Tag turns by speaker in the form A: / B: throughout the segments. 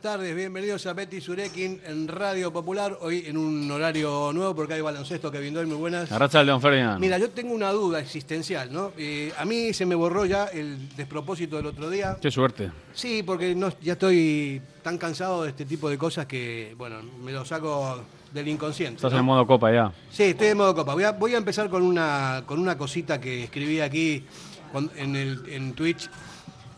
A: tardes, bienvenidos a Betty Surekin en Radio Popular, hoy en un horario nuevo porque hay baloncesto que brindó muy buenas.
B: Arracha León Ferdinand.
A: Mira, yo tengo una duda existencial, ¿no? Eh, a mí se me borró ya el despropósito del otro día.
B: Qué suerte.
A: Sí, porque no, ya estoy tan cansado de este tipo de cosas que, bueno, me lo saco del inconsciente.
B: Estás
A: ¿no?
B: en modo copa ya.
A: Sí, estoy de modo copa. Voy a, voy a empezar con una, con una cosita que escribí aquí cuando- en, el, en Twitch,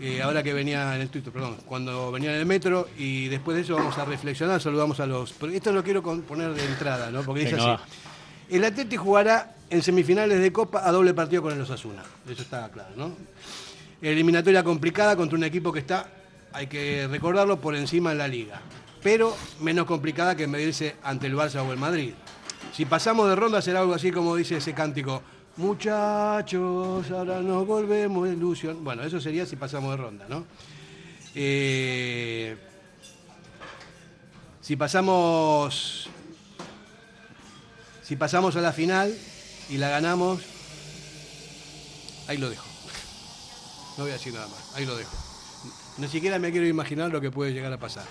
A: eh, ahora que venía en el Twitter, perdón, cuando venía en el metro, y después de eso vamos a reflexionar, saludamos a los... pero Esto lo quiero con- poner de entrada, ¿no? Porque dice
B: Venga,
A: así. El Atleti jugará en semifinales de Copa a doble partido con el Osasuna. Eso está claro, ¿no? Eliminatoria complicada contra un equipo que está, hay que recordarlo, por encima en la liga. Pero menos complicada que medirse ante el Barça o el Madrid. Si pasamos de ronda será algo así como dice ese cántico. Muchachos, ahora nos volvemos ilusión. Bueno, eso sería si pasamos de ronda, ¿no? Eh, si pasamos si pasamos a la final y la ganamos, ahí lo dejo. No voy a decir nada más, ahí lo dejo. Ni siquiera me quiero imaginar lo que puede llegar a pasar.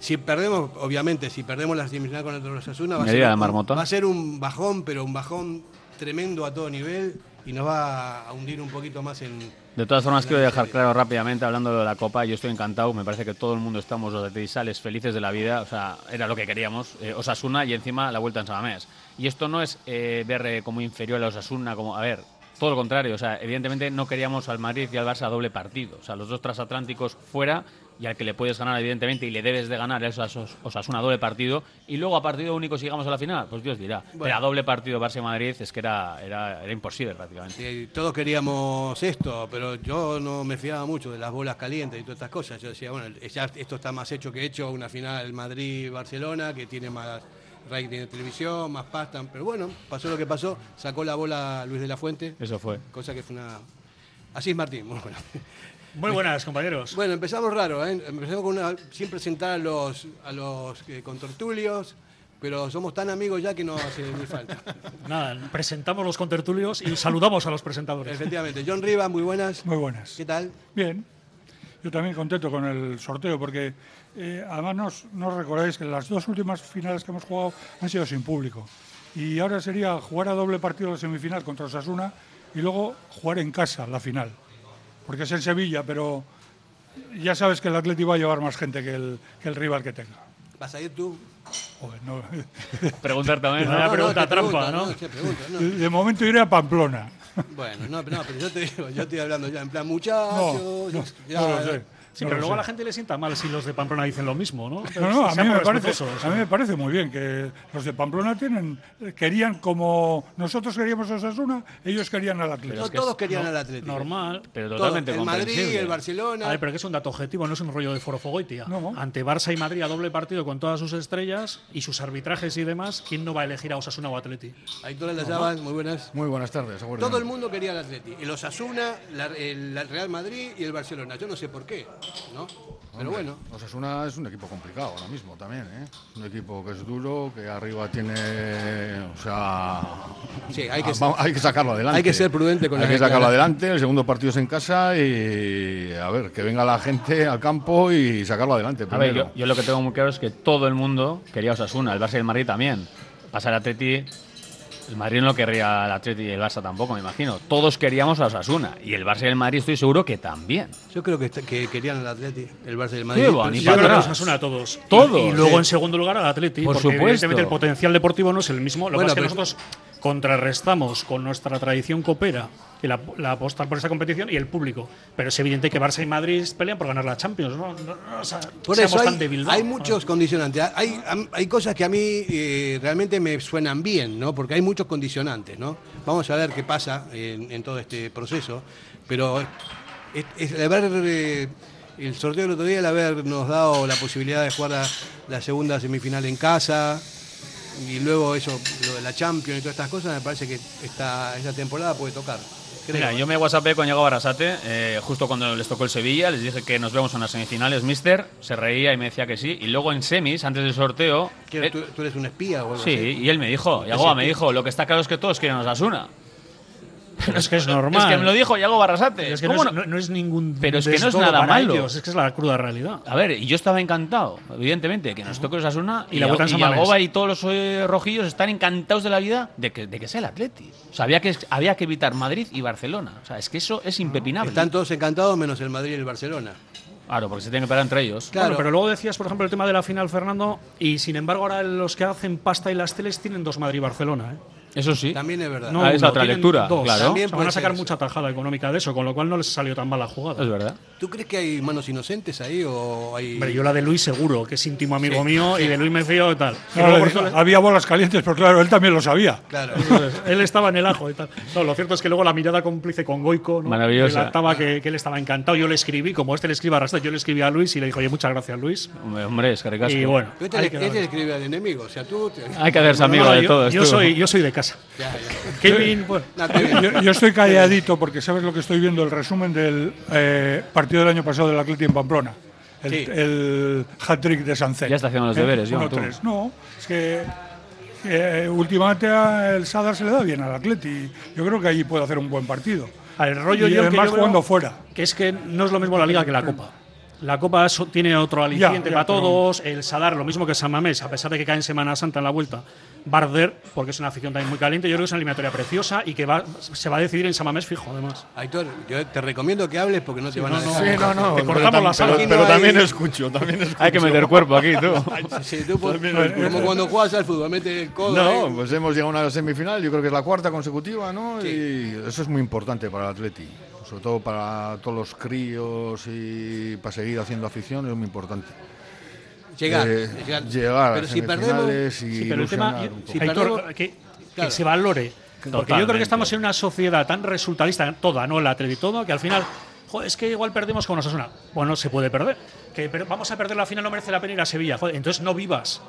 A: Si perdemos, obviamente, si perdemos la semifinal con el Osasuna, va a,
B: Medida
A: ser
B: de
A: un-
B: marmota.
A: va a ser un bajón, pero un bajón tremendo a todo nivel y nos va a hundir un poquito más en...
B: De todas formas,
A: La
B: quiero dejar
A: miseria.
B: claro rápidamente, hablando de la Copa, yo estoy encantado, me parece que todo el mundo estamos los atletisales felices de la vida, o sea, era lo que queríamos, eh, Osasuna y encima la vuelta en Samamés. Y esto no es eh, ver eh, como inferior a Osasuna, como, a ver, todo lo contrario, o sea, evidentemente no queríamos al Madrid y al Barça a doble partido, o sea, los dos transatlánticos fuera y al que le puedes ganar, evidentemente, y le debes de ganar es a Osas- Osasuna a doble partido, y luego a partido único si llegamos a la final, pues Dios dirá, pero a doble partido Barça y Madrid es que era, era, era imposible prácticamente.
A: Sí, todos queríamos esto, pero yo no me fiaba mucho de las bolas calientes y todas estas cosas. Yo decía, bueno, ya esto está más hecho que hecho, una final Madrid-Barcelona, que tiene más rating de televisión, más pasta. Pero bueno, pasó lo que pasó, sacó la bola Luis de la Fuente,
B: Eso fue.
A: cosa que fue una... Así es Martín, muy bueno.
C: Muy buenas, compañeros.
A: Bueno, empezamos raro, ¿eh? Empezamos con una, sin presentar a los, a los eh, contertulios, pero somos tan amigos ya que no hace ni falta.
C: Nada, presentamos los contertulios y saludamos a los presentadores.
A: Efectivamente. John Rivas, muy buenas.
D: Muy buenas.
A: ¿Qué tal?
D: Bien. Yo también contento con el sorteo porque eh, además nos, nos recordáis que las dos últimas finales que hemos jugado han sido sin público. Y ahora sería jugar a doble partido la semifinal contra Osasuna y luego jugar en casa la final. Porque es en Sevilla, pero ya sabes que el Atleti va a llevar más gente que el, que el rival que tenga.
A: ¿Vas a ir tú?
D: Joder, no.
B: Preguntar también, ¿no?
C: Una pregunta
A: te
C: trampa, ¿no?
A: te pregunto, no.
D: De de momento iré a Pamplona.
A: Bueno, no, no, pero yo te digo, yo estoy hablando ya en plan muchachos.
D: No, no,
A: ya,
D: no lo sé.
C: Sí,
D: no
C: pero
D: lo
C: luego
D: sé.
C: a la gente le sienta mal si los de Pamplona dicen lo mismo, ¿no?
D: No, no, a mí,
C: Seamos
D: me parece,
C: respetuosos.
D: a mí me parece muy bien que los de Pamplona tienen, querían como nosotros queríamos a Osasuna, ellos querían al
A: No
D: Atlético.
B: que es
A: todos querían al Atlético.
C: Normal.
B: Pero
A: Todos,
B: totalmente
A: el Madrid,
B: comprensible.
A: el
C: A
A: Barcelona.
C: ver, pero que es un dato objetivo, no es un rollo de forofogoitia.
D: No.
C: Ante Barça y Madrid a doble partido con todas sus estrellas y sus arbitrajes y demás, ¿quién no va a elegir a Osasuna o Atleti?
A: Aitor Aldayabal, muy buenas.
E: Muy buenas tardes, Agüero.
A: Todo el mundo quería al Atlético. El Osasuna, la- el el Real Madrid y el Barcelona. Yo no sé por qué, ¿no? Pero bueno.
E: Osasuna es un equipo complicado ahora mismo también, ¿eh? Es Un equipo que es duro, que arriba tiene, o sea,
A: Sí, hay que
E: ah, vamos, hay que sacarlo adelante.
A: hay que ser prudente con
E: Hay
A: las
E: que sacarlo
A: declaraciones.
E: adelante. El segundo partido es en casa y a ver que venga la gente al campo y sacarlo adelante.
B: A ver,
E: primero.
B: yo, yo lo que tengo muy claro es que todo el mundo quería a Osasuna, el Barça y el Madrid también. Pasar al Atleti, el Madrid no querría al Atleti y el Barça tampoco, me imagino. Todos queríamos a Osasuna y el Barça y el Madrid estoy seguro que también.
A: Yo creo que, que querían al Atlético, el Barça y el Madrid.
B: Qué
A: Pero
B: bonito.
A: sí,
C: Yo
B: para
C: creo que
B: atrás.
C: Osasuna a todos.
B: Todos,
C: Y luego
B: sí.
C: en segundo lugar al Atleti.
B: Por
C: porque
B: supuesto.
C: Evidentemente el potencial deportivo no es el mismo. Lo que
A: Bueno,
C: pasa es que
A: pero-
C: nosotros contrarrestamos con nuestra tradición copera el ap- la apostar por esa competición y el público. Pero es evidente que Barça y Madrid pelean por ganar la Champions. No, No- no- o sea,
A: Por
C: seamos
A: eso
C: tan
A: hay,
C: debildados.
A: hay muchos condicionantes. Hay, am- hay cosas que a mí eh, realmente me suenan bien, ¿no? Porque hay muchos condicionantes, ¿no? Vamos a ver qué pasa en, en todo este proceso. Pero es, es el haber eh, el sorteo del otro día, el habernos dado la posibilidad de jugar la, la segunda semifinal en casa y luego eso, lo de la Champions y todas estas cosas, me parece que esta, esta temporada puede tocar. Creo.
B: Mira, yo me whatsappé con Diego Barasate eh, justo cuando les tocó el Sevilla, les dije que nos vemos en las semifinales, mister, se reía y me decía que sí, y luego en semis, antes del sorteo,
A: ¿Qué,
B: eh,
A: ¿Tú, tú eres un espía o algo
B: sí,
A: Pues así?
B: y él me dijo, Yagoba me dijo, lo que está claro es que todos quieren a Osasuna.
C: Pero es que es normal.
B: Es que me lo dijo Yago Barrasate.
C: Pero es que
B: ¿Cómo
C: no, es,
B: no?
C: no- no es ningún.
B: Pero es que no es
C: desdoro
B: nada
C: para
B: malo.
C: ellos, es que es la cruda realidad.
B: A ver, y yo estaba encantado, evidentemente, que nos toque Osasuna
C: Y la vuelta en San Mamés.
B: Yagoba y todos los eh, rojillos están encantados de la vida de que, de que sea el Atleti. O sea, había que, había que evitar Madrid y Barcelona. O sea, es que eso es impepinable.
A: Están todos encantados menos el Madrid y el Barcelona.
B: Claro, porque se tienen que parar entre ellos.
A: Claro.
C: Bueno, pero luego decías, por ejemplo, el tema de la final, Fernando, y sin embargo ahora los que hacen pasta y las teles tienen dos Madrid y Barcelona. ¿eh?
B: Eso sí.
A: También es verdad.
C: No
B: Ah, es
C: uno,
B: la otra
C: tienen
B: lectura,
C: dos.
B: claro.
C: O sea, van
A: puede
C: a sacar
A: ser.
C: mucha tajada económica de eso, con lo cual no les salió tan mala jugada.
B: Es verdad.
A: ¿Tú crees que hay manos inocentes ahí o hay.?
C: Hombre, yo la de Luis seguro, que es íntimo amigo mío, y de Luis me fío y tal. Y
D: Claro,
C: luego,
D: le
C: por
D: dijo,
C: eso,
D: había bolas calientes, pero claro, él también lo sabía.
A: Claro.
C: él estaba en el ajo y tal. No, lo cierto es que luego la mirada cómplice con Goico, ¿no?
B: Maravillosa.
C: Relataba que, que él estaba encantado. Yo le escribí, como este le escribe a Rasta, yo le escribí a Luis y le dije, oye, muchas gracias, Luis.
B: Hombre, hombre, es que ricasco.
C: Y bueno,
A: Pero este,
C: ahí
A: le-
C: quedó
A: este le
C: eso.
A: escribe al enemigo. O sea, tú. te-
B: Hay que hacerse amigo
C: No, no,
B: de
C: yo,
B: todos.
C: yo
B: tú.
C: soy, yo soy de casa.
A: Ya, ya.
C: Kevin, bueno.
A: No, está bien.
D: Yo, yo estoy calladito porque sabes lo que estoy viendo, el resumen del eh, partido del año pasado del Atleti en Pamplona. El,
A: Sí.
D: el hat-trick de Sancet.
B: Ya está haciendo los
D: Eh,
B: deberes, Joan,
D: 1-3. No, es que eh, últimamente a- el Sadar se le da bien al Atleti. Yo creo que allí puede hacer un buen partido.
C: Al Ah, rollo
D: y
C: yo que
D: además
C: yo creo
D: jugando fuera.
C: Que es que no es lo mismo la liga que la copa. La copa so- tiene otro aliciente
D: ya,
C: para
D: pero-
C: todos. El Sadar, lo mismo que San Mamés, a pesar de que cae en Semana Santa en la vuelta. Barder, porque es una afición también muy caliente. Yo creo que es una eliminatoria preciosa y que va- se va a decidir en San Mamés fijo, además.
A: Aitor, yo te recomiendo que hables porque no te van a
E: Sí,
A: dejar.
E: no, no.
C: Te cortamos
E: pero tam-
C: la sala.
E: Pero,
A: Aquí no
E: pero
A: hay-
E: también escucho, también escucho.
B: Hay que meter cuerpo aquí, tú.
A: Sí, tú, pues, como cuando juegas al fútbol, mete el codo.
E: No,
A: ahí.
E: pues hemos llegado a una semifinal, yo creo que es la cuarta consecutiva, ¿no? Y eso es muy importante para el Atleti, sobre todo para todos los críos y para seguir haciendo afición, es muy importante.
A: llegar,
E: Eh,
A: llegar.
E: llegar a
A: Pero si perdemos.
E: semifinales y
C: Sí, pero el tema,
E: ilusionar
C: yo-
E: un poco.
A: si
C: Aitor,
A: perdemos-
C: que, que
A: Claro.
C: se valore. Porque yo creo
B: Totalmente.
C: que estamos en una sociedad tan resultadista, toda, ¿no? La Atleti todo, que al final, joder, es que igual perdemos con Osasuna. Bueno, se puede perder. Que pero vamos a perder la final, no merece la pena ir a Sevilla. Joder, entonces no vivas.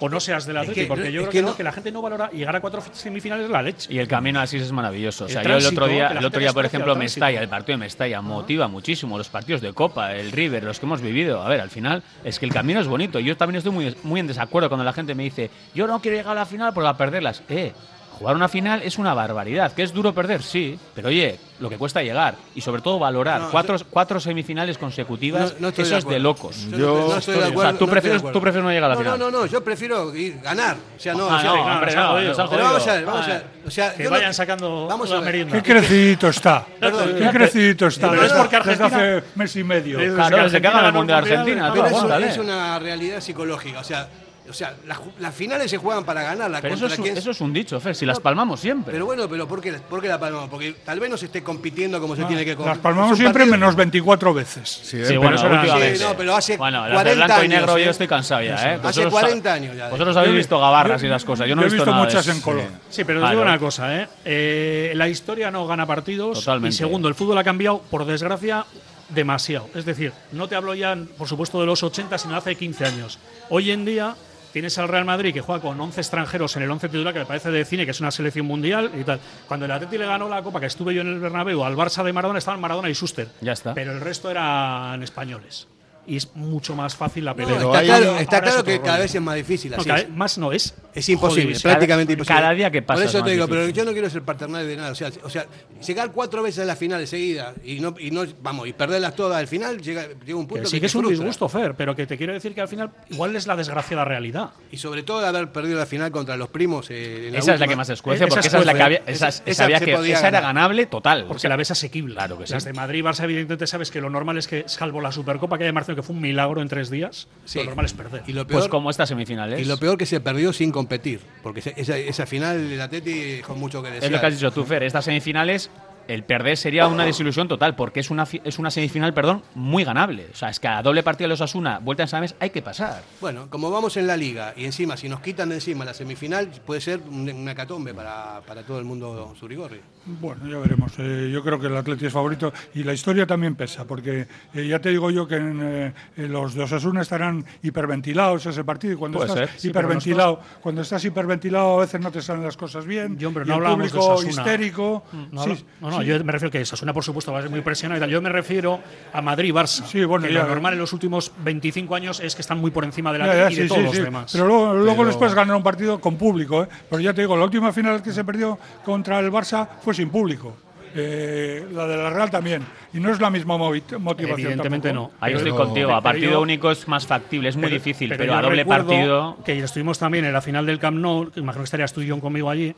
C: O no seas del Atleti,
A: que-
C: porque yo
A: es
C: creo
A: que
C: que,
A: no-
C: no, que la gente no valora y llegar a cuatro semifinales es la leche.
B: Y el camino así es maravilloso. O sea,
C: El
B: yo el
C: tránsito,
B: otro día,
C: que la
B: el otro
C: gente
B: día por
C: desprecia el
B: ejemplo,
C: tránsito.
B: Mestalla, el partido de Mestalla motiva muchísimo. Los partidos de Copa, el River, los que hemos vivido. A ver, al final es que el camino es bonito. Yo también estoy muy, muy en desacuerdo cuando la gente me dice, yo no quiero llegar a la final por a perderlas. Eh, jugar una final es una barbaridad. Que es duro perder, sí. Pero oye, lo que cuesta llegar. Y sobre todo valorar.
A: No,
B: cuatro, cuatro semifinales consecutivas,
A: No- no estoy
B: eso
A: de
B: es de
A: acuerdo.
B: locos.
A: Yo,
E: Yo-
A: no, estoy de
B: o
A: acuerdo.
B: sea, tú
A: no estoy de
B: prefieres-
A: acuerdo.
B: tú prefieres no llegar a la
A: no,
B: final.
A: No, no, no, yo prefiero ir- ganar. O sea, no,
B: Ah,
A: o sea,
B: no,
A: pero
B: hombre,
C: nos han
B: no,
C: jodido.
B: nos han
C: Pero
B: jodido.
A: vamos a ver, vamos a
C: Ah,
A: ver. O sea,
C: que
A: yo no-
C: vayan sacando
A: vamos a
C: la
A: ver.
C: merienda.
D: Qué crecidito está.
A: Perdón,
D: Qué crecidito está.
C: Pero es porque
D: Desde
C: Argentina-
D: hace mes y medio.
C: Desde
B: Claro, desde que hagan el
C: ganó
B: Mundial de
C: Mundial,
B: Argentina.
A: Pero
B: tú
A: eso
B: aguántale.
A: es una realidad psicológica. O sea, o sea las, ju- las finales se juegan para ganarla.
B: Pero eso
A: contra
B: es, un-
A: quien-
B: eso es un dicho, Fer, si las palmamos siempre.
A: Pero bueno, pero ¿por qué, por qué la palmamos? Porque tal vez no se esté compitiendo como se tiene que
D: Las
A: competir.
D: palmamos siempre menos 24 veces.
E: Sí, eh,
B: Sí,
E: pero-
B: bueno,
C: eso era-
B: últimamente.
A: Sí, no, pero hace
B: Bueno, las de
A: 40
B: blanco y negro
A: años, ¿eh?
B: yo estoy cansado ya, ¿eh?
A: Hace 40 años ya.
C: ¿eh?
B: Vosotros habéis
D: Yo-
B: visto gabarras
D: yo-
B: y las cosas. Yo no
D: yo he visto,
B: nada de
D: muchas
B: eso.
D: en Colón.
C: Sí, pero os
B: Claro.
C: digo una cosa, ¿eh? Eh, La historia no gana partidos.
B: Totalmente.
C: Y segundo, el fútbol ha cambiado, por desgracia, demasiado. Es decir, no te hablo ya, por supuesto, de los 80, sino hace 15 años. Hoy en día tienes al Real Madrid que juega con 11 extranjeros en el 11 titular, que me parece de cine, que es una selección mundial y tal. Cuando el Atleti le ganó la Copa, que estuve yo en el Bernabéu, al Barça de Maradona estaban Maradona y Schuster.
B: Ya está.
C: Pero el resto eran españoles. Y es mucho más fácil la
A: No,
C: pelea.
A: está
E: hay-
A: claro,
E: ahora
A: está
C: es
A: claro
C: otro
A: que cada
C: rollo.
A: vez es más difícil.
C: No,
A: así
C: cada
A: es.
C: vez más no, es.
A: Es imposible,
C: jodidísimo.
A: prácticamente imposible.
B: cada día que pasa
A: Por eso
B: es
A: te
B: más
A: digo, pero
B: difícil.
A: yo no quiero ser paternal de nada. O sea, o sea, llegar cuatro veces a la final de seguida y no, y no vamos, y perderlas todas al final, llega, llega un punto
C: Que
A: que,
C: sí que
A: te
C: es un
A: frustra.
C: disgusto, Fer, pero que te quiero decir que al final igual es la desgraciada realidad.
A: Y sobre todo de haber perdido la final contra los primos. eh, en la
B: Esa es la
A: última.
B: que más escuece,
C: Esa
B: porque
C: es
B: esa es la que había.
A: fuerte.
B: Esa,
A: Esa-
B: esa
A: esa
B: había
A: se
B: que,
A: podía
B: esa era
A: ganar.
B: ganable total.
C: Porque la ves asequible.
B: Claro que sí.
C: Las de Madrid, Barça, evidentemente sabes que lo normal es que, salvo la Supercopa que hay de marzo, que fue un milagro en tres días,
A: Sí.
C: lo normal es perder.
A: Y lo peor,
B: Pues como estas semifinales.
A: y lo peor que se perdió sin competir. Porque se- esa, esa final el Atleti con mucho que decir.
B: Es lo que has dicho tú, Fer. Estas semifinales, el perder sería una desilusión total, porque es una, fi- es una semifinal, perdón, muy ganable. O sea, es que a doble partida de los Asuna, vuelta en Sames, hay que pasar.
A: Bueno, como vamos en la liga y encima, si nos quitan de encima la semifinal, puede ser un- una catombe para, para todo el mundo surigorri.
D: Bueno, ya veremos. Eh, yo creo que el Atleti es favorito y la historia también pesa, porque eh, ya te digo yo que en, eh, eh, los de Osasuna estarán hiperventilados ese partido y cuando
B: Puede
D: estás
B: ser.
C: Sí, pero
D: hiperventilado, cuando estás hiperventilado a veces no te salen las cosas bien.
C: Yo, hombre,
D: y
C: no
D: el
C: hablábamos de
D: público
C: Osasuna. Mm,
D: histérico.
C: No
D: Sí,
C: habla- no, no, no, yo me refiero a que Osasuna, por supuesto, va a ser muy presionado y tal. Yo me refiero a Madrid-Barça.
D: Sí, bueno,
C: que
D: ya,
C: lo
D: ya.
C: normal en los últimos 25 años es que están muy por encima de la
D: Ya, ya,
C: y
D: sí,
C: de todos
D: sí,
C: los
D: sí.
C: demás.
D: Pero luego, luego
E: Pero-
D: les puedes ganar un partido con público. ¿eh? Pero ya te digo, la última final que se perdió contra el Barça fue sin público. Eh, la de la Real también. Y no es la misma movi- motivación.
C: Evidentemente
D: tampoco.
C: no.
B: Ahí
C: Pero-
B: estoy contigo. A
C: pero
B: partido
C: yo-
B: único es más factible, es muy difícil, pero,
C: yo
B: a doble
C: recuerdo
B: partido.
C: Que estuvimos también en la final del Camp Nou, que imagino que estarías tú y John conmigo allí.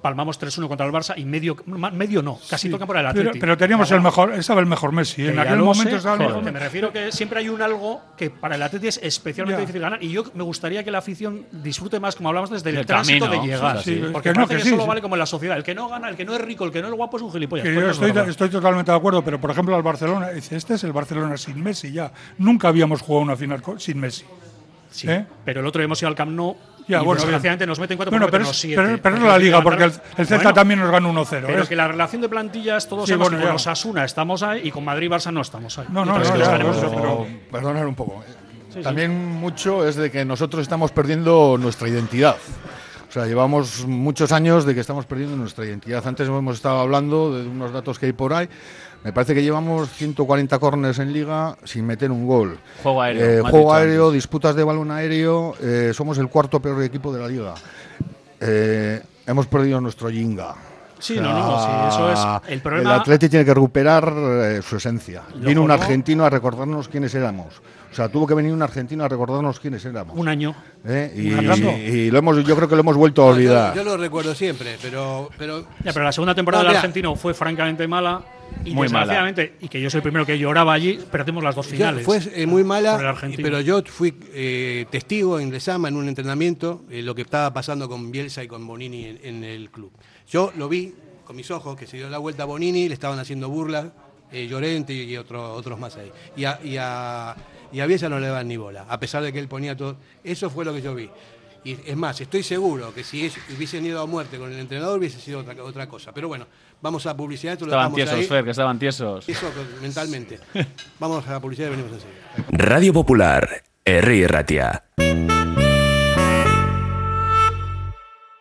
C: Palmamos 3-1 contra el Barça y medio, ma- medio no, casi toca por el
D: Pero,
C: Atlético.
D: pero teníamos el mejor, estaba el mejor Messi. En aquel momento estaba el mejor
C: me
D: Messi.
C: refiero que siempre hay un algo que para el Atleti es especialmente
D: Ya.
C: difícil ganar y yo me gustaría que la afición disfrute más como hablamos desde el,
B: Del
C: tránsito
B: camino,
C: de llegar
B: sí,
D: sí.
C: porque
D: Que no,
C: parece
D: que
C: que
D: sí,
C: solo
D: sí.
C: vale como en la sociedad el que no gana el que no es rico el que no es guapo es un gilipollas
D: Que
C: Pues
D: yo
C: no es
D: estoy,
C: verdad.
D: estoy totalmente de acuerdo, pero por ejemplo al Barcelona, dice, este es el Barcelona sin Messi ya. Nunca habíamos jugado una final co- sin Messi.
C: Sí,
D: ¿Eh?
C: pero el otro día hemos ido al Camp Nou
D: Ya,
C: y
D: bueno,
C: desgraciadamente nos meten cuatro
D: Bueno,
C: porque
D: pero
C: nos
D: es,
C: siete.
D: pero- pero es
C: Porque
D: la
C: hay que
D: liga, porque el,
C: levantar-
D: el Celta
C: Bueno,
D: también nos gana 1-0.
C: Pero
D: ¿eh?
C: que la relación de plantillas todos
D: Sí,
C: sabemos
D: bueno,
C: que con
D: ya.
C: los Asuna estamos ahí y con Madrid Barça no estamos ahí.
D: No, no,
C: Entonces,
D: no,
C: que
D: ya,
C: estaremos-
D: no, no.
E: Pero, perdonar un poco. También mucho es de que nosotros estamos perdiendo nuestra identidad. O sea, llevamos muchos años de que estamos perdiendo nuestra identidad. Antes hemos estado hablando de unos datos que hay por ahí. Me parece que llevamos 140 corners en liga sin meter un gol.
B: Juego aéreo,
E: Eh,
B: me has
E: juego
B: dicho
E: aéreo, disputas de balón aéreo. eh, somos el cuarto peor equipo de la liga. Eh, hemos perdido nuestro Jinga.
C: Sí,
E: O sea,
C: no, no, sí, eso es el problema.
E: El Atleti tiene que recuperar eh, su esencia.
C: Lo
E: Vino un
C: formó-
E: argentino a recordarnos quiénes éramos. O sea, tuvo que venir un argentino a recordarnos quiénes éramos.
C: un año.
E: ¿eh? Y,
D: Fernando.
E: y lo hemos, yo creo que lo hemos vuelto
A: No,
E: a
A: yo,
E: olvidar.
A: yo lo recuerdo siempre, pero, pero
C: Ya, pero la segunda temporada
A: No,
C: del
A: mira.
C: argentino fue francamente mala y
B: Muy mala.
C: desgraciadamente y que yo soy el primero que lloraba allí, perdimos las dos
A: yo-
C: finales.
A: fue eh, muy
C: por el
A: mala,
C: argentino.
A: pero yo fui eh, testigo en Lesama en un entrenamiento eh, lo que estaba pasando con Bielsa y con Bonini en, en el club. Yo lo vi con mis ojos, que se dio la vuelta a Bonini, le estaban haciendo burlas, eh, Llorente y, y otro- otros más ahí. Y a, y, a, y a Bielsa no le daban ni bola, a pesar de que él ponía todo. Eso fue lo que yo vi. Y es más, estoy seguro que si ellos hubiesen ido a muerte con el entrenador hubiese sido otra, otra cosa. Pero bueno, vamos a publicidad, esto lo
B: Estaban
A: dejamos
B: tiesos,
A: ahí.
B: Fer, que estaban tiesos.
A: Eso mentalmente. Vamos a la publicidad y venimos enseguida.
F: Radio Popular, Herri Ratia.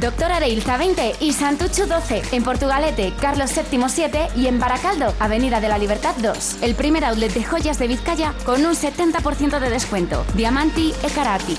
G: Doctor Areilza 20 y Santuchu 12. En Portugalete, Carlos VII 7 y en Baracaldo, Avenida de la Libertad 2. El primer outlet de joyas de Vizcaya con un 70% de descuento. Diamanti e Karati.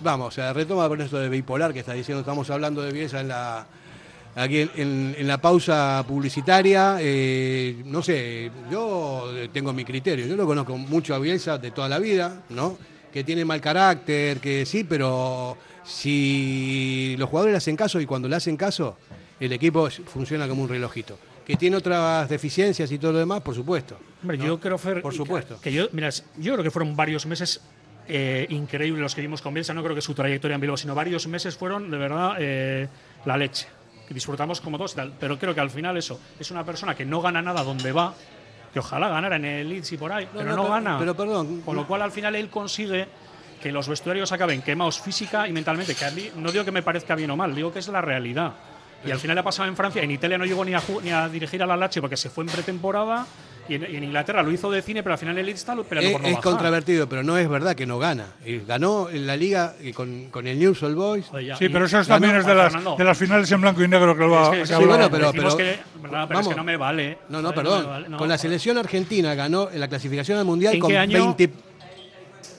A: Vamos, se retoma con esto de bipolar que estás diciendo, estamos hablando de Bielsa en la aquí en, en- en la pausa publicitaria. eh, no sé, yo tengo mi criterio, yo lo conozco mucho a Bielsa de toda la vida, ¿no? Que tiene mal carácter, que sí, pero si los jugadores le hacen caso y cuando le hacen caso, el equipo funciona como un relojito. Que tiene otras deficiencias y todo lo demás, por supuesto.
C: Hombre,
A: ¿no?
C: yo creo, Fer,
A: Por
C: y
A: supuesto.
C: Que yo, mira, yo creo que fueron varios meses eh, increíbles los que vimos con Bielsa. No creo que su trayectoria en Bilbao, sino varios meses fueron, de verdad, eh, la leche. Que disfrutamos como todos y tal. Pero creo que al final eso es una persona que no gana nada donde va, que ojalá ganara en el Leeds y por ahí, pero no,
A: pero-
C: gana.
A: Pero perdón.
C: Con lo cual, al final, él consigue que los vestuarios acaben quemados física y mentalmente. Que a mí no digo que me parezca bien o mal, digo que es la realidad. Y al final le ha pasado en Francia. En Italia no llegó ni a, ju- ni a dirigir a la Lazio porque se fue en pretemporada. Y en, y en Inglaterra lo hizo de cine, pero al final el Leeds está esperando
A: es,
C: por no
A: es
C: bajar.
A: controvertido, pero no es verdad que no gana. Eh, Ganó en la liga eh, con, con el News All Boys.
C: Joder, ya.
D: Sí,
C: Y-
D: pero eso
C: Ganó
D: también es de
C: Juan
D: las,
C: Fernando.
D: de las finales en blanco y negro que lo va
C: Es que-
D: que
C: sí,
D: hablaba.
A: bueno, pero-
C: Decimos
A: pero-
C: que, verdad, pero es que
A: vamos.
C: no me vale.
A: No, no,
C: Joder,
A: perdón.
C: me vale, no.
A: con la selección argentina ganó en la clasificación al mundial
C: ¿En
A: con
C: qué año?
A: 20.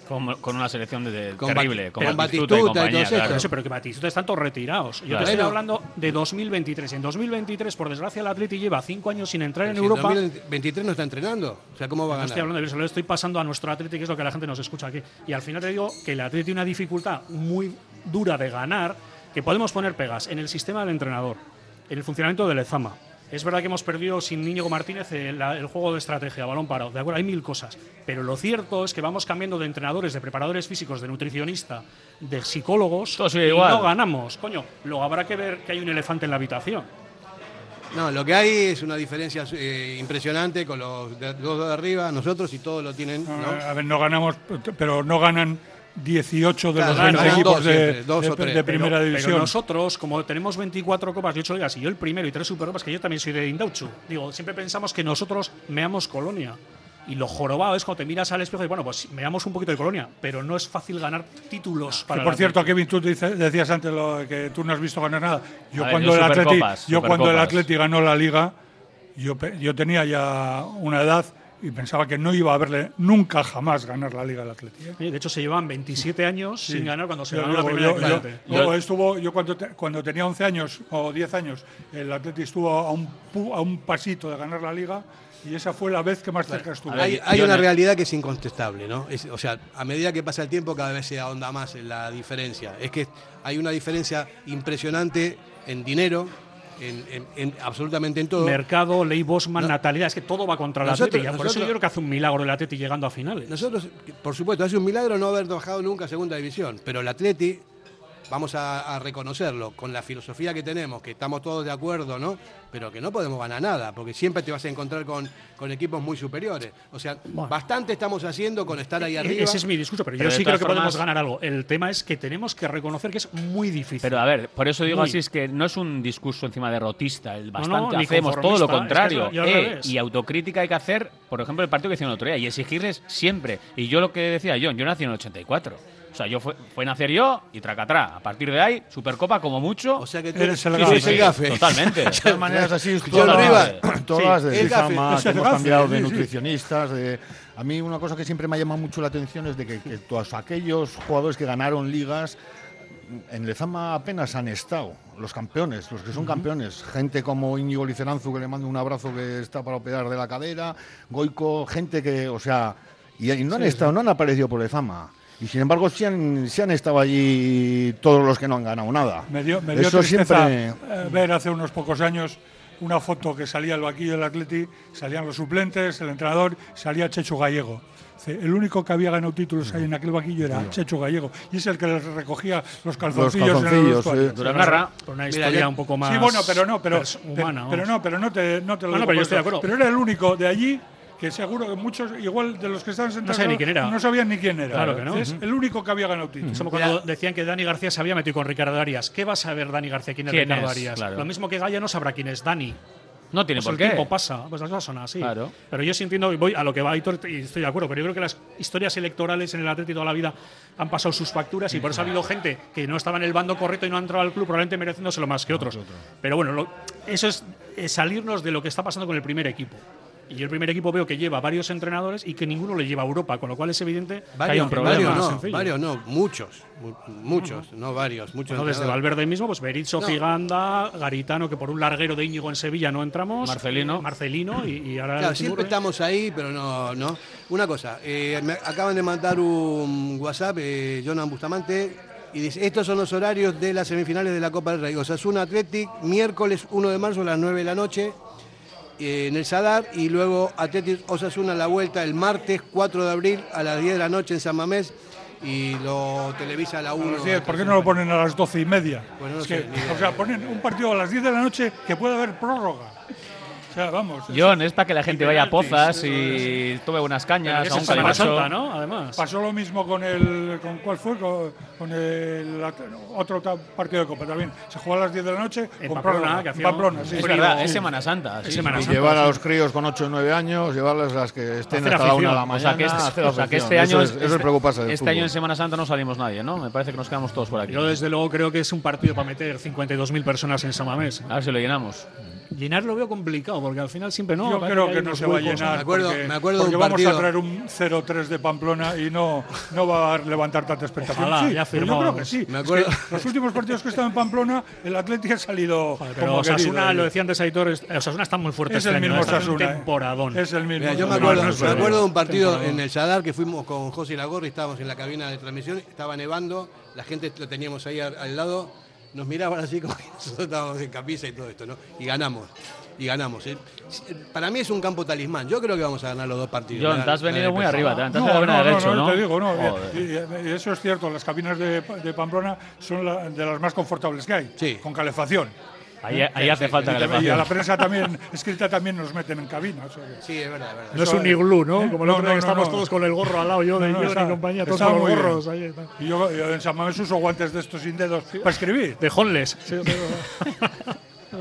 B: Con, con una selección de, de-
A: Con
B: terrible.
A: Bat-
B: Con
A: con
B: Batistuta y
A: Batistuta y
B: compañía,
A: todos estos.
B: claro.
C: Pero eso, pero que Batistuta están todos retirados. Yo
B: Claro.
C: te estoy
A: Bueno.
C: hablando de 2023. En 2023, por desgracia, el Atleti lleva cinco años sin entrar en
A: Si
C: Europa.
A: 2023 no está entrenando. O sea, ¿cómo va a
C: No
A: ganar?
C: estoy hablando de eso, lo estoy pasando a nuestro Atleti, que es lo que la gente nos escucha aquí. Y al final te digo que el Atleti tiene una dificultad muy dura de ganar, que podemos poner pegas en el sistema del entrenador, en el funcionamiento del Lezama. Es verdad que hemos perdido sin Íñigo Martínez el, la- el juego de estrategia, balón parado, de acuerdo, hay mil cosas. Pero lo cierto es que vamos cambiando de entrenadores, de preparadores físicos, de nutricionista, de psicólogos,
B: Todo sigue
C: y
B: igual.
C: no ganamos. Coño, luego habrá que ver que hay un elefante en la habitación.
A: No, lo que hay es una diferencia eh, impresionante con los de- dos de arriba, nosotros y todos lo tienen.
D: No,
A: ¿no?
D: A ver, no ganamos, pero no ganan 18 de
A: Claro,
D: los
A: ganan
D: 20
A: dos
D: equipos de,
A: siempre, dos
D: de-
A: o tres.
D: de
C: Pero-
D: primera
C: pero
D: división.
C: nosotros, como tenemos 24 copas, 8 ligas y yo el primero y tres supercopas, que yo también soy de Indauchu, digo, siempre pensamos que nosotros meamos colonia. Y lo jorobado es cuando te miras al espejo y bueno, pues meamos un poquito de colonia, pero no es fácil ganar títulos
D: Que,
C: para
D: por
C: el
D: cierto,
C: Atleti.
D: Kevin, tú dices- decías antes lo de que tú no has visto ganar nada. Yo
B: A ver,
D: cuando
B: yo
D: el Atleti,
B: Supercopas,
D: yo cuando el
B: Supercopas.
D: Atleti ganó la Liga, yo, pe- yo tenía ya una edad y pensaba que no iba a verle nunca jamás ganar la Liga del Atleti. ¿eh?
C: Eh, De hecho, se llevan 27 años
D: Sí.
C: sin ganar cuando se
D: Yo-
C: ganó la
D: yo-
C: primera
D: yo-
C: del
D: yo-
C: Atleti.
D: luego estuvo, yo cuando, te- cuando tenía 11 años o 10 años, el Atleti estuvo a un, pu- a un pasito de ganar la Liga y esa fue la vez que más cerca estuvo.
A: Hay,
B: yo-
A: hay
B: yo
A: una
B: no-
A: realidad que es incontestable, ¿no? Es- o sea, a medida que pasa el tiempo cada vez se ahonda más en la diferencia. Es que hay una diferencia impresionante en dinero, en, en- en absolutamente en todo.
C: Mercado, Ley Bosman, natalidad, es que todo va contra el
A: Nosotros-
C: Atleti. ya Por eso
A: nosotros-
C: yo creo que hace un milagro el Atleti llegando a finales.
A: Nosotros, por supuesto, hace un milagro no haber bajado nunca a segunda división, pero el Atleti, vamos a, a reconocerlo, con la filosofía que tenemos, que estamos todos de acuerdo, ¿no? Pero que no podemos ganar nada, porque siempre te vas a encontrar con, con equipos muy superiores. O sea, bastante estamos haciendo con estar ahí
C: E-
A: arriba.
C: Ese es mi discurso, pero,
B: Pero
C: yo
B: de
C: sí creo
B: todas
C: que podemos
B: formas-
C: ganar algo. El tema es que tenemos que reconocer que es muy difícil.
B: Pero a ver, por eso digo
C: Muy.
B: así, es que no es un discurso encima derrotista, el bastante
C: ni
B: hacemos
C: conformista,
B: todo lo
C: es que
B: contrario.
C: es lo- y al
B: Eh,
C: revés.
B: y autocrítica hay que hacer, por ejemplo, el partido que hicieron el otro día, y exigirles siempre. Y yo lo que decía John, yo nací en el 84. O sea, yo fue, fue nacer yo y tracatrá. A partir de ahí, Supercopa como mucho.
A: O sea que tú
D: Eres el
A: tú
D: gafe.
A: eres el gafe.
B: Totalmente.
E: De todas maneras, así,
A: John
E: todas, las-
A: Rivas.
E: todas
A: Sí,
E: de
A: el gafe,
E: Lezama,
A: es
E: que
A: el
E: hemos
A: gafe,
E: cambiado de
A: sí, sí.
E: nutricionistas. de- a mí una cosa que siempre me ha llamado mucho la atención es de que, que todos aquellos jugadores que ganaron ligas en Lezama apenas han estado. Los campeones, los que son campeones. Gente como Íñigo Liceranzu, que le mando un abrazo que está para operar de la cadera. Goico, gente que, o sea, y, y no han estado, no han aparecido por Lezama. Y sin embargo, sí han, sí han estado allí todos los que no han ganado nada.
D: Me dio, me dio
E: Eso
D: tristeza
E: siempre.
D: eh, ver hace unos pocos años una foto que salía el vaquillo del Atleti, salían los suplentes, el entrenador, salía Chechu Gallego. Dice, El único que había ganado títulos ahí en aquel vaquillo era Chechu Gallego y es el que les recogía los calzoncillos. en el
E: calzoncillos,
D: vestuario.
E: eh.
C: Pero una, pero una historia
A: ya-
C: un poco más
D: Sí, bueno, pero no, pero,
C: pers-
D: pe-
C: humana.
D: pero no, pero no te, no te lo
C: No, no, pero yo
D: digo
C: estoy
D: por
C: de
D: eso.
C: acuerdo.
D: Pero era el único de allí que seguro que muchos, igual de los que estaban sentados,
C: sabía ni quién era.
D: no sabían ni quién era.
C: Claro que no.
D: Es el único que había ganado títulos.
C: Es como cuando decían que Dani García se había metido con Ricardo Arias. ¿Qué va a saber Dani García quién es
B: ¿Quién
C: Ricardo
B: es?
C: Arias?
B: Claro.
C: Lo mismo que Gaya no sabrá quién es Dani.
B: no tiene
C: Pues
B: por
C: el
B: qué.
C: tiempo pasa, pues las cosas son así.
B: Claro.
C: Pero yo sí entiendo, y voy a lo que va Aitor y estoy de acuerdo, pero yo creo que las historias electorales en el Atlético toda la vida han pasado sus facturas y por eso ha habido gente que no estaba en el bando correcto y no ha entrado al club, probablemente mereciéndoselo más que otros. Pero bueno, lo- eso es eh, salirnos de lo que está pasando con el primer equipo. Y yo el primer equipo veo que lleva varios entrenadores y que ninguno le lleva a Europa, con lo cual es evidente que hay
A: Varios,
C: un problema.
A: varios no,
C: sencillo.
A: varios no, muchos, mu- muchos, no varios, muchos.
C: Bueno, desde
A: entrenadores.
C: Valverde mismo, pues Berizzo, Giganda, Garitano, que por un larguero de Íñigo en Sevilla no entramos. Eh,
B: Marcelino.
C: Marcelino y, y ahora.
A: Claro,
C: el
A: siempre
C: Timurbe.
A: estamos ahí, pero no, no. Una cosa, eh, me acaban de mandar un WhatsApp, eh, Jonan Bustamante, y dice, estos son los horarios de las semifinales de la Copa del Rey. Osasuna Athletic, miércoles 1 de marzo a las 9 de la noche, eh, en el Sadar y luego Atletic Osasuna la vuelta el martes 4 de abril a las 10 de la noche en San Mamés y lo televisa a la 1.
D: Sí, ¿Por qué no lo ponen a las doce y media?
A: Pues no
D: Es
A: sé,
D: que,
A: ni idea.
D: o sea, ponen un partido a las 10 de la noche que puede haber prórroga. O sea, vamos. es-
B: John, es para que la gente vaya a
D: penaltis,
B: pozas
D: eso
B: y tome unas
C: Pero
B: cañas, a
C: es
B: un
C: en Semana
B: calimocho.
C: Santa, ¿no? Además.
D: Pasó lo mismo con el. ¿Con cuál fue? Con, con el at- otro ta- partido de Copa también. Se jugó a las 10 de la noche.
C: En
D: con
C: Pamplona,
D: prórroga.
C: que hacía
D: Pamplona,
C: un
D: sí.
B: Es
C: frío.
B: verdad, es Semana Santa. sí,
C: Es
B: sí.
C: Semana
E: Y
C: Santa.
E: llevar a los críos con 8 o 9 años, llevarles las que estén
C: Hacer
E: hasta la 1 de la
C: afición.
B: O
E: mañana.
B: sea, que este,
E: hacer
B: o sea, que este
E: afición.
B: año,
E: Eso es, eso es
B: este-
E: preocuparse del
B: este año en
E: fútbol.
B: Semana Santa no salimos nadie, ¿no? Me parece que nos quedamos todos por aquí.
C: Yo, desde luego, creo que es un partido para meter 52.000 personas en Samamés.
B: A ver si lo llenamos.
C: Llenar lo veo complicado, porque al final siempre no.
D: Yo
C: parece
D: creo
C: hay
D: que no
C: unos
D: se va a
C: huecos.
D: llenar.
A: Me acuerdo-
D: porque,
A: me acuerdo de un
D: porque vamos
A: partido-
D: a traer un 0-3 de Pamplona y no, no va a levantar tanta expectación.
C: Ojalá,
D: sí,
C: ya
D: pero yo
C: firmó,
D: creo que
C: vamos.
D: sí.
A: Me
D: Es
A: acuerdo-
D: que los últimos partidos que he estado en Pamplona, el Atlético ha salido.
C: Joder,
D: como
C: Pero
D: querido eh.
C: Osasuna,
A: eh.
D: ahí.
C: lo decía antes Aitor, es- Osasuna está muy fuerte
D: Es
C: este
D: el mismo
C: año. está en un
D: Osasuna. eh.
C: temporadón.
D: Es el mismo.
A: Mira, yo me
D: Osasuna.
A: acuerdo,
C: no es
A: me
C: verdad.
A: acuerdo de un partido
C: Temporada.
A: en el Sadar que fuimos con José Lagorri, estábamos en la cabina de transmisión, estaba nevando, la gente la teníamos ahí al, al lado, nos miraban así como que nosotros estábamos en camisa y todo esto, ¿no? Y ganamos, y ganamos. ¿eh? Para mí es un campo talismán, yo creo que vamos a ganar los dos partidos.
B: John,
A: Me da-
B: te has
A: me da
B: venido muy
A: impresión.
B: arriba, te te has dado una derecho, pues. ¿no?
D: te digo, no.
B: Joder.
D: Y- y- y eso es cierto, las cabinas de, de Pamplona son la- de las más confortables que hay,
A: Sí.
D: con calefacción.
B: Ahí, ahí hace falta
D: Y,
B: que
D: también- y a la
B: le
D: prensa también, escrita también nos meten en cabina. o sea que-
A: Sí, es verdad, es verdad.
D: No es un iglú, ¿no? Como el otro día que estamos todos
C: con el gorro al lado, yo
D: No, no, está- está muy bien. Y yo, yo en San Mamés uso guantes de estos sin dedos para escribir.
C: De Honles.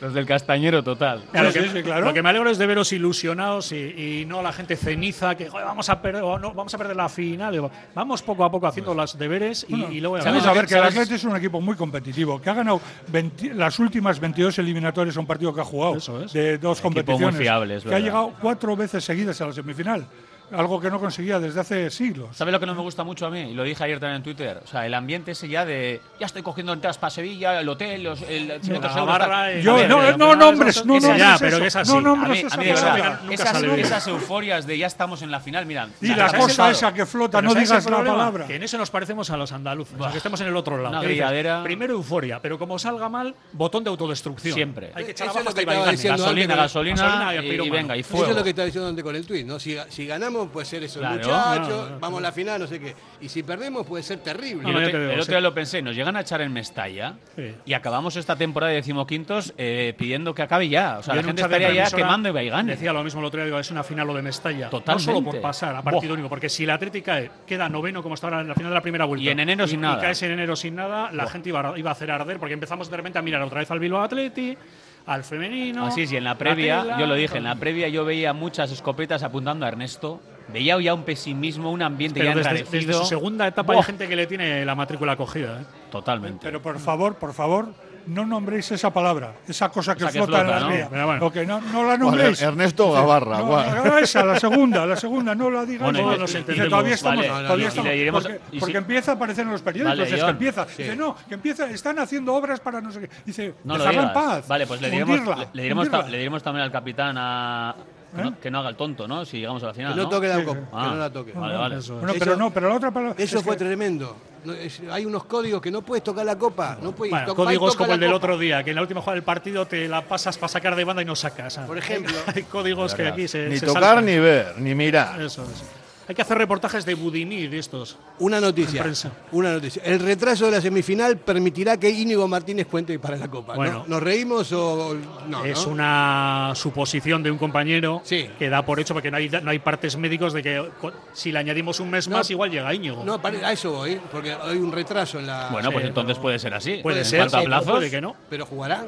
B: Los del castañero total.
D: Claro,
C: Sí,
D: que-
C: sí, sí, claro. Lo que me alegro es de veros ilusionados y, y no la gente ceniza que "Joder, vamos a perder, no, vamos a perder la final. Digo, Vamos poco a poco haciendo los deberes y, y luego ya
D: Vamos
C: veremos.
D: a ver que el
B: ¿Sabes?
D: Atleti es un equipo muy competitivo, que ha ganado 20 las últimas 22 eliminatorias a un partido que ha jugado
C: Eso es.
D: de dos
B: muy
D: competiciones,
B: fiable, es
D: que ha
B: verdad.
D: llegado cuatro veces seguidas a la semifinal, algo que no conseguía desde hace siglos.
B: ¿Sabes lo que no me gusta mucho a mí? Y lo dije ayer también en Twitter. O sea, el ambiente ese ya de. Ya estoy cogiendo entradas para Sevilla, el hotel, los, el.
C: la barra, el-
D: Yo,
C: Javier,
D: no,
C: pero-
D: no
C: pero-
D: nombres, no
C: Ese
D: nombres.
C: ya,
D: eso.
C: pero que es así.
D: No
B: A mí,
D: nombres
B: a
D: esa
B: mí de verdad,
D: cosa.
C: nunca
B: esas,
C: sale bien.
B: esas euforias de ya estamos en la final, mira.
D: Y
B: nos
D: la
B: has
D: cosa
B: salvado.
D: esa que flota,
C: Pero
D: no
C: ¿sabes
D: digas
C: el
D: la
C: problema?
D: palabra.
C: Que en eso nos parecemos a los andaluces, que estemos en el otro lado.
B: Una
C: Que dices,
B: grilladera.
C: Primero euforia, pero como salga mal, botón de autodestrucción.
B: Siempre.
C: Hay que
A: Eso
C: echar
A: es
C: abajo
A: lo
C: hasta
A: que
C: Ibaigane.
A: estaba diciendo
B: Gasolina,
A: antes,
B: gasolina,
C: gasolina y
B: y, y
C: pirómano.
B: venga, y
A: Eso
B: fuego.
A: es lo que está diciendo antes con el tuit, ¿no? Si, ga- si ganamos puede ser esos
B: Claro.
A: muchachos,
B: No,
A: vamos a la final, no sé qué. Y si perdemos puede ser terrible.
B: Y el
C: No, ya
B: otro-
C: te veo,
B: el
C: sí.
B: otro día lo pensé, nos llegan a echar en Mestalla
C: Sí.
B: y acabamos esta temporada de decimoquintos eh, pidiendo que acabe ya. O sea,
C: Yo
B: la
C: en un
B: gente
C: chat de
B: estaría ya
C: televisora
B: quemando y Baigane.
C: Decía lo mismo el otro día, digo, es una final lo de Mestalla.
B: Totalmente.
C: No solo por pasar a partido único, porque si la Atlética E queda noveno como está ahora en la final de la primera vuelta.
B: Y en enero sin nada.
C: Y caes en enero sin nada, la gente iba, a- iba a hacer arder, porque empezamos de repente a mirar otra vez al Bilbao Atleti, al femenino.
B: Así es, y en la
C: la
B: previa,
C: tela,
B: yo lo dije, en
C: todo.
B: la previa yo veía muchas escopetas apuntando a Ernesto. Veía ya un pesimismo, un ambiente
C: Pero
B: ya
C: desde, desde
B: enrarecido.
C: su segunda etapa
B: Buah.
C: hay gente que le tiene la matrícula cogida. ¿eh?
B: Totalmente.
D: Pero por favor, por favor, no nombréis esa palabra, esa cosa que,
B: Esa que
D: flota, en
B: flota,
D: las
B: ¿no?
D: vías.
C: Pero bueno.
D: Ok, no, no la
E: Joder,
D: nombréis.
E: Ernesto Gabarra.
D: No,
E: guau.
D: no, esa, la segunda, la segunda, no la digas.
B: Bueno,
D: todos
B: y-
D: nos
B: y-
D: entendemos.
B: y-
D: todavía estamos,
B: vale,
D: todavía
B: y- y
D: estamos-
B: le iremos-
D: porque,
B: y si-
D: porque empieza a aparecer en los periódicos,
B: Vale,
D: es que
B: John.
D: empieza. Dice,
A: Sí.
D: no, que empieza, están haciendo obras para no sé qué. Dice,
B: No lo
D: dejarla en
B: digas.
D: paz.
B: Vale, pues le diremos,
D: hundirla,
B: le, le diremos
D: hundirla.
B: ta- le diremos también al capitán a- que,
C: ¿Eh?
B: no, que no haga el tonto, ¿no? Si llegamos a la final.
A: Que no toque la copa,
B: Ah,
A: que no la toque.
B: Vale, vale.
D: Bueno, pero
A: Eso-
D: no, pero la otra palabra.
A: Eso
D: es
A: fue
D: que-
A: tremendo. No, es- hay unos códigos que no puedes tocar la copa. No puedes,
C: Bueno,
A: toca-
C: códigos
A: toca
C: como
A: la
C: el del
A: copa.
C: otro día, que en la última jugada del partido te la pasas para sacar de banda y no sacas. ¿sabes?
A: Por ejemplo.
C: hay códigos que aquí se.
E: Ni
C: eh, se
E: tocar,
C: saltan.
E: ni ver, ni mirar.
C: Eso es. Hay que hacer reportajes de Budimir de estos.
A: Una noticia.
C: Prensa.
A: Una noticia. El retraso de la semifinal permitirá que Íñigo Martínez cuente para la copa. ¿no?
C: Bueno.
A: ¿Nos reímos o o no?
C: es
A: ¿no?
C: una suposición de un compañero
A: Sí.
C: que da por hecho, porque no hay, no hay partes médicos de que co- si le añadimos un mes
A: No.
C: más, igual llega Íñigo.
A: No, pare- a eso voy, porque hay un retraso en la.
B: Bueno, pues
C: Sí,
B: entonces
C: pero-
B: puede ser así.
C: Eh, puede
B: En
C: ser,
B: cuanto a
C: sí,
B: plazos,
C: puede que no.
A: Pero jugará.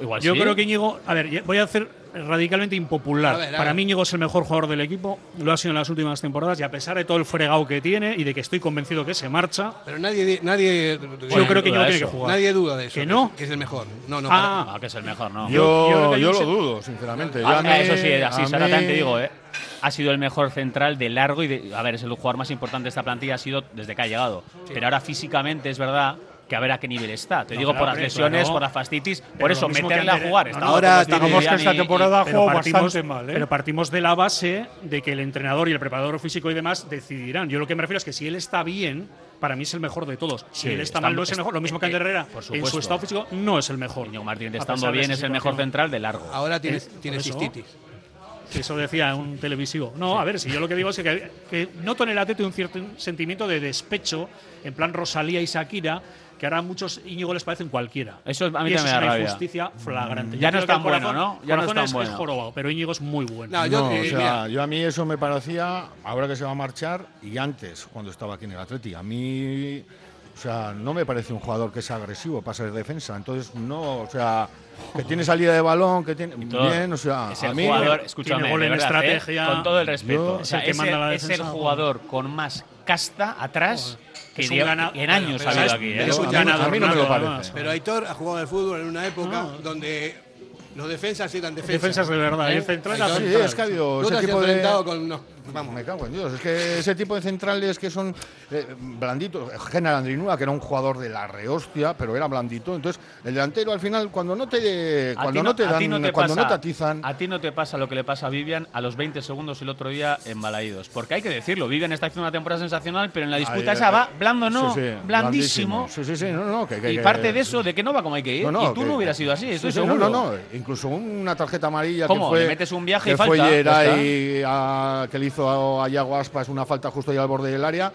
B: Igual
C: Yo
B: sí.
C: creo que Íñigo, a ver, ya- voy a hacer radicalmente impopular.
A: A ver, a
C: Para
A: ver.
C: mí Íñigo es el mejor jugador del equipo, lo ha sido en las últimas temporadas y a pesar de todo el fregado que tiene y de que estoy convencido que se marcha,
A: Pero nadie. nadie
C: yo creo que
B: duda
C: Íñigo tiene que
B: eso.
C: jugar.
A: Nadie duda de eso.
C: ¿Que no?
A: Que es el mejor. No, no. para-
C: ah,
B: Ah, que es el mejor, ¿no?
E: Yo,
C: Yo- yo creo que hay
E: yo
C: un
E: lo
C: se-
E: dudo, sinceramente. Yo
B: Ah,
E: a mí-
B: eso sí,
E: a
B: así,
E: mí-
B: Saratan, te digo, ¿eh? Ha sido el mejor central de largo y de, a ver, es el jugador más importante de esta plantilla, ha sido desde que ha llegado. Pero ahora físicamente es verdad que a ver a qué nivel está. Te
C: No,
B: digo
C: claro,
B: por las
C: hombre,
B: lesiones,
C: claro.
B: por las fastitis, por
C: Pero
B: eso
C: lo mismo
B: meterle
C: que
B: a
C: Ander-
B: jugar.
C: no,
B: Está
C: no,
A: Ahora
B: Martínez
A: digamos que
B: Vidal
D: esta
B: y-
D: temporada-
B: y-
D: Pero partimos-
A: ¿eh?
C: pero partimos de la base de que el entrenador y el preparador físico y demás decidirán. Yo lo que me refiero es que si él está bien, para mí es el mejor de todos. Si
B: Sí,
C: él está
B: está-
C: mal, no es el
B: es-
C: mejor. Lo mismo que
B: eh,
C: Ander Herrera,
B: por
C: en
B: supuesto.
C: su estado físico, no es el mejor.
B: Íñigo Martínez
C: A
B: estando
C: pesar de
B: bien,
C: esa
B: es el mejor
C: situación.
B: central de largo.
A: Ahora tiene, tiene
C: por eso.
A: cistitis.
C: Que Eso decía un televisivo. No, a ver, si yo lo que digo es que, que noto en el atleta un cierto sentimiento de despecho, en plan Rosalía y Shakira, que ahora a muchos Íñigo les parecen cualquiera.
B: Eso a mí
C: y
B: también
C: eso
B: me
C: es
B: da
C: una
B: rabia. Mm.
C: injusticia flagrante. Yo
B: Ya no
C: creo
B: es
C: que
B: tan
C: el
B: bueno,
C: corazón-
B: ¿no? Ya no es
C: corazón
B: tan
C: es,
B: bueno.
C: jorobado, pero Íñigo es muy bueno.
A: No, yo,
E: No,
A: eh,
E: o
A: mira,
E: sea, yo a mí eso me parecía ahora que se va a marchar y antes cuando estaba aquí en el Atleti. A mí, o sea, no me parece un jugador que sea agresivo para ser defensa. Entonces, no, o sea, que tiene salida de balón, que tiene.
B: Todo.
E: Bien, o sea,
B: es
E: a
B: el
E: mí.
B: jugador, escúchame,
C: tiene gol
B: de
C: en
B: verdad, ¿eh?
C: estrategia.
B: con todo el respeto.
E: Yo-
B: o sea,
C: Es el que
B: es,
C: manda
B: el,
C: la
B: es el
C: defensa.
B: jugador con más casta atrás que
C: Es un
B: lleva-
C: gana-
B: en años
C: Pero
B: ha habido
C: es-
B: aquí.
A: pero
B: ¿eh?
A: es
E: a,
A: un
E: mí,
A: ganador,
E: a mí no me lo
C: nato,
E: parece.
C: además.
A: Pero Aitor ha jugado al fútbol en una época donde los defensas eran defensas.
C: Ah.
A: ¿Eh?
C: Defensas de verdad. El central era
E: Sí,
C: central.
E: es que ha habido
A: Tú te
E: ese
A: has
E: tipo de.
A: enfrentado con unos- Vamos,
E: Me cago en Dios, es que ese tipo de centrales que son eh, blanditos, General Andrinúa, que era un jugador de la rehostia, pero era blandito, entonces el delantero al final cuando no te
B: A
E: cuando
B: ti
E: no, te
B: a ti
E: dan,
B: no te
E: cuando
B: pasa-
E: no te atizan,
B: A ti no te pasa lo que le pasa a Vivian a los 20 segundos el otro día en Balaídos. Porque hay que decirlo, Vivian está haciendo una temporada sensacional, pero en la disputa
E: Ahí,
B: esa
E: eh,
B: va blando no,
E: sí, sí,
B: blandísimo.
E: Sí, sí, sí, no, no, que- que-
B: Y
E: que-
B: parte de eso, de que no va como hay que ir.
E: No, no,
B: ¿Eh? y tú
E: que-
B: no hubieras sido así,
E: sí,
B: estoy
E: sí,
B: seguro.
E: No, no, no, incluso una tarjeta amarilla
B: ¿Cómo?
E: que fue
B: Le metes un viaje y
E: que fue
B: falta, ya
E: Yeray a- que le hizo a Yago Aspas una falta justo ahí al borde del área.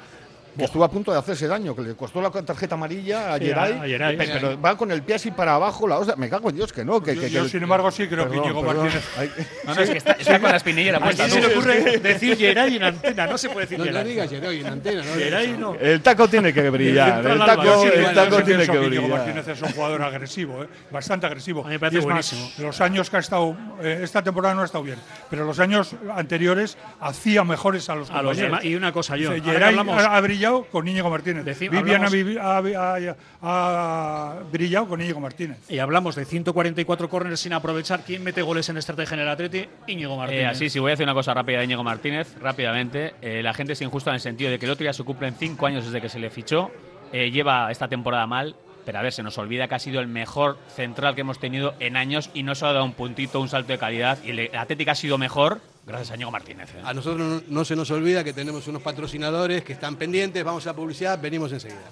E: Que estuvo a punto de hacerse daño, que le costó la tarjeta amarilla a
C: Sí,
E: Yeray,
C: a- a Yeray,
E: pero,
C: sí.
E: pero va con el pie así para abajo, la hostia, me cago en Dios que no, que,
D: Yo-
E: que-
D: yo,
E: que-
D: sin embargo, sí creo que
E: Perdón,
D: Íñigo
E: perdón.
D: Martínez
E: Ay,
B: No, no, es que está, está con la espinillera
C: ¿A
B: puesta.
C: quién se le
B: tú.
C: ocurre decir Geray en antena? No se puede decir
A: no lo
C: Geray.
A: digas Yeray en antena. ¿no?
C: Geray no.
H: El taco tiene que brillar.
C: Central
H: El
C: Alba,
H: taco,
C: sí,
H: el
C: bueno,
H: taco
D: yo
H: tiene
D: pienso
H: que
D: Íñigo
H: brillar.
D: Martínez es un jugador agresivo, eh, bastante agresivo.
C: A mí me parece
D: Y es más,
C: buenísimo.
D: los años que ha estado, eh, esta temporada no ha estado bien, pero los años anteriores hacía mejores a los
C: A los
D: compañeros.
C: demás. Y una cosa, yo.
D: Dice,
C: ahora que
D: Geray
C: hablamos-
D: ha, ha brillado con Íñigo Martínez.
C: Decim-
D: Vivian ha,
C: hablamos-
D: vivi- ha- ha- ha brillado con Íñigo Martínez.
C: Y hablamos de 144 córneres sin aprovechar. ¿Quién mete goles en estrategia en el Atleti? Íñigo Martínez.
B: Eh, así, sí, voy a hacer una cosa rápida de Íñigo Martínez, rápidamente. Eh, la gente es injusta en el sentido de que el otro día se cumplen cinco años desde que se le fichó. Eh, lleva esta temporada mal, pero a ver, se nos olvida que ha sido el mejor central que hemos tenido en años y no se ha dado un puntito, un salto de calidad. Y el Atlético ha sido mejor gracias a Íñigo Martínez. eh.
A: A nosotros no, no se nos olvida que tenemos unos patrocinadores que están pendientes, vamos a publicidad, venimos enseguida.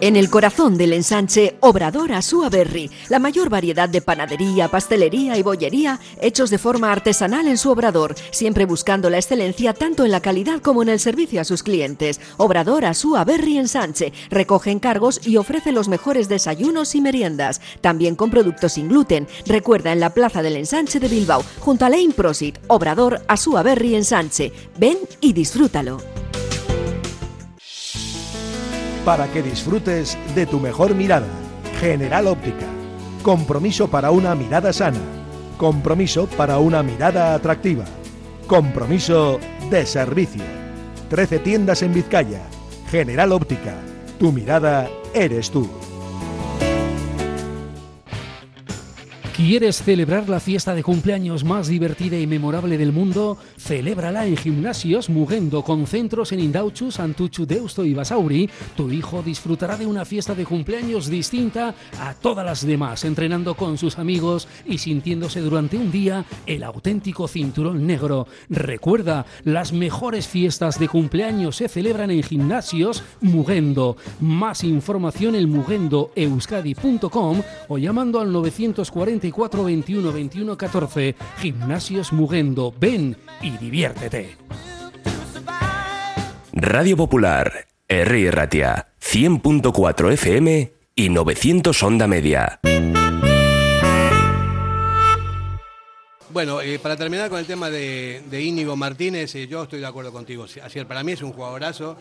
I: En el corazón del ensanche, Obrador Asúa Berry, la mayor variedad de panadería, pastelería y bollería hechos de forma artesanal en su obrador, siempre buscando la excelencia tanto en la calidad como en el servicio a sus clientes. Obrador Asúa Berry ensanche, recoge encargos y ofrece los mejores desayunos y meriendas, también con productos sin gluten. Recuerda en la plaza del ensanche de Bilbao, junto a Lane Prosit, Obrador Asúa Berry ensanche. Ven y disfrútalo.
J: para que disfrutes de tu mejor mirada. General Óptica. Compromiso para una mirada sana. Compromiso para una mirada atractiva. Compromiso de servicio. 13 tiendas en Vizcaya. General Óptica. Tu mirada eres tú.
K: ¿Quieres celebrar la fiesta de cumpleaños más divertida y memorable del mundo? Celébrala en Gimnasios Mugendo con centros en Indauchu, Santuchu, Deusto y Basauri. Tu hijo disfrutará de una fiesta de cumpleaños distinta a todas las demás, entrenando con sus amigos y sintiéndose durante un día el auténtico cinturón negro. Recuerda, las mejores fiestas de cumpleaños se celebran en Gimnasios Mugendo. Más información en mugendoeuskadi.com o llamando al 944 21 21 14 Gimnasios Mugendo. Ven y diviértete.
F: Radio Popular, R. Ratia, 100.4 FM y 900 Onda Media.
A: Bueno, eh, para terminar con el tema de, de Íñigo Martínez, eh, yo estoy de acuerdo contigo. Ayer para mí es un jugadorazo.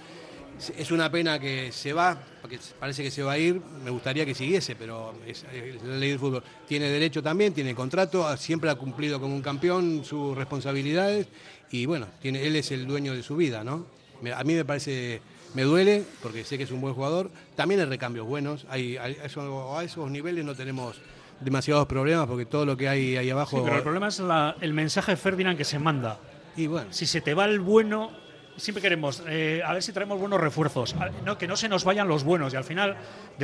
A: Es una pena que se va, porque parece que se va a ir. Me gustaría que siguiese, pero es, es la ley del fútbol. Tiene derecho también, tiene contrato, ha- siempre ha cumplido como un campeón sus responsabilidades y bueno, tiene, él es el dueño de su vida, ¿no? Me- a mí me parece, me duele, porque sé que es un buen jugador. También hay recambios buenos. Hay, hay- a esos- a esos niveles no tenemos demasiados problemas porque todo lo que hay ahí abajo.
C: Sí, pero el problema es la- el mensaje de Ferdinand que se manda.
A: Y bueno.
C: Si se te va el bueno, siempre queremos, eh, a ver si traemos buenos refuerzos. A- no, que no se nos vayan los buenos. Y al final,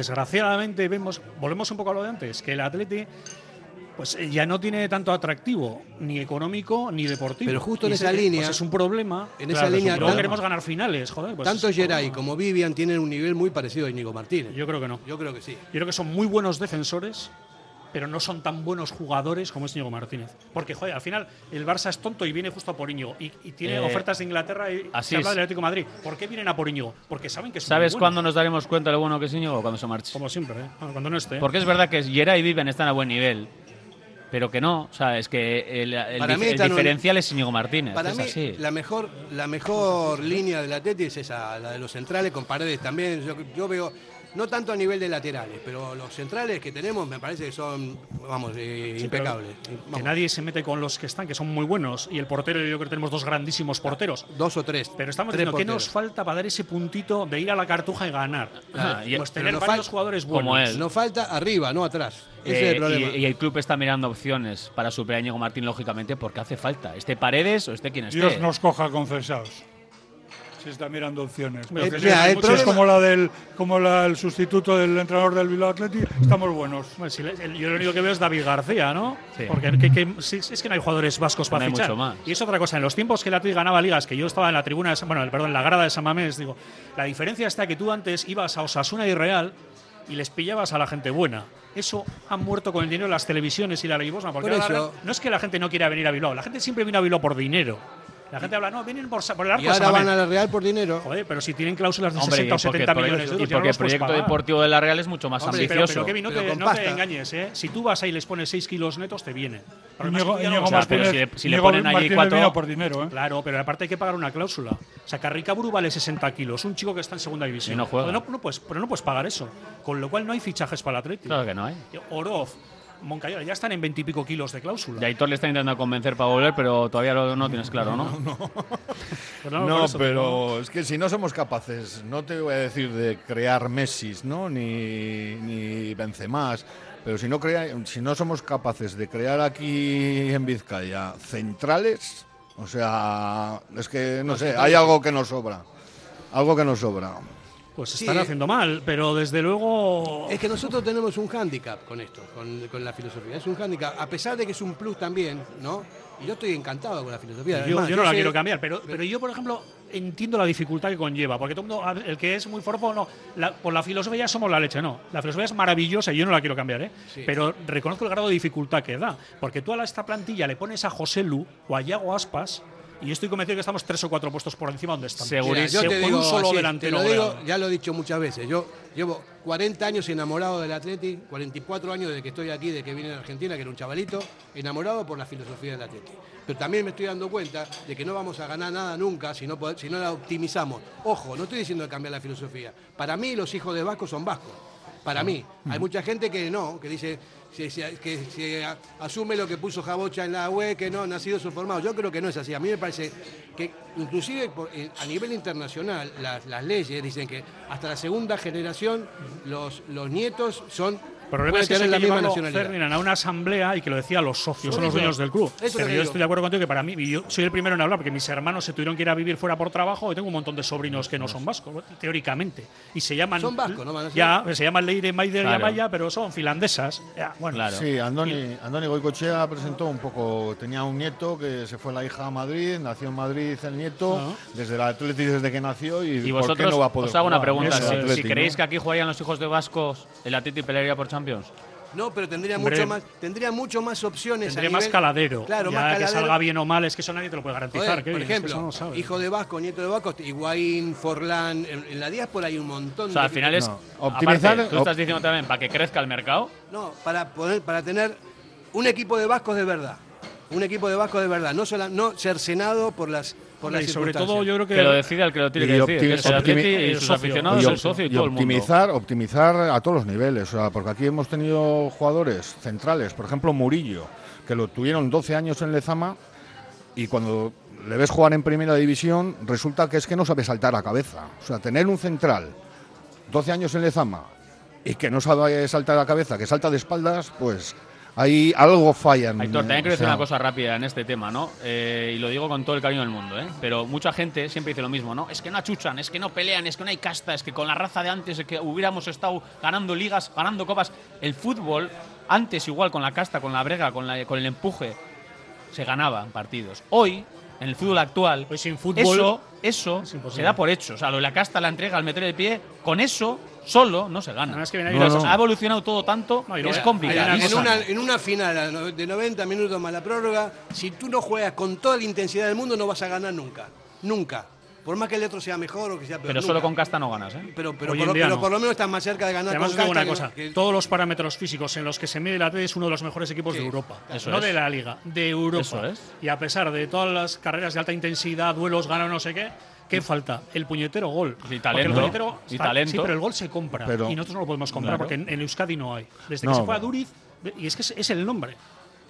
C: desgraciadamente, vemos, volvemos un poco a lo de antes, que el Atleti pues eh, ya no tiene tanto atractivo, ni económico, ni deportivo.
A: Pero justo
C: Y
A: en
C: ese-
A: esa
C: pues
A: línea-
C: es un problema.
A: en esa
C: Claro, es un
A: línea
C: problema.
A: tan-
C: queremos ganar finales, joder. pues
A: Tanto
C: es un
A: Geray
C: problema.
A: como Vivian tienen un nivel muy parecido a Íñigo Martínez.
C: Yo creo que no.
A: Yo creo que sí.
C: Yo creo que son muy buenos defensores, pero no son tan buenos jugadores como es Íñigo Martínez. Porque, joder, al final el Barça es tonto y viene justo a por Íñigo. Y, y tiene
B: Eh,
C: ofertas de Inglaterra y
B: así
C: se habla
B: es.
C: del Atlético de Madrid. ¿Por qué vienen a por Íñigo? Porque saben que es
B: ¿Sabes cuándo nos daremos cuenta de lo bueno que es Íñigo? Cuando se marche.
C: Como siempre, ¿eh? Bueno, cuando no esté.
B: Porque es verdad que Yera y Viven están a buen nivel. Pero que no, o sea, es que el, el
A: Para
B: dif-
A: mí
B: el
A: están un-
B: diferencial es Íñigo Martínez.
A: Para
B: es
A: mí,
B: así.
A: la mejor, la mejor línea del Atleti es esa, la de los centrales con paredes también. Yo, yo veo, no tanto a nivel de laterales, pero los centrales que tenemos me parece que son, vamos, eh,
C: Sí, pero
A: impecables.
C: Que
A: Vamos,
C: nadie se mete con los que están, que son muy buenos. Y el portero, yo creo que tenemos dos grandísimos porteros.
A: Dos o tres.
C: Pero estamos
A: Tres
C: diciendo, ¿qué
A: porteros.
C: nos falta para dar ese puntito de ir a la cartuja y ganar?
B: Ah, y-
C: pues
B: pero
C: tener
B: nos
C: varios
B: fal-
C: jugadores buenos.
B: como él.
A: Nos falta arriba, no atrás. Ese
B: Eh,
A: es el problema.
B: Y, y el club está mirando opciones para superar a Íñigo Martín, lógicamente, porque hace falta. Esté Paredes o esté quien esté.
D: Dios nos coja confesados. Se está mirando opciones.
B: Mira,
D: Porque
B: eh,
D: si
B: mira,
D: es-
B: el
D: si es
B: problema-
D: como la del como la, el sustituto del entrenador del Bilbao Athletic, estamos buenos.
C: Bueno, si le- el- yo lo único que veo es David García, ¿no?
D: Sí.
C: Porque que- que- sí, es que no hay jugadores vascos para
B: No hay
C: fichar.
B: mucho más.
C: Y es otra cosa, en los tiempos que el Atleti ganaba ligas, que yo estaba en la tribuna, de San- bueno, perdón, en la grada de San Mamés, digo, la diferencia está que tú antes ibas a Osasuna y Real y les pillabas a la gente buena. Eso han muerto con el dinero de las televisiones y la leibosna. Porque
A: Por
C: ahora
A: eso-
C: no es que la gente no quiera venir a Bilbao, la gente siempre viene a Bilbao por dinero. La gente habla, no, vienen por, sa- por el arco
A: Y
C: de
A: ahora
C: San Mamés.
A: van a la Real por dinero.
C: Joder, pero si tienen cláusulas de
B: Hombre,
C: 60 o
B: y porque-
C: 70
B: porque-
C: millones de euros.
B: Y
C: ya no
B: porque el
C: los puedes
B: proyecto
C: pagar.
B: deportivo de la Real es mucho más
C: Hombre, pero,
B: ambicioso.
C: pero Kevin, no, te, no te engañes, ¿eh? Si tú vas ahí y les pones 6 kilos netos, te viene. Pero además
D: Íñigo-
C: tú ya no
D: Íñigo
C: lo sabes.
B: Martínez- Pero si le- si le Íñigo ponen allí Martínez cuatro- vino por
D: dinero,
C: Claro, pero aparte hay que pagar una cláusula. O sea, Carricaburu vale 60 kilos, un chico que está en segunda división.
B: Y no juega.
C: Pero no, no puedes, pero no puedes pagar eso. Con lo cual no hay fichajes para el Atlético.
B: Claro que no hay.
C: Oroz, Moncayola, ya están en 20 y pico kilos de cláusula.
B: Y Aitor le está intentando convencer para volver, pero todavía lo- no tienes claro, ¿no?
C: Pero no, por
E: No,
C: eso,
E: pero es que si no somos capaces, no te voy a decir de crear Messi, ¿no? Ni, ni Benzema, pero si no, crea, si no somos capaces de crear aquí en Vizcaya centrales, o sea, es que
B: Pues
E: no sé, hay algo que nos sobra. Algo que nos sobra.
C: Pues
A: Sí,
C: están
A: eh.
C: haciendo mal, pero desde luego.
A: Es que nosotros tenemos un hándicap con esto, con, con la filosofía. Es un hándicap, a pesar de que es un plus también, ¿no? Y yo estoy encantado con la filosofía.
C: Yo-
A: Además,
C: yo, no la
A: sé-
C: quiero cambiar, pero, pero yo, por ejemplo, entiendo la dificultad que conlleva, porque todo el mundo, a ver, el que es muy forpo, no, la, por la filosofía somos la leche, no. La filosofía es maravillosa y yo no la quiero cambiar, ¿eh?
A: Sí.
C: Pero reconozco el grado de dificultad que da, porque tú a la- esta plantilla le pones a José Lu o a Yago Aspas. Y estoy convencido que estamos tres o cuatro puestos por encima donde estamos.
A: Mira, yo te
C: Con
A: digo
C: un solo
A: así,
C: delantero.
A: te lo digo,
C: goleador.
A: ya lo he dicho muchas veces. Yo llevo 40 años enamorado del Atleti, 44 años desde que estoy aquí, desde que vine a Argentina, que era un chavalito, enamorado por la filosofía del Atleti. Pero también me estoy dando cuenta de que no vamos a ganar nada nunca si no, pod- si no la optimizamos. Ojo, no estoy diciendo de cambiar la filosofía. Para mí los hijos de Vasco son vascos. Para mí. Hay mucha gente que no, que dice se- se- que se a- asume lo que puso Jabocha en la web, que no, nacidos o formados. Yo creo que no es así. A mí me parece que inclusive por- eh, a nivel internacional las, las leyes dicen que hasta la segunda generación los, los nietos son
C: El problema
A: pueden
C: es que
A: tener
C: hay
A: la
C: que
A: misma
C: llevarlo,
A: nacionalidad.
C: Ferdinand, a una asamblea y que lo decía los socios, son los
A: Eso.
C: dueños del club.
A: Eso
C: Pero
A: te
C: yo
A: digo.
C: estoy de acuerdo contigo que para mí, y yo soy el primero en hablar, porque mis hermanos se tuvieron que ir a vivir fuera por trabajo. y tengo un montón de sobrinos que no son vascos, teóricamente. Y se llaman.
A: Son vascos, ¿no? Van a ser-
C: Ya, se llaman Leire, Maider y
E: Claro.
C: Amaya, pero son finlandesas. Ya, bueno,
E: Sí, Andoni, Andoni Goicochea presentó un poco, tenía un nieto que se fue la hija a Madrid, nació en Madrid el nieto,
B: Ajá.
E: desde el Atleti desde que nació y,
B: Ah. Y
E: ¿por qué
B: vosotros,
E: no va a poder
B: os hago una
E: jugar?
B: pregunta.
E: Es
B: si-
E: el Atleti,
B: si
E: ¿no?
B: creéis que aquí jugarían los hijos de Vascos, el Atleti pelearía por Champions.
A: No, pero tendría
B: Hombre.
A: mucho más, tendría mucho más opciones. a
C: Tendría más
A: nivel-
C: caladero.
A: Claro,
C: Ya
A: más
C: que
A: caladero.
C: salga bien o mal, es que eso nadie te lo puede garantizar.
A: Joder,
C: Kevin,
A: por
C: es que eso
A: ejemplo,
C: no lo sabes.
A: hijo de Vasco, nieto de Vasco, Higuaín, Forlán, en, en la diáspora hay un montón
B: O sea,
A: de
B: al final es.
A: No,
B: optimizar. tú estás diciendo también, para que crezca el mercado.
A: No, para poder para tener un equipo de vascos de verdad. un equipo de vasco de verdad, no, sola- no cercenado por las por las
C: Y sobre
A: circunstancias.
C: todo yo creo que...
B: Que lo decida el que lo tiene que decir. que es el
E: optimi-
B: Atleti y sus aficionados, el socio y todo el mundo.
E: optimizar, optimizar a todos los niveles, o sea, porque aquí hemos tenido jugadores centrales, por ejemplo Murillo, que lo tuvieron 12 años en Lezama y cuando le ves jugar en primera división resulta que es que no sabe saltar a cabeza. O sea, tener un central 12 años en Lezama y que no sabe saltar a cabeza, que salta de espaldas, pues ahí algo falla. en-
B: Héctor, también quiero
E: o
B: decir
E: sea,
B: una cosa rápida en este tema, ¿no? Eh, y lo digo con todo el cariño del mundo, ¿eh? Pero mucha gente siempre dice lo mismo, ¿no? Es que no achuchan, es que no pelean, es que no hay casta, es que con la raza de antes es que hubiéramos estado ganando ligas, ganando copas. El fútbol, antes igual con la casta, con la brega, con, la- con el empuje, se ganaban partidos. Hoy, en el fútbol actual,
C: fútbol
B: eso, eso se da por hecho. O sea, lo de la casta, la entrega, el meter el pie, con eso solo no se gana.
C: viene
A: ahí No, la- no.
B: Ha evolucionado todo tanto,
A: Mira,
B: es complicado.
A: En una, en una final a no- de 90 minutos más la prórroga, si tú no juegas con toda la intensidad del mundo, no vas a ganar nunca. Nunca. Por más que el otro sea mejor o que sea peor.
B: Pero solo
A: nunca.
B: con casta no ganas, ¿eh?
A: Pero, pero
C: Hoy
A: por,
C: en
A: lo-
C: día
A: pero
C: no.
A: por lo menos estás más cerca de ganar
C: Además, os
A: con
C: digo
A: casta
C: una
A: que
C: cosa:
A: no- que-
C: todos los parámetros físicos en los que se mide el Atleti es uno de los mejores equipos de
A: Sí,
C: Europa.
B: eso
C: no
B: es.
C: de la Liga, de Europa.
B: Eso es.
C: Y a pesar de todas las carreras de alta intensidad, duelos, gana no sé qué, ¿qué falta? El puñetero gol. Porque el
B: Mm. talento,
C: puñetero
B: y
C: está-
B: talento.
C: Sí, pero el gol se compra.
B: Pero-
C: y nosotros no lo podemos comprar
B: Claro.
C: porque en, en Euskadi no hay. Desde
E: No,
C: que se fue a
E: pero-
C: Duriz, y es que es, es el nombre.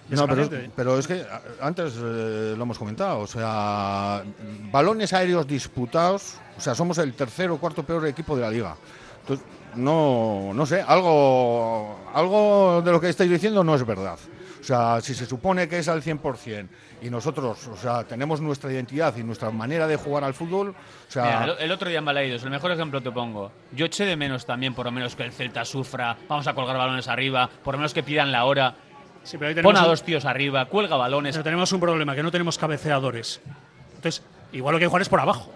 E: No, pero,
C: Desgraciadamente.
E: pero es que a- antes eh, lo hemos comentado, o sea, balones aéreos disputados, o sea, somos el tercer o cuarto peor equipo de la liga. Entonces, no, no sé, algo, algo de lo que estáis diciendo no es verdad. O sea, si se supone que es al 100% y nosotros, o sea, tenemos nuestra identidad y nuestra manera de jugar al fútbol, o sea,
B: Mira, el- el otro día en Balaidos, el mejor ejemplo te pongo. Yo eché de menos también, por lo menos, que el Celta sufra, vamos a colgar balones arriba, por lo menos que pidan la hora.
C: Sí, pero ahí tenemos
B: Pon a
C: un-
B: dos tíos arriba, cuelga balones.
C: Pero tenemos un problema, que no tenemos cabeceadores. Entonces, igual lo que hay que jugar es por abajo.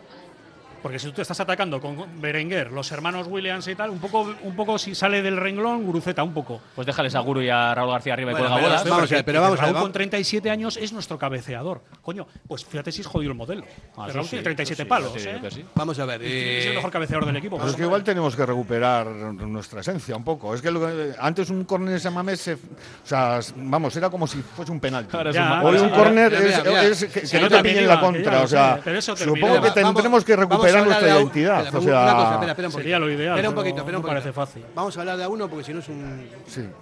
C: Porque si tú te estás atacando con Berenguer, los hermanos Williams y tal, un poco, un poco si sale del renglón, Guruceta, un poco.
B: Pues déjales a Guru y a Raúl García arriba y
C: Bueno,
B: cuelga
C: pero
B: bolas.
C: vamos a ver, pero vamos a ver, Raúl con 37 años es nuestro cabeceador. Coño, pues fíjate si es jodido el modelo.
B: Ah,
C: Que
B: eso
C: Raúl
B: sí,
C: tiene 37
B: eso sí,
C: palos.
B: eso sí,
C: ¿eh?
B: yo que sí.
A: Vamos a ver.
C: Y tiene que ser el
A: eh,
C: mejor cabeceador del equipo.
E: Pero es que igual tenemos que recuperar nuestra esencia un poco. Es que, lo que- antes un córner ese mames, se- o sea, s- vamos, era como si fuese un penalti.
C: Ahora es un Ya, mame.
E: Hoy un
C: ahora-
E: córner
C: mira,
E: es,
C: mira,
E: es
C: mira.
E: que, que
C: Sí,
E: no
C: yo
E: te
C: también
E: pillen
C: iba,
E: la
C: que
E: contra.
C: ya
E: O sea,
C: lo sé, pero eso
E: supongo
C: terminaba.
E: que
C: Vamos-
E: tendremos que
A: vamos a
E: recuperar
A: hablar de
E: nuestra
A: la-
E: identidad.
A: espera,
E: o
A: una
E: sea,
A: cosa, espera, espera un poquito.
C: Sería lo ideal,
A: Espera un
C: pero
A: poquito, espera un
C: no
A: poquito.
C: parece fácil.
A: Vamos a hablar de a uno porque si no es un,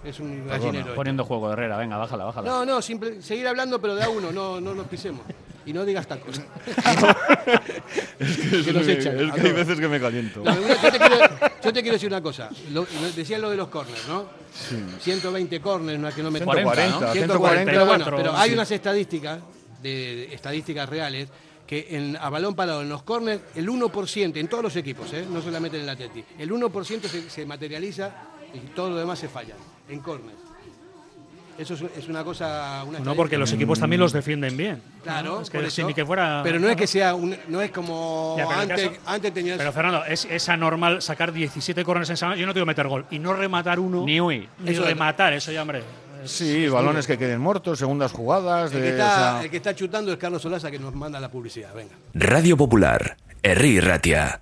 A: es un gallinero. esto.
B: Poniendo juego, Herrera, venga, bájala, bájala.
A: No, no, simple- seguir hablando, pero de a uno, no, no nos pisemos. Y no digas tacos.
E: es
A: nos
E: que-
A: echan a
E: es que hay
A: todos.
E: veces que me caliento.
A: No, yo, te quiero, yo te quiero decir una cosa. Lo, lo- decía lo de los corners, ¿no?
E: Sí.
A: 120 corners, una que no me
E: 140,
A: 140,
E: ¿no?
A: pero bueno,
E: 144,
A: pero hay
E: sí.
A: unas estadísticas, de, estadísticas reales, que en, a balón parado en los corners, el 1%, en todos los equipos, ¿eh? no solamente en el Atleti, el 1% se, se materializa y todo lo demás se falla, en corners. Eso es, es una cosa. Una
C: No, porque los
A: estadística.
C: equipos también los defienden bien.
A: Claro,
C: ¿no? es que
A: por
C: si
A: eso.
C: ni que fuera.
A: Pero no es que sea. un- no es como.
C: Ya, pero en
A: antes,
C: caso-
A: antes tenías.
C: Pero Fernando, es, es anormal sacar 17 corners en semana. Yo no tengo que meter gol. Y no rematar uno. Ni
B: uy.
A: Eso-
C: rematar, eso ya, hombre.
E: Sí, balones que queden muertos, segundas jugadas.
A: el,
E: de-
A: que
E: o
A: está,
E: sea,
A: el que está chutando es Carlos Solaza que nos manda la publicidad. Venga.
F: Radio Popular, Herri Ratia.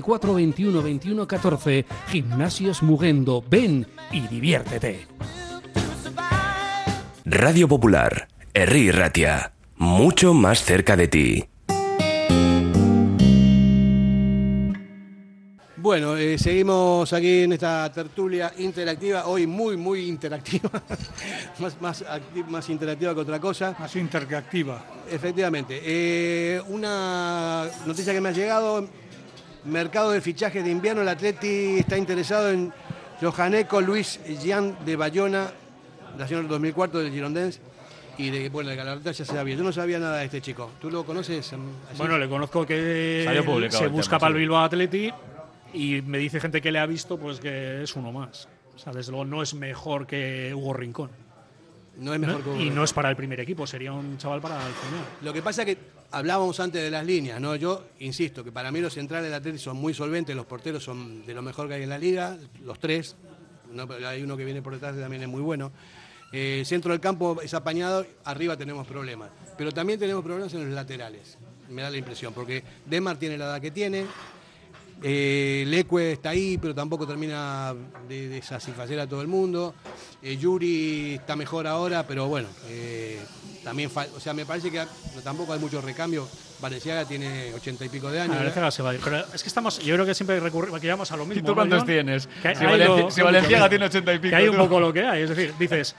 K: 21 21 14. Gimnasios Mugendo. Ven y diviértete.
F: Radio Popular, Herri Ratia, mucho más cerca de ti.
A: Bueno, eh, seguimos aquí en esta tertulia interactiva, hoy muy, muy interactiva, más, más, acti- más interactiva que otra cosa.
D: Más interactiva.
A: Efectivamente. Eh, una noticia que me ha llegado, mercado de fichajes de invierno, el Atleti está interesado en Johaneco Luis Gian de Bayona, nacional 2004 del Girondins. Y de, bueno, de Galarreta ya se sabía. Yo no sabía nada de este chico. ¿Tú lo conoces? em, Asís?
C: Bueno, le conozco que
B: Salió publicado
C: se
B: el
C: busca
B: tema,
C: para el
B: sí.
C: Bilbao Atleti y me dice gente que le ha visto, pues que es uno más. O sea, desde luego no es mejor que Hugo Rincón.
A: No es mejor que Hugo
C: Y
A: Rincón.
C: no es para el primer equipo, sería un chaval para el final.
A: Lo que pasa que hablábamos antes de las líneas, ¿no? Yo insisto que para mí los centrales del Atlético son muy solventes, los porteros son de lo mejor que hay en la liga, los tres. No, pero hay uno que viene por detrás que también es muy bueno. Eh, el centro del campo es apañado, arriba tenemos problemas. Pero también tenemos problemas en los laterales, me da la impresión, porque Demar tiene la edad que tiene, eh, Leque está ahí, pero tampoco termina de, de satisfacer a todo el mundo. Eh, Yuri está mejor ahora, pero bueno, eh, también, fal- o sea, me parece que no- tampoco hay mucho recambio. Valenciaga tiene ochenta y pico de años. ¿eh?
C: Valenciaga se va a ir. Pero es que estamos, yo creo que siempre recurrimos, que llevamos a lo mismo.
B: tú
C: ¿no,
B: cuántos
C: John?
B: tienes?
C: hay-
B: Si
C: hay
B: Valenci-
C: lo-
B: si Valenciaga
C: lo-
B: tiene ochenta y pico,
C: Que hay un
B: tú.
C: poco lo que hay. Es decir, dices,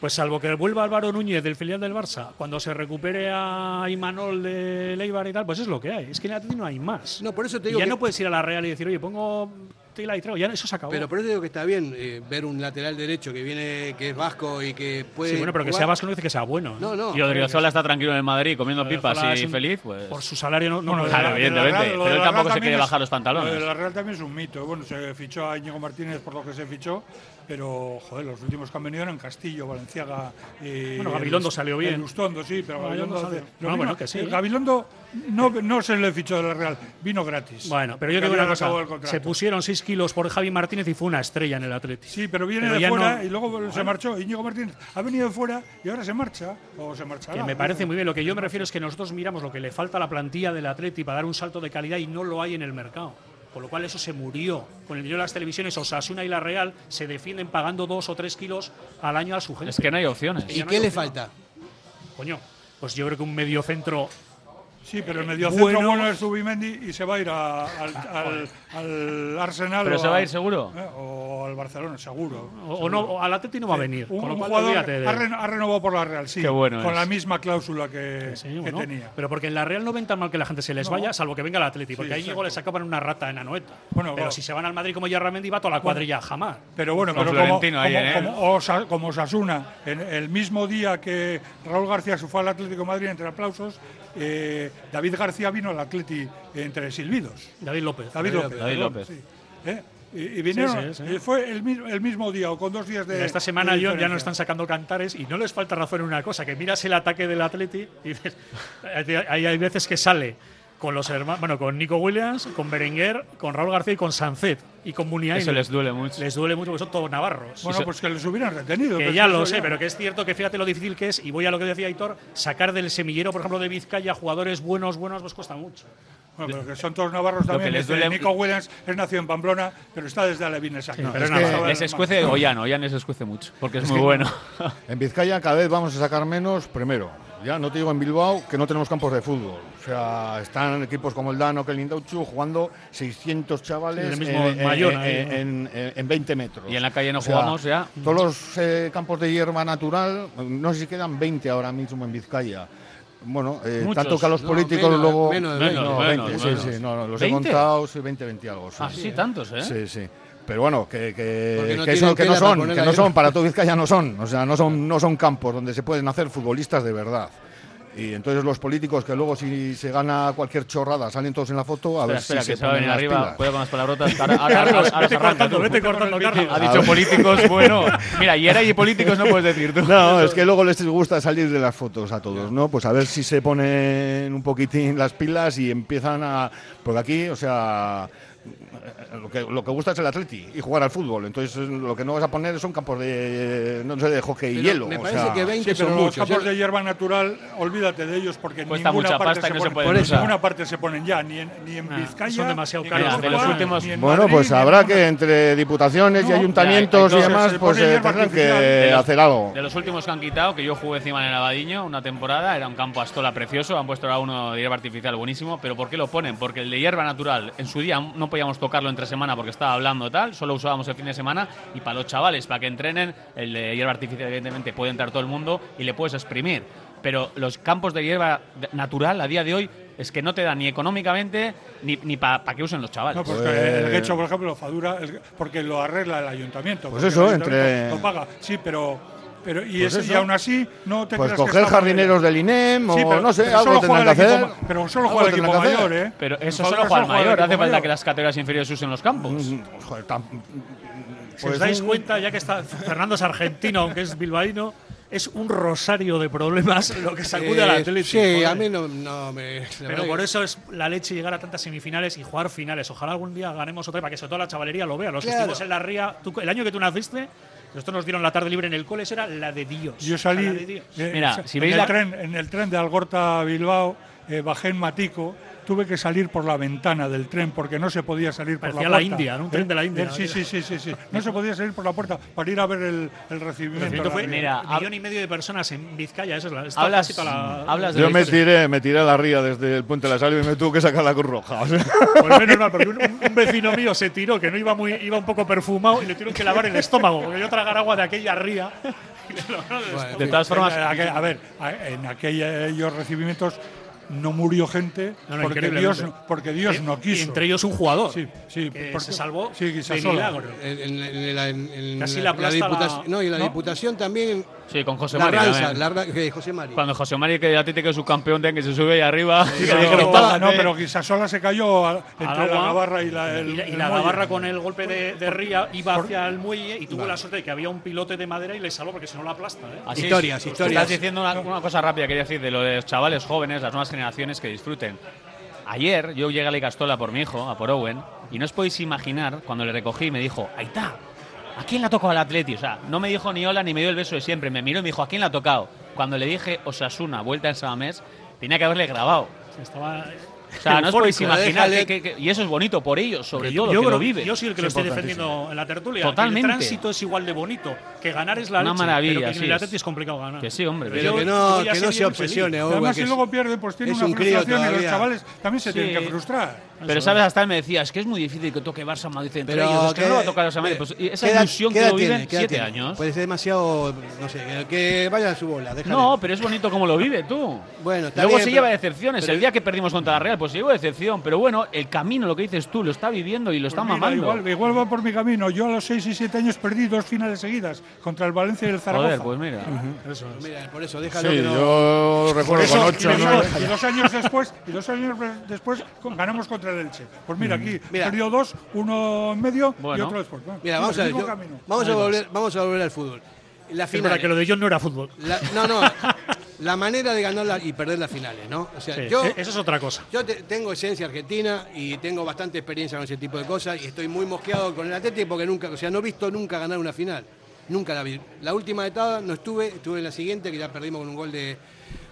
C: pues salvo que vuelva Álvaro Núñez del filial del Barça, cuando se recupere a Imanol de Leibar y tal, pues es lo que hay. Es que en el Atleti no hay más.
A: No, por eso te
C: Y
A: digo
C: ya
A: que-
C: no puedes ir a la Real y decir, oye, pongo tela y trago. Ya eso se acabó.
A: Pero por eso digo que está bien eh, ver un lateral derecho que viene, que es vasco y que puede.
C: sí, bueno, pero que
A: jugar.
C: sea vasco no dice que sea bueno. ¿eh?
A: No, no.
B: Y Odriozola está tranquilo en el Madrid comiendo
C: Odriozola
B: pipas y
C: es un-
B: feliz, pues.
C: Por su salario no. no
B: Bueno,
C: puede-
B: claro,
D: Lo de la
B: evidentemente.
D: Real- lo
B: pero
D: de
B: él
D: la
B: tampoco
D: Real
B: se quiere
D: también es-
B: bajar los pantalones.
D: Lo de la Real también es un mito. Bueno, se fichó a Íñigo Martínez por lo que se fichó, pero joder, los últimos que han venido eran Castillo, Valenciaga. eh, Y
C: Bueno, Gabilondo salió bien.
D: Lustondo, sí, pero
C: No,
D: Gabilondo.
C: Gabilondo
D: hace-
C: salió. No,
D: lo mismo,
C: bueno, que sí.
D: eh, Gabilondo no, no se le fichó de la Real, vino gratis.
C: Bueno, pero yo
D: Porque
C: digo una
D: habían
C: cosa.
D: acabado el contrato.
C: Se pusieron 6 kilos por Javi Martínez y fue una estrella en el Atleti.
D: Sí, pero viene de
C: ya
D: fuera
C: no-
D: y luego se marchó. Íñigo Martínez ha venido de fuera y ahora se marcha. O se
A: Ah,
D: marchará.
C: Que me
D: ¿no?
C: parece muy bien. Lo que yo me refiero es que nosotros miramos lo que le falta a la plantilla del Atleti para dar un salto de calidad y no lo hay en el mercado. Con lo cual eso se murió. Con el dinero de las televisiones, Osasuna y La Real se defienden pagando dos o tres kilos al año a su gente.
B: Es que no hay opciones.
C: Ya
A: ¿Y
C: no
A: qué
C: hay
A: le
C: opción.
A: falta?
C: Coño, pues yo creo que un mediocentro
D: Sí, pero el mediocentro
C: Bueno.
D: bueno, es Zubimendi y se va a ir a- al, al- al Arsenal.
B: ¿Pero
D: o
B: se va a ir seguro?
D: eh, o al Barcelona, seguro.
C: o, o no, o al Atleti no va a venir.
D: Un,
C: con lo
D: un
C: cual,
D: jugador
C: olvídate de
D: ha,
C: él.
D: reno- ha renovado por la Real, sí.
B: Qué bueno
D: con
B: es.
D: la misma cláusula que,
C: Sí,
D: que
C: ¿no?
D: tenía.
C: Pero porque en la Real no ven tan mal que la gente se les
D: No.
C: vaya, salvo que venga el Atleti, porque
D: Sí,
C: ahí
D: exacto.
C: Íñigo les sacaban una rata en Anoeta.
D: Bueno,
C: pero
D: va.
C: si se van al Madrid como Yarramendi, va toda la cuadrilla jamás.
D: Pero bueno,
B: Con
D: pero como,
B: Florentino ahí,
D: como-
B: ¿eh?
D: como Osa- como Osasuna, en el mismo día que Raúl García se fue al Atlético de Madrid entre aplausos, eh, David García vino al Atleti entre silbidos.
C: David López.
D: David López.
B: David
D: perdón,
B: López.
D: sí. ¿Eh? Y, y vinieron,
C: Sí, sí, sí.
D: eh, fue el, mi- el mismo día o con dos días de.
C: Mira, esta semana
D: de
C: John, ya no
D: diferencia.
C: están sacando cantares y no les falta razón en una cosa, que miras el ataque del Atleti y dices, ahí hay veces que sale con los hermanos, bueno, con Nico Williams, con Berenguer, con Raúl García y con Sancet y con Muniain.
B: Eso les duele mucho.
C: Les duele mucho pues porque son todos navarros.
D: Bueno, pues que los hubieran retenido.
C: Que
D: pues
C: ya
D: eso
C: lo sé, pero que es cierto que fíjate lo difícil que es, y voy a lo que decía Aitor, sacar del semillero, por ejemplo, de Vizcaya jugadores buenos, buenos, pues cuesta mucho.
D: Bueno, pero que son todos navarros también.
B: les
D: este,
B: duele-
D: Nico Williams es nacido en Pamplona, pero está desde Alevines aquí.
C: pero
D: Es
C: no,
D: que-
C: no,
B: Les escuece Ollán, Ollán les escuece mucho, porque es muy
E: que-
B: bueno.
E: En Vizcaya cada vez vamos a sacar menos, primero. Ya no te digo en Bilbao que no tenemos campos de fútbol. O sea, están equipos como el Dano, que el Indauchu, jugando 600 chavales
C: En el mismo
E: en, en-
C: Bayona,
E: en-
C: ahí,
E: en- en- en 20 metros.
B: Y en la calle no
E: O sea,
B: jugamos ya.
E: Todos los eh, campos de hierba natural, no sé si quedan 20 ahora mismo en Vizcaya. Bueno, eh,
B: Muchos.
E: tanto que a los
A: No,
E: políticos
A: menos,
E: luego.
A: menos de
E: no,
B: 20,
E: 20,
B: menos.
E: sí, sí, no, no, los he
B: 20.
E: contado, sí, 20, 20 algo. sí.
B: Ah, sí, tantos, ¿eh?
E: Sí, sí. Pero bueno, que, que,
A: Porque no
E: Eh, que
A: tienen
E: eso- que
A: tela
E: no
A: para
E: son,
A: poner
E: que
A: ahí.
E: no son, para todo Vizcaya no son. O sea, no son, no son campos donde se pueden hacer futbolistas de verdad. Y entonces los políticos que luego si se gana cualquier chorrada salen todos en la foto a
B: Espera,
E: ver
B: espera,
E: si
B: que
E: se,
B: se va a
E: ponen
B: venir
E: las
B: arriba.
E: pilas.
B: Cuidado con las palabrotas. que Ahora, ahora, ahora,
E: Carlos,
B: ahora se
E: vete
B: arranca,
E: cortando,
B: tú.
E: vete cortando, Carlos.
B: Ha
E: A
B: dicho
E: ver.
B: políticos, bueno. Mira, y era y políticos no puedes decir tú.
E: No, es que luego les gusta salir de las fotos a todos, ¿no? Pues a ver si se ponen un poquitín las pilas y empiezan a. Porque aquí, o sea. Eh, Lo que, lo que gusta es el atleti y jugar al fútbol. Entonces, eh, lo que no vas a poner son campos de. No sé, de hockey y
A: Pero
E: hielo.
A: me
E: o
A: parece
E: sea.
A: que 20
D: Sí, pero
A: son
D: los
A: muchos,
D: campos
A: ¿eh?
D: de hierba natural, olvídate de ellos porque en
B: Cuesta
D: ninguna
B: mucha
D: parte
B: pasta
D: se
B: y no se
D: ponen,
B: pueden
D: en
B: usar.
D: ninguna parte se ponen ya, ni en, ni en Vizcaya,
C: son demasiado
D: ni en
C: caros.
D: Guipúzcoa,
C: De los últimos-
D: ni en
E: Bueno,
D: Madrid,
E: pues
D: ni en
E: habrá
D: ninguna-
E: que entre diputaciones y
D: No,
E: ayuntamientos
D: ya,
E: y
D: hay cosas,
E: demás,
D: se
E: pues
D: pone
E: eh,
D: hierba
E: tendrán
B: De
E: que
B: los-
E: hacer algo.
B: De los últimos que han quitado, que yo jugué encima en el Abadiño una temporada, era un campo astola precioso, han puesto ahora uno de hierba artificial buenísimo, pero ¿por qué lo ponen? Porque el de hierba natural, en su día no podíamos tocarlo entre semana porque estaba hablando tal, solo usábamos el fin de semana, y para los chavales, para que entrenen, el de hierba artificial evidentemente puede entrar todo el mundo y le puedes exprimir. Pero los campos de hierba de- natural a día de hoy es que no te dan ni económicamente ni, ni para que usen los chavales.
D: No, pues que el Guecho, por ejemplo, lo fadura el- porque lo arregla el ayuntamiento.
E: Pues
D: porque
E: eso,
D: el ayuntamiento
E: entre-
D: Lo paga, sí, pero. pero y,
E: Pues
D: eso, y
E: eso.
D: aún así, no te
E: Pues
D: creas que
E: coger
D: está mal.
E: jardineros del INEM
D: Sí,
E: o
D: pero-
E: no sé,
D: pero
E: algo
D: solo
E: tendrán
D: juega
E: que
D: el
E: hacer.
D: equipo ma- pero solo juega el
E: Algo
D: equipo
E: tendrán que
D: mayor,
E: hacer.
D: ¿eh?
B: Pero eso
D: Nosotros
B: solo
D: solo
B: juega el
D: juega el
B: mayor, hace
D: equipo
B: falta
D: mayor.
B: que las categorías inferiores usen los campos.
C: Si
E: Pues
C: os dais
E: un-
C: cuenta, ya que está Fernando es argentino, aunque es bilbaíno, es un rosario de problemas lo que sacude al
A: Eh,
C: Atlético.
A: Sí,
C: joder.
A: a mí no, no me. Eh, la
C: Pero
A: verdad
C: por
A: que-
C: eso es la leche llegar a tantas semifinales y jugar finales. Ojalá algún día ganemos otra para que sobre todo la chavalería lo vea. Los que
A: Claro.
C: estuvimos en la ría, tú- el año que tú naciste, nosotros nos dieron la tarde libre en el cole, eso era la de Dios.
D: Yo
C: La de
D: salí
C: Dios.
D: eh,
B: Mira,
D: sa-
B: si
D: en
B: veis
D: el
B: la-
D: tren, en el tren de Algorta a Bilbao, eh, bajé en Matico, tuve que salir por la ventana del tren porque no se podía salir por
C: Parecía la
D: la puerta.
C: India, ¿no? Un
D: Eh,
C: tren de la India.
D: eh, sí, sí, sí, sí, sí. No se podía salir por la puerta para ir a ver el, el recibimiento.
C: Esto
D: de la
C: fue
D: liga.
C: millón y medio de personas en Vizcaya, eso es la. está
B: Hablas-
C: casi toda la-
B: hablas
E: Yo
D: este.
E: me tiré, me tiré a la ría desde el puente de la salida y me tuvo que sacar la Cruz Roja. o sea.
C: Pues menos mal, porque un, un vecino mío se tiró, que no iba muy, iba un poco perfumado y le tuvieron que lavar el estómago, porque yo tragar agua de aquella ría. y le lavaron el estómago.
B: de todas formas-
D: En aquel- a ver, a- en aquellos recibimientos no murió gente
C: No, no,
D: porque,
C: increíblemente.
D: Dios, no- porque Dios
C: Eh,
D: no
C: y
D: quiso.
C: entre ellos un jugador
D: Sí, sí.
C: que
D: porque-
C: se salvó
D: sí,
C: de
D: Guisasola.
C: milagro.
A: En, en- en la, en- en
C: Casi
A: la-
C: la aplasta
A: la diputación-
C: la-
A: no, y la
C: ¿no?
A: diputación también.
B: Sí, con José
A: la
B: María
A: ranza,
B: también.
A: la ra- eh, José María.
B: Cuando José María que el Atlético es subcampeón, ten que se sube ahí arriba.
D: Sí,
B: Y
D: pero,
B: le dijeron,
D: no, no,
B: "Bájate".
D: pero Guisasola se cayó a- entre
C: Al
D: la
C: agua.
D: Navarra y la. el-
C: y la, y
D: el
C: la
D: muelle.
C: Gabarra con el golpe de, de ría iba hacia el muelle y tuvo la suerte de que había un pilote de madera y le salvó porque si no la aplasta. ¿eh?
B: Así es.
A: Historias,
B: Tú
A: historias.
B: Estás diciendo una, una cosa rápida, quería decir, de lo de los chavales jóvenes, las nuevas generaciones que disfruten. Ayer yo llegué a la Castola por mi hijo, a por Owen, y no os podéis imaginar cuando le recogí me dijo, ahí está, ¿a quién la ha tocado el Atleti? O sea, no me dijo ni hola ni me dio el beso de siempre, me miró y me dijo, ¿a quién la ha tocado? Cuando le dije Osasuna, vuelta en Samamés, tenía que haberle grabado.
C: Estaba.
B: O sea, no os podéis
C: eufórico.
B: imaginar.
C: ¿eh? Déjale-
B: que- que- que- y eso es bonito por ellos, sobre
C: yo,
B: todo,
C: yo
B: que lo
C: creo-
B: viven.
C: yo soy el que lo estoy defendiendo en la tertulia. que El
B: Totalmente.
C: tránsito es igual de bonito. Que ganar es la
B: Una
C: leche,
B: maravilla,
C: Pero que
B: así
C: en el
B: es.
C: Atleti es complicado ganar.
B: Que sí, hombre.
A: Pero
C: Yo-
A: que no-
C: yo ya
A: que no
C: soy
A: se
C: bien
A: obsesione,
C: feliz.
A: Owen,
D: Además,
A: que
D: si
A: es-
D: luego pierde, pues tiene
A: es
D: una
A: un crío
D: frustración y los
A: todavía.
D: chavales también se
B: Sí.
D: tienen que frustrar.
B: Pero sabes, hasta él me decía, es que es muy difícil que toque Barça Madrid entre
A: Pero
B: ellos, es que
A: ¿qué-
B: no lo va a tocar Barça Madrid. Pues, y esa
A: ¿qué edad-
B: ilusión
A: qué
B: que
A: edad
B: lo
A: tiene?
B: viven,
A: ¿Qué edad
B: siete
A: tiene?
B: años.
A: Pues es demasiado, no sé, que vaya a su bola. déjale.
B: no, pero es bonito como lo vive tú.
A: Bueno, está
B: Luego
A: bien,
B: se
A: pero-
B: lleva decepciones.
A: pero-
B: el día que perdimos contra la Real, pues se llevó decepción. Pero bueno, el camino, lo que dices tú, lo está viviendo y lo está
D: Pues Mira,
B: mamando.
D: igual, igual va por mi camino. Yo a los 6 y 7 años perdí dos finales seguidas contra el Valencia y el Zaragoza.
B: Joder, pues mira.
A: Mira, por eso déjalo
E: Sí,
A: que no-
E: yo recuerdo
D: Eso,
E: con
D: y
E: 8,
D: dos-
E: 9.
D: y dos años después, y dos años después con- ganamos contra el Elche. Pues mira, aquí
A: Mira.
D: perdió dos, uno en medio y
B: Bueno.
D: otro después. Bueno,
A: Mira,
D: sí,
A: vamos
D: el
A: a ver,
D: mismo
A: yo-
D: camino.
A: vamos a
D: Ahí va.
A: volver, vamos a volver al fútbol. La
C: Es verdad
A: final.
C: que lo de John no era fútbol.
A: la- no, no. la manera de ganar la- y perder las finales, ¿no? O sea,
C: Sí,
A: yo
C: eh, Eso es otra cosa.
A: Yo te- tengo esencia argentina y tengo bastante experiencia con ese tipo de cosas y estoy muy mosqueado con el Atlético porque nunca, o sea, no he visto nunca ganar una final. Nunca la vi. La última etapa no estuve, estuve en la siguiente que ya perdimos con un gol de,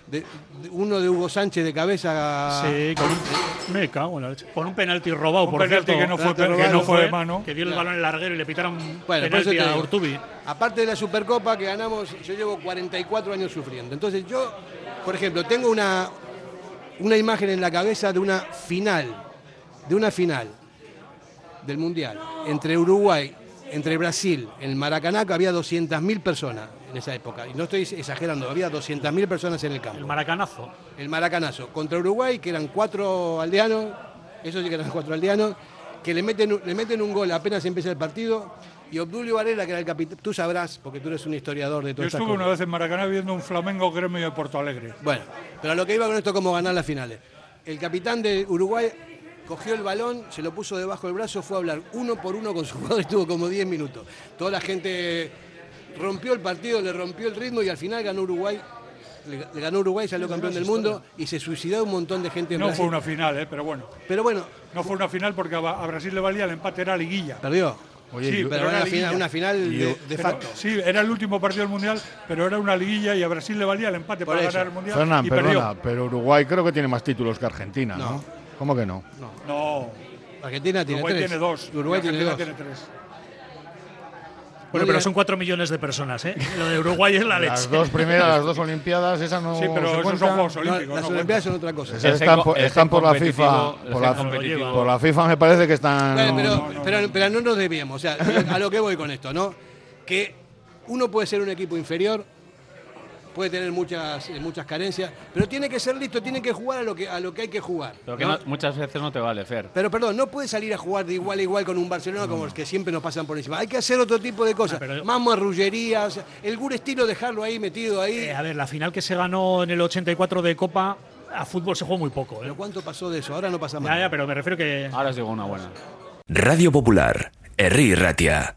A: de- de- uno de Hugo Sánchez de cabeza.
C: Sí, con un, me cago en la leche. Con un penalti robado,
D: Un
C: por
D: penalti
C: cierto.
D: que no fue-
A: que no
D: fue de mano.
C: Que dio el balón en larguero y le pitaron
A: Bueno, por eso
C: penalti
A: te
C: a
A: digo.
C: Urtubi.
A: Aparte de la Supercopa que ganamos, yo llevo 44 años sufriendo. Entonces yo, por ejemplo, tengo una, una imagen en la cabeza de una final, de una final del Mundial, entre Uruguay, entre Brasil, en Maracaná que había 200.000 personas en esa época. Y no estoy exagerando, había 200.000 personas en el
C: El
A: campo.
C: maracanazo.
A: El Maracanazo, contra Uruguay, que eran cuatro aldeanos, eso sí que eran cuatro aldeanos, que le meten, un- le meten un gol apenas empieza el partido Y Obdulio Varela, que era el capitán, tú sabrás, porque tú eres un historiador de todo
D: Yo estuve una vez en Maracaná viendo un Flamengo Gremio de Porto Alegre.
A: Bueno, pero a lo que iba con esto, como ganar las finales. El capitán de Uruguay cogió el balón, se lo puso debajo del brazo, fue a hablar uno por uno con su jugador y estuvo como 10 minutos. Toda la gente rompió el partido, le rompió el ritmo y al final ganó Uruguay. Le le ganó Uruguay, salió campeón del mundo y se suicidó un montón de gente en
D: No
A: Brasil.
D: fue una final, eh, pero bueno.
A: Pero bueno.
D: No fue una final porque a, a Brasil le valía el empate, era liguilla.
A: Perdió. Oye,
D: sí,
A: pero era
D: era
A: una final-
D: liguilla.
A: una final de- de
D: Pero-
A: facto.
D: Sí, era el último partido del Mundial, pero era una liguilla y a Brasil le valía el empate para ganar el Mundial
E: Fernán,
D: y
E: perdona,
D: perdió. Ah,
E: pero Uruguay creo que tiene más títulos que Argentina, ¿no?
D: No.
E: ¿Cómo que no?
D: No.
A: Argentina
C: tiene
D: Uruguay
C: tres.
D: tiene dos.
C: Uruguay
D: y
C: tiene
D: Argentina
C: dos.
D: tiene tres.
C: Bueno,
D: bien.
C: pero son 4 millones de personas, ¿eh? Lo de Uruguay es la leche.
E: Las dos primeras, las dos Olimpiadas, esas no.
C: Sí, pero esos
E: se
C: son
E: cuentan.
C: Juegos Olímpicos,
A: No, las no Olimpiadas cuentan. son otra cosa.
E: Esas
A: El
E: Están,
A: gen-
E: por,
A: el
E: están
A: gen
E: por la
A: competitivo-
E: FIFA.
A: el
E: Por
A: gen
E: la,
A: competitivo.
E: por la FIFA me parece que están.
A: Bueno, pero, pero- pero no nos debíamos. O sea, a lo que voy con esto, ¿no? Que uno puede ser un equipo inferior, puede tener muchas, eh, muchas carencias, pero tiene que ser listo, tiene que jugar a lo que, a lo que hay que jugar.
B: Pero que
A: ¿no?
B: no- muchas veces no te vale, Fer.
A: Pero perdón, no puede salir a jugar de igual a igual con un Barcelona como los que siempre nos pasan por encima. Hay que hacer otro tipo de
B: Ah,
A: cosas. Más marrullerías, el gur estilo dejarlo ahí metido ahí.
C: Eh, a ver, la final que se ganó en el 84 de Copa, a fútbol se jugó muy poco. ¿eh?
A: Pero ¿cuánto pasó de eso? Ahora no pasa más.
C: Ya, ya, pero me refiero que.
B: Ahora os digo una buena.
F: Radio Popular, Herri Ratia.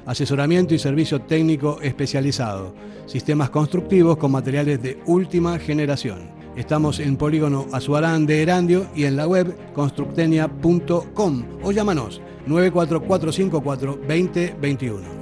A: asesoramiento y servicio técnico especializado, sistemas constructivos con materiales de última generación. Estamos en Polígono Azuarán de Erandio y en la web constructecnia.com o llámanos 944542021.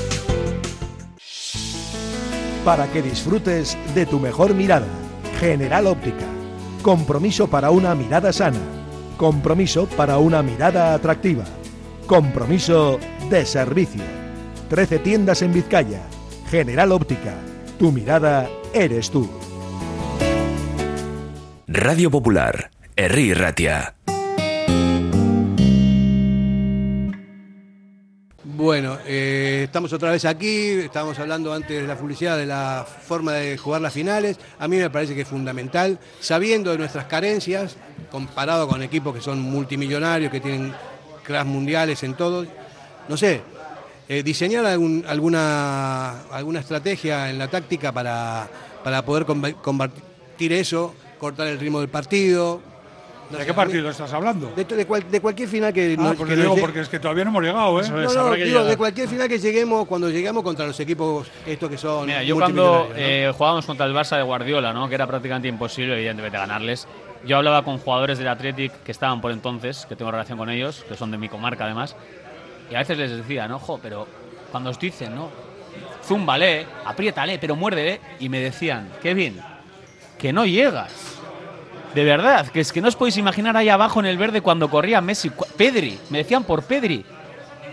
J: para que disfrutes de tu mejor mirada. General Óptica. Compromiso para una mirada sana. Compromiso para una mirada atractiva. Compromiso de servicio. 13 tiendas en Vizcaya. General Óptica. Tu mirada eres tú.
F: Radio Popular, Herri Ratia.
A: Bueno, eh, estamos otra vez aquí, estábamos hablando antes de la publicidad, de la forma de jugar las finales. A mí me parece que es fundamental, sabiendo de nuestras carencias, comparado con equipos que son multimillonarios, que tienen crash mundiales en todo. No sé, eh, diseñar algún- alguna, alguna estrategia en la táctica para, para poder comba- combatir eso, cortar el ritmo del partido. No
D: ¿De
A: sé,
D: qué
A: a mí-
D: partido estás hablando?
A: De, de cual- de cualquier final que...
D: Ah,
A: nos-
D: porque
A: que nos
D: digo,
A: lle-
D: porque es que todavía no hemos llegado, ¿eh?
A: no, no, digo, de cualquier final que lleguemos, cuando llegamos contra los equipos estos que son
B: Mira, yo cuando
A: multimillonarios, ¿no?
B: eh, jugábamos contra el Barça de Guardiola, ¿no? que era prácticamente imposible, evidentemente, ganarles, yo hablaba con jugadores del Athletic que estaban por entonces, que tengo relación con ellos, que son de mi comarca además, y a veces les decía, ¿no? Jo, pero cuando os dicen, ¿no? Zúmbale, apriétale, pero muérdele, y me decían, Kevin, que no llegas. De verdad, que es que no os podéis imaginar ahí abajo en el verde cuando corría Messi, cu- Pedri, me decían por Pedri,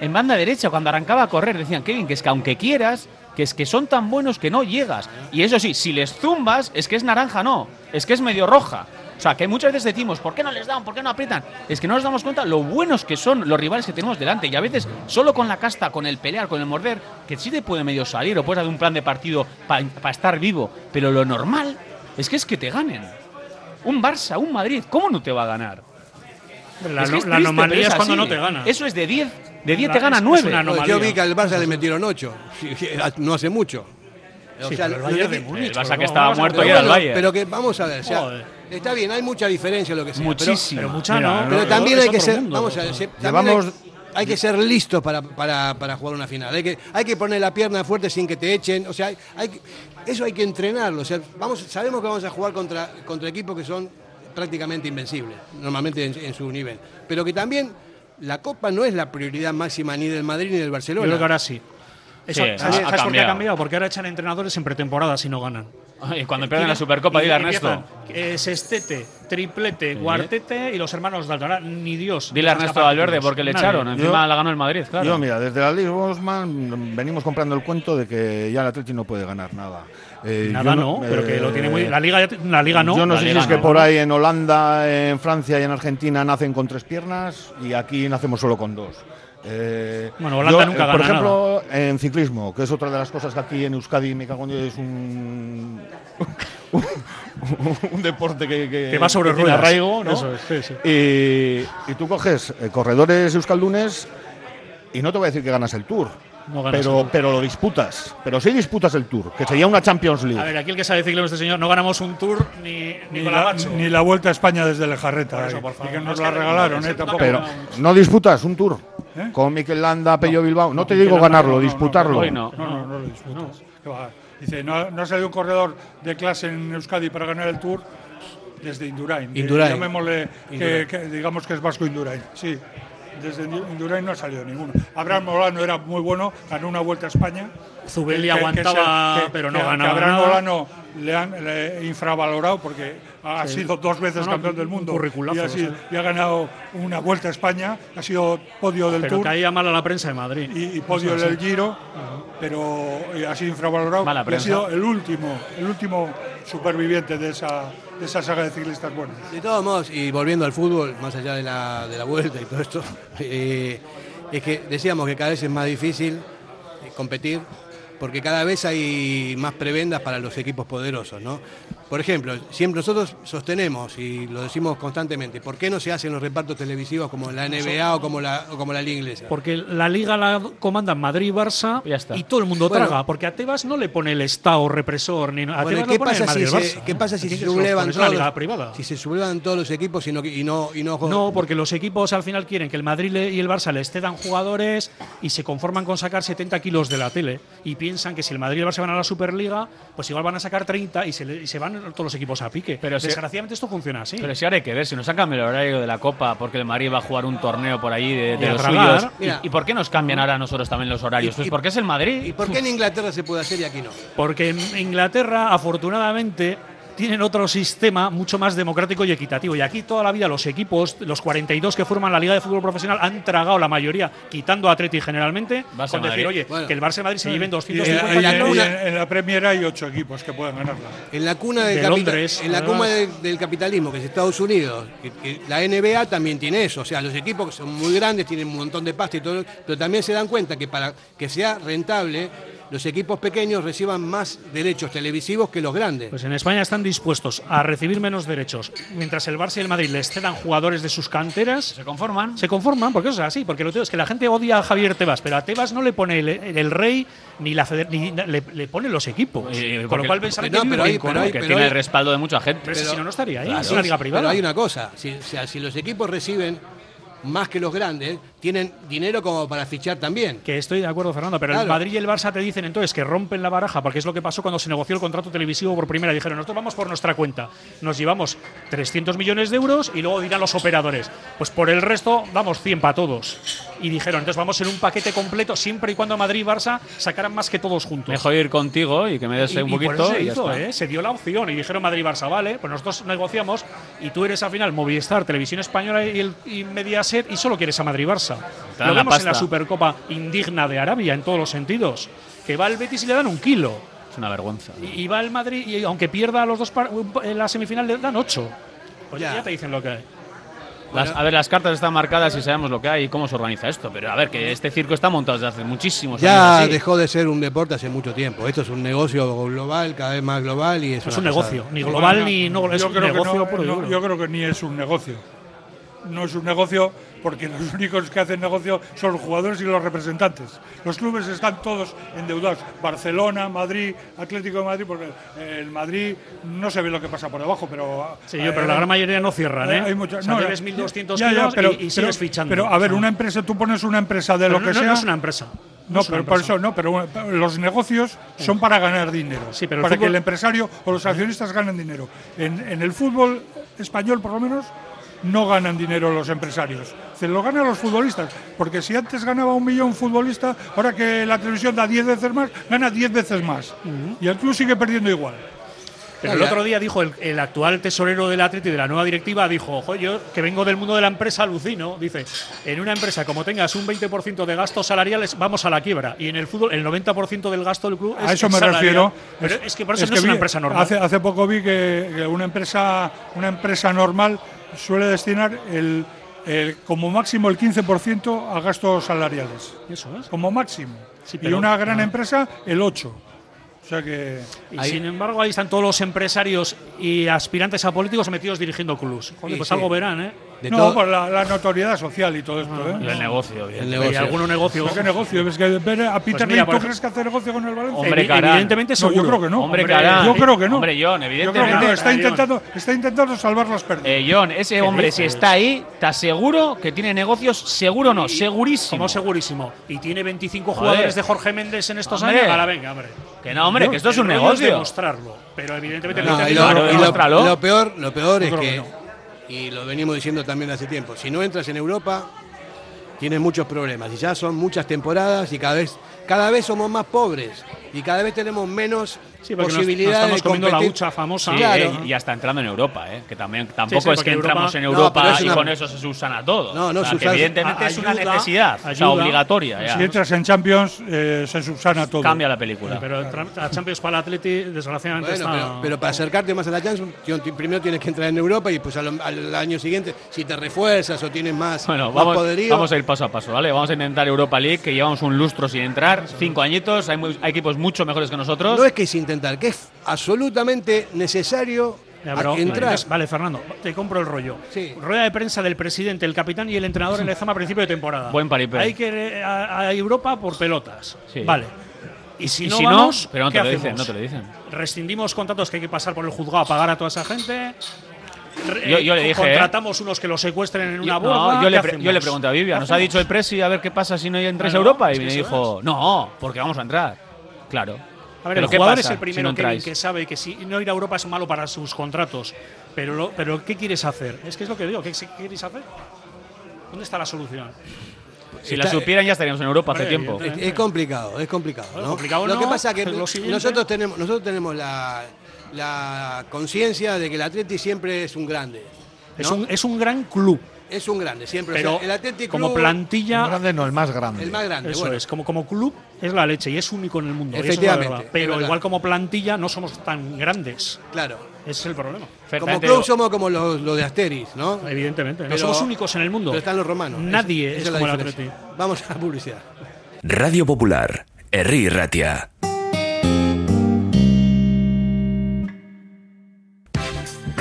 B: en banda derecha, cuando arrancaba a correr, decían, Kevin, que es que aunque quieras, que es que son tan buenos que no llegas. Y eso sí, si les zumbas, es que es naranja, no, es que es medio roja. O sea, que muchas veces decimos, ¿por qué no les dan? ¿Por qué no aprietan? Es que no nos damos cuenta lo buenos que son los rivales que tenemos delante. Y a veces, solo con la casta, con el pelear, con el morder, que sí te puede medio salir o puedes dar un plan de partido para estar vivo. Pero lo normal es que es que te ganen. Un Barça, un Madrid, ¿cómo no te va a ganar?
C: La,
B: Es que
C: no-
B: es
C: la
B: triste,
C: anomalía
B: pero
C: es,
B: es
C: cuando
B: así.
C: no te gana.
B: Eso es de 10.
A: eh,
B: De 10
C: La-
B: te gana
C: es- es
B: 9.
C: una anomalía.
A: Yo vi que al Barça le metieron 8, no hace mucho.
B: Sí, pero el Bayern de Múnich, El Barça
A: pero
B: que estaba
A: vamos a-
B: muerto
A: pero
B: y era el
A: bueno,
B: Bayern.
A: Pero que vamos a ver, o sea,
B: Joder.
A: está bien, hay mucha diferencia lo que sea.
B: Muchísima.
A: Pero,
B: Pero mucha Mira, no, no,
A: pero
B: no,
A: también
B: es
A: hay que
B: otro
A: ser,
B: mundo,
A: vamos a ver,
B: no.
A: se- también
B: Llevamos-
A: hay, hay que ser listos para, para, para jugar una final. Hay que, hay que poner la pierna fuerte sin que te echen. O sea, hay, hay que- eso hay que entrenarlo. O sea, vamos, sabemos que vamos a jugar contra, contra equipos que son prácticamente invencibles, normalmente en, en su nivel. Pero que también la Copa no es la prioridad máxima ni del Madrid ni del Barcelona.
C: Yo creo que ahora sí. Eso,
B: Sí,
C: ¿Sabes,
B: ha-
C: sabes
B: ha
C: por qué ha
B: cambiado.
C: cambiado? Porque ahora echan entrenadores en pretemporada si no ganan.
B: Ay, cuando pierden la Supercopa, dile a Ernesto.
C: Eh, sextete, triplete,
B: Sí.
C: cuartete y los hermanos Daldará, ni Dios.
B: Dile a Ernesto Valverde porque le
C: Nadie.
B: echaron. Encima
E: Yo-
B: la ganó el Madrid, claro.
E: Yo, mira, desde la Liga Bosman venimos comprando el cuento de que ya el Atleti no puede ganar nada. Eh,
C: Nada
E: yo
C: no, pero que lo tiene muy-
E: eh,
C: la Liga ya- la Liga no.
E: Yo no
C: La
E: sé
C: Liga
E: si es que
C: no.
E: por ahí en Holanda, en Francia y en Argentina nacen con tres piernas y aquí nacemos solo con dos. Eh,
C: Bueno, Holanda
E: yo,
C: nunca
E: eh, Por
C: gana
E: ejemplo, en ciclismo, que es otra de las cosas que aquí en Euskadi me cago en Dios, es un. un deporte que,
C: Que va sobre
E: tiene
C: ruedas.
E: arraigo, ¿no?
C: Eso es, sí, sí.
E: Y, y tú coges eh, corredores euskaldunes y no te voy a decir que ganas el Tour,
C: No ganas
E: pero,
C: el Tour.
E: pero lo disputas. Pero sí disputas el Tour, que sería una Champions League.
C: A ver, aquí el que sabe ciclismo es este señor, no ganamos un tour ni, ni,
D: Ni
C: con la
D: la,
C: Gacho.
D: ni la vuelta a España desde Lejarreta.
C: Por eso,
D: eh,
C: por
D: y
C: favor.
D: que
C: No,
D: nos
C: es
D: la
C: que
D: regalaron,
C: no,
D: eh,
C: es que
D: tampoco.
E: Pero no disputas un tour. Con Mikel Landa, Pello Bilbao. No, te digo
D: Mikel Landa,
E: ganarlo,
D: no, no,
E: disputarlo.
D: No, no, no, no lo disputas. Qué va. Dice, no, no ha salido un corredor de clase en Euskadi para ganar el Tour desde Indurain. Eh,
A: Indurain.
D: Llamémosle que,
A: Indurain.
D: que digamos que es vasco Indurain. Sí, desde Indu- Indurain no ha salido ninguno. Abraham Molano era muy bueno, ganó una vuelta a España.
C: Zubeldia
D: Que- que- que
C: aguantaba,
D: se- que-
C: pero no
D: que- que
C: ganaba
D: Abraham
C: nada.
D: Molano le han le infravalorado porque ha
C: Sí.
D: sido dos veces
C: No, no,
D: campeón del
C: un
D: mundo.
C: curriculazo,
D: y, ha
C: o
D: sido-
C: sea.
D: y ha ganado una vuelta a España, ha sido podio del
C: Pero
D: Tour
C: caía mal a la prensa de Madrid.
D: y, y podio en
C: Eso,
D: el
C: sí.
D: Giro, pero eh, ha sido infravalorado
C: Mala
D: y ha
C: prensa.
D: sido el último, el último superviviente de esa, de esa saga de ciclistas buenos.
A: De todos modos, y volviendo al fútbol, más allá de la, de la vuelta y todo esto, eh, es que decíamos que cada vez es más difícil eh, competir porque cada vez hay más prebendas para los equipos poderosos, ¿no? Por ejemplo, siempre nosotros sostenemos y lo decimos constantemente, ¿por qué no se hacen los repartos televisivos como la NBA o como la, o como la liga inglesa?
C: Porque la liga la comandan Madrid y Barça y todo el mundo
A: Bueno.
C: traga. Porque a Tebas no le pone el Estado represor ni nada. A
A: Bueno,
C: Tebas
A: ¿qué,
C: lo pone el
A: pasa si
C: Madrid y el
A: se,
C: Barça.
A: ¿Qué pasa si
C: Así
A: se
C: que los
A: sublevan
C: pones en la
A: todos,
C: liga
A: los-
C: privada.
A: si se sublevan todos los equipos y no, y no, y no,
C: No, porque los equipos al final quieren que el Madrid le- y el Barça les cedan jugadores y se conforman con sacar 70 kilos de la tele. Y piensan que si el Madrid y el Barça van a la Superliga, pues igual van a sacar 30 y se, le- y se van todos los equipos a pique. Pero
B: si-
C: Desgraciadamente esto funciona así.
B: Pero si ahora hay que ver, si nos han cambiado el horario de la Copa porque el Madrid va a jugar un torneo por ahí de, de
C: Y a
B: los
C: tragar.
B: suyos.
A: Mira.
B: ¿Y, y por qué nos cambian ahora a nosotros también los horarios? Pues porque es el Madrid.
A: ¿Y por qué en Inglaterra se puede hacer y aquí no?
C: Porque en Inglaterra, afortunadamente, tienen otro sistema mucho más democrático y equitativo. Y aquí toda la vida los equipos, los 42 que forman la Liga de Fútbol Profesional, han tragado la mayoría, quitando a Atleti generalmente,
B: Barça
C: con decir,
B: Madrid.
C: oye,
B: Bueno.
C: que el Barça y Madrid se lleven
D: Y en,
C: 250
D: en la,
C: kilos
D: y en- en la Premier hay ocho equipos que pueden ganarla.
A: En la cuna del,
C: De
A: capital-
C: Londres,
A: en la
C: además.
A: cuna del, del capitalismo, que es Estados Unidos, que- que la NBA también tiene eso. O sea, los equipos que son muy grandes, tienen un montón de pasta y todo, pero también se dan cuenta que para que sea rentable, los equipos pequeños reciban más derechos televisivos que los grandes.
C: Pues en España están dispuestos a recibir menos derechos, mientras el Barça y el Madrid les cedan jugadores de sus canteras. Se
B: conforman.
C: Se conforman, porque eso es así, porque lo tío es que la gente odia a Javier Tebas, pero a Tebas no le pone el, el rey ni la feder- ni na- le, le pone los equipos.
B: Eh,
C: con lo cual pensarán que viven con él.
B: porque tiene el respaldo de mucha gente.
C: Pero si no, no estaría ahí,
A: Claro.
C: es una liga privada.
A: Pero hay una cosa, si, o sea, si los equipos reciben más que los grandes, tienen dinero como para fichar también.
C: Que estoy de acuerdo, Fernando, pero el
A: Claro.
C: Madrid y el Barça te dicen entonces que rompen la baraja, porque es lo que pasó cuando se negoció el contrato televisivo por primera. Dijeron, nosotros vamos por nuestra cuenta, nos llevamos 300 millones de euros y luego dirán los operadores, pues por el resto damos 100 para todos. Y dijeron, entonces vamos en un paquete completo siempre y cuando Madrid y Barça sacaran más que todos juntos.
B: Mejor ir contigo y que me des
C: Y-
B: un
C: y por
B: poquito.
C: eso se
B: y ya
C: hizo,
B: está.
C: ¿eh? Se dio la opción y dijeron Madrid Barça, vale, pues nosotros negociamos y tú eres al final Movistar, Televisión Española y, el, y Mediaset y solo quieres a Madrid Barça.
B: Te dan
C: Lo
B: la
C: vemos en
B: pasta.
C: la Supercopa indigna de Arabia en todos los sentidos. Que va el Betis y le dan un kilo.
B: Es una vergüenza.
C: Y, y va el Madrid y aunque pierda los dos par- en la semifinal le dan ocho. Pues ya te dicen lo que hay.
B: Las- a ver, las cartas están marcadas y sabemos lo que hay y cómo se organiza esto, pero a ver, que este circo está montado desde hace muchísimos años.
A: Ya
B: así.
A: dejó de ser un deporte hace mucho tiempo. Esto es un negocio global, cada vez más global y es,
C: Es
A: una
C: un
A: pasada.
C: negocio, ni global ni no, es
D: yo
C: un
D: creo que
C: negocio
D: no,
C: puro y
D: no,
C: duro.
D: yo creo que ni es un negocio. No es un negocio porque los únicos que hacen negocio son los jugadores y los representantes. Los clubes están todos endeudados. Barcelona, Madrid, Atlético de Madrid, porque eh, el Madrid no se ve lo que pasa por abajo, pero... ah, eh,
C: Sí, yo, pero la gran mayoría no cierran, ¿eh?
D: Hay muchas-
C: O sea,
D: no,
C: debes
D: ya-
C: 1.200
D: ya, ya,
C: kilos
D: pero-
C: y, y
D: pero-
C: sigues fichando.
D: Pero a ver,
C: O sea,
D: una empresa, tú pones una empresa de
C: Pero
D: lo
C: no-
D: que
C: no-
D: sea...
C: no es una empresa.
D: No,
C: No es una
D: pero por
C: empresa.
D: eso no, pero bueno, los negocios son para ganar dinero.
C: pero el
D: para
C: fútbol-
D: que el empresario o los accionistas ganen dinero. En, en el fútbol español, por lo menos, no ganan dinero los empresarios. Se lo ganan los futbolistas. Porque si antes ganaba un millón un futbolista, ahora que la televisión da 10 veces más, gana 10 veces más. Y el club sigue perdiendo igual.
C: Pero el otro día dijo el, el actual tesorero del Atleti de la nueva directiva, dijo, ojo, yo que vengo del mundo de la empresa alucino, dice, en una empresa como tengas un 20% de gastos salariales, vamos a la quiebra. Y en el fútbol el 90% del gasto del club es
D: A eso me
C: salarial.
D: refiero.
C: Pero es, que por eso no es
D: vi-
C: una empresa normal.
D: Hace, hace poco vi que, que una, empresa, una empresa normal suele destinar el, el- como máximo el 15% a gastos salariales.
C: Eso es.
D: Como máximo. y
C: pero-
D: una gran
C: ah.
D: empresa, el 8%. O sea que.
C: Y sin embargo, ahí están todos los empresarios y aspirantes a políticos metidos dirigiendo clubs. Joder,
D: Sí,
C: pues
D: sí.
C: algo verán, ¿eh?
D: no, por la, la notoriedad social y todo esto. ¿eh?
C: y el negocio, bien. El negocio. Y alguno negocio. Pues
D: ¿Pero ¿Qué negocio? ¿Ves que ver a Peter
C: mira,
D: Lim,
C: por
D: ¿tú
C: ejemplo-
D: crees que hace negocio con el Valencia?
B: Hombre,
D: Evi-
B: Carán.
D: evidentemente No, yo creo que no.
B: Hombre, Carán.
D: Yo creo que no.
B: Hombre, John,
D: Yo creo que
B: evidentemente.
D: no. Está intentando, está intentando salvar las pérdidas.
B: Eh, John, ese
D: ¿Qué
B: hombre, si
D: dices?
B: está ahí, te aseguro que tiene negocios, seguro no, segurísimo.
C: Como segurísimo. Y tiene 25
B: Joder.
C: jugadores de Jorge Méndez en estos
B: Hombre.
C: años. Ahora venga, hombre.
B: Que no, hombre, que esto es
C: El
B: un
C: rollo
B: negocio.
C: demostrarlo. Pero evidentemente
A: No,
C: el
A: y
C: Atlético-
A: lo, y lo-
B: demuéstralo.
A: lo peor, lo peor
C: Yo
A: es
C: creo
A: que,
C: que
A: y lo venimos diciendo también hace tiempo, si no entras en Europa, tienes muchos problemas. Y ya son muchas temporadas y cada vez, cada vez somos más pobres y cada vez tenemos menos
C: Sí, porque nos-
A: posibilidades
C: nos
A: de
C: estamos comiendo la
A: competir.
C: hucha famosa.
B: Sí,
A: Claro.
B: eh, y hasta entrando en Europa, eh, que también tampoco
C: sí,
B: es
C: porque
B: que entramos
C: Europa-
B: en
C: No,
B: Europa
C: pero es
B: y
C: una-
B: con eso se subsana todo.
C: No,
A: no
B: O sea, que
A: subsana-
B: evidentemente
C: a-
B: es una
C: ayuda,
B: necesidad, o sea,
C: ayuda.
B: obligatoria. ya.
D: Si entras en Champions, eh, se subsana todo.
B: Cambia la película.
C: Pero tra- a Champions para el Atleti, desgraciadamente,
A: Bueno,
C: está.
A: pero, pero para acercarte más a la chance, ti- ti- primero tienes que entrar en Europa y pues al, al año siguiente, si te refuerzas o tienes más,
B: Bueno,
A: más
B: vamos,
A: poderío.
B: vamos a ir paso a paso, ¿vale? Vamos a intentar Europa League, que llevamos un lustro sin entrar, cinco añitos, hay, muy- hay equipos mucho mejores que nosotros.
A: No es que es intentar, que es absolutamente necesario
C: Ya, pero-
A: a- entrar.
C: Vale, Fernando, te compro el rollo. Rueda de prensa del presidente, el capitán y el entrenador en Lezama a principio de temporada.
B: Buen paripé.
C: Hay que ir a, a Europa por pelotas.
B: Sí.
C: Vale. Y si
B: Y
C: no,
B: si no,
C: vamos,
B: pero no te
C: ¿qué
B: lo dicen,
C: hacemos?
B: no te lo dicen.
C: Rescindimos contratos que hay que pasar por el juzgado a pagar a toda esa gente. Re-
B: Yo- yo le
C: eh,
B: dije,
C: Contratamos unos que los secuestren en una
B: Yo-
C: borda.
B: no, yo, le
C: ¿qué
B: pre-
C: hacemos?
B: yo le pregunté a Vivian,
C: ¿Qué
B: nos ha
C: hacemos?
B: dicho el presi a ver qué pasa si no entráis a
C: Claro,
B: Europa. Y
C: es que
B: me
C: eso
B: dijo, no, porque vamos a entrar. Claro.
C: A ver,
B: Pero
C: el
B: ¿qué
C: jugador
B: pasa
C: es el
B: si
C: primero
B: no
C: Kevin,
B: entráis?
C: que sabe que si no ir a Europa es malo para sus contratos. Pero, lo- pero ¿qué quieres hacer? Es que es lo que digo. ¿Qué, qué queréis hacer? ¿Dónde está la solución?
B: Si la supieran ya estaríamos en Europa hace
A: Hombre,
B: tiempo.
A: Es, es complicado, es complicado.
C: Bueno,
A: ¿no?
C: complicado
A: Lo que
C: no,
A: pasa que
C: pero lo siguiente.
A: nosotros tenemos, nosotros tenemos la, la conciencia de que el Atleti siempre es un grande.
C: Es, un, es un gran club.
A: Es un grande, siempre. O
C: Pero
A: sea, el Atleti
C: como
A: Club-
C: plantilla.
E: El grande no, el más grande.
A: El más grande,
C: Eso
A: bueno.
C: es. Como, como club es la leche y es único en el mundo. y eso es la
A: Efectivamente,
C: verdad.
A: es
C: Pero
A: verdad.
C: igual como plantilla no somos tan grandes.
A: Claro.
C: Ese es el problema.
A: Como club somos como los, los de Asteris, ¿no?
C: Evidentemente. No
A: Pero-
C: somos únicos en el mundo.
A: Pero están los romanos.
C: Nadie
A: Esa-
C: es
A: esa la
C: como el
A: diferencia. Vamos a la publicidad.
F: Radio Popular, Herri Ratia.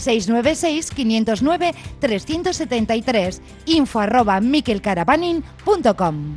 L: 696-509-373, info arroba mikelcaravaning.com.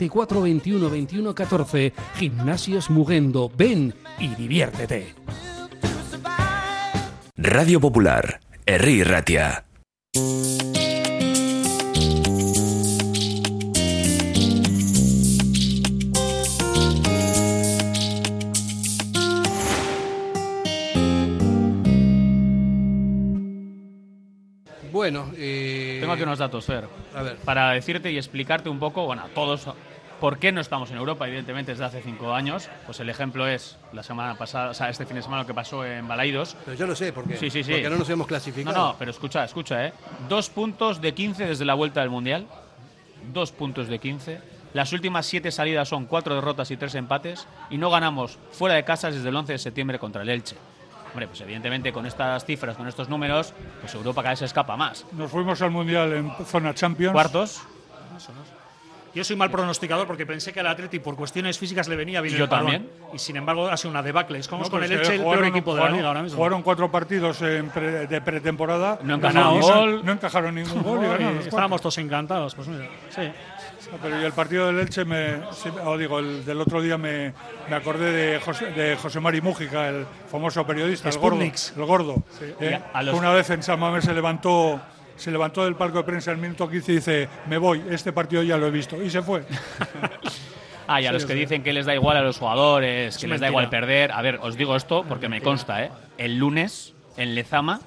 K: 21 21 14. Gimnasios Mugendo. Ven y diviértete.
F: Radio Popular, Herri Ratia.
A: Bueno, eh,
B: Tengo aquí unos datos, Fer.
A: A ver.
B: Para decirte y explicarte un poco, bueno, a todos, por qué no estamos en Europa, evidentemente, desde hace cinco años. Pues el ejemplo es la semana pasada, o sea, este fin de semana lo que pasó en Balaidos.
A: Pero yo lo sé, porque,
B: Sí, sí, sí.
A: porque no nos hemos clasificado.
B: No, no, pero escucha, escucha, ¿eh? Dos puntos de 15 desde la vuelta del Mundial. Dos puntos de 15. Las últimas siete salidas son cuatro derrotas y tres empates. Y no ganamos fuera de casa desde el 11 de septiembre contra el Elche. Hombre, pues evidentemente con estas cifras, con estos números, pues Europa cada vez se escapa más.
D: Nos fuimos al Mundial en zona Champions.
B: Cuartos.
C: Yo soy mal pronosticador porque pensé que al Atleti por cuestiones físicas le venía bien
D: Yo
C: el parón.
D: también.
C: Y sin embargo ha sido una debacle. Es como
D: No,
C: con
D: pero
C: el
D: es que
C: Elche, el peor
D: jugaron-
C: equipo de la
D: jugaron-
C: liga ahora mismo.
D: Jugaron cuatro partidos en pre- de pretemporada.
C: No
D: Ganaron
C: encajaron gol.
D: No encajaron ningún gol. eh,
C: Y
D: y ganaron los cuatro.
C: estábamos todos encantados. Pues
B: ¿Eh?
C: mira, sí.
D: No, Pero y el partido del Elche, me, sí, o digo, el del otro día me, me acordé de José, de José Mari Mújica, el famoso periodista, el gordo.
C: Sputniks.
D: El gordo
C: Y
D: ¿eh?
C: a- a los-
D: Una vez en San Mamés se levantó, se levantó del palco de prensa en el minuto 15 y dice, me voy, este partido ya lo he visto. Y se fue.
B: Ah, y a
D: Sí,
B: los que
D: sí.
B: dicen que les da igual a los jugadores, que les da
D: mentira.
B: igual perder. A ver, os digo esto porque me consta, ¿eh? El lunes, en Lezama,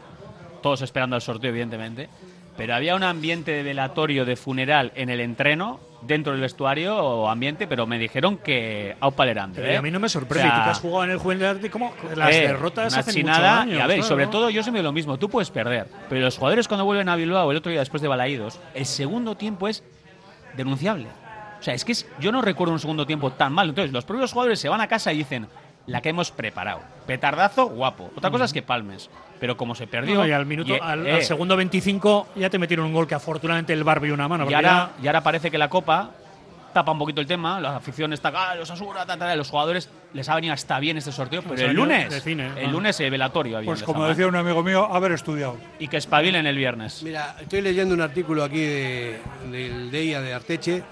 B: todos esperando al sorteo, evidentemente, pero había un ambiente de velatorio, de funeral en el entreno, dentro del vestuario, o ambiente, pero me dijeron que aupalerante.
C: Pero y a mí no me sorprende.
B: ¿eh? O sea,
C: tú que has jugado en el juego del Atleti, ¿cómo? Las
B: eh,
C: derrotas
B: una
C: hacen
B: chinada,
C: mucho daño,
B: y a ver, y
C: claro.
B: sobre todo yo siempre digo lo mismo, tú puedes perder, pero los jugadores cuando vuelven a Bilbao el otro día después de Balaídos, el segundo tiempo es denunciable. O sea, es que es- yo no recuerdo un segundo tiempo tan mal. Entonces, los propios jugadores se van a casa y dicen, la que hemos preparado. Petardazo, guapo. Otra cosa es que palmes. Pero como se perdió...
C: No, y al minuto,
B: y-
C: al,
B: eh,
C: al segundo 25 ya te metieron un gol que afortunadamente el Bar vio una mano.
B: y
C: porque
B: ahora,
C: ya-
B: y ahora parece que la Copa tapa un poquito el tema, la afición está, ah, los Asura, tal, tal", los jugadores les ha venido hasta bien este sorteo,
D: Les
B: pero
D: ha
B: el
D: venido
B: lunes,
D: de cine,
B: el
D: ah.
B: lunes el velatorio había en
D: Pues
B: el
D: como
B: Samar.
D: decía un amigo mío, haber estudiado.
B: Y que espabilen el viernes.
A: Mira, estoy leyendo un artículo aquí de- del DEIA de Arteche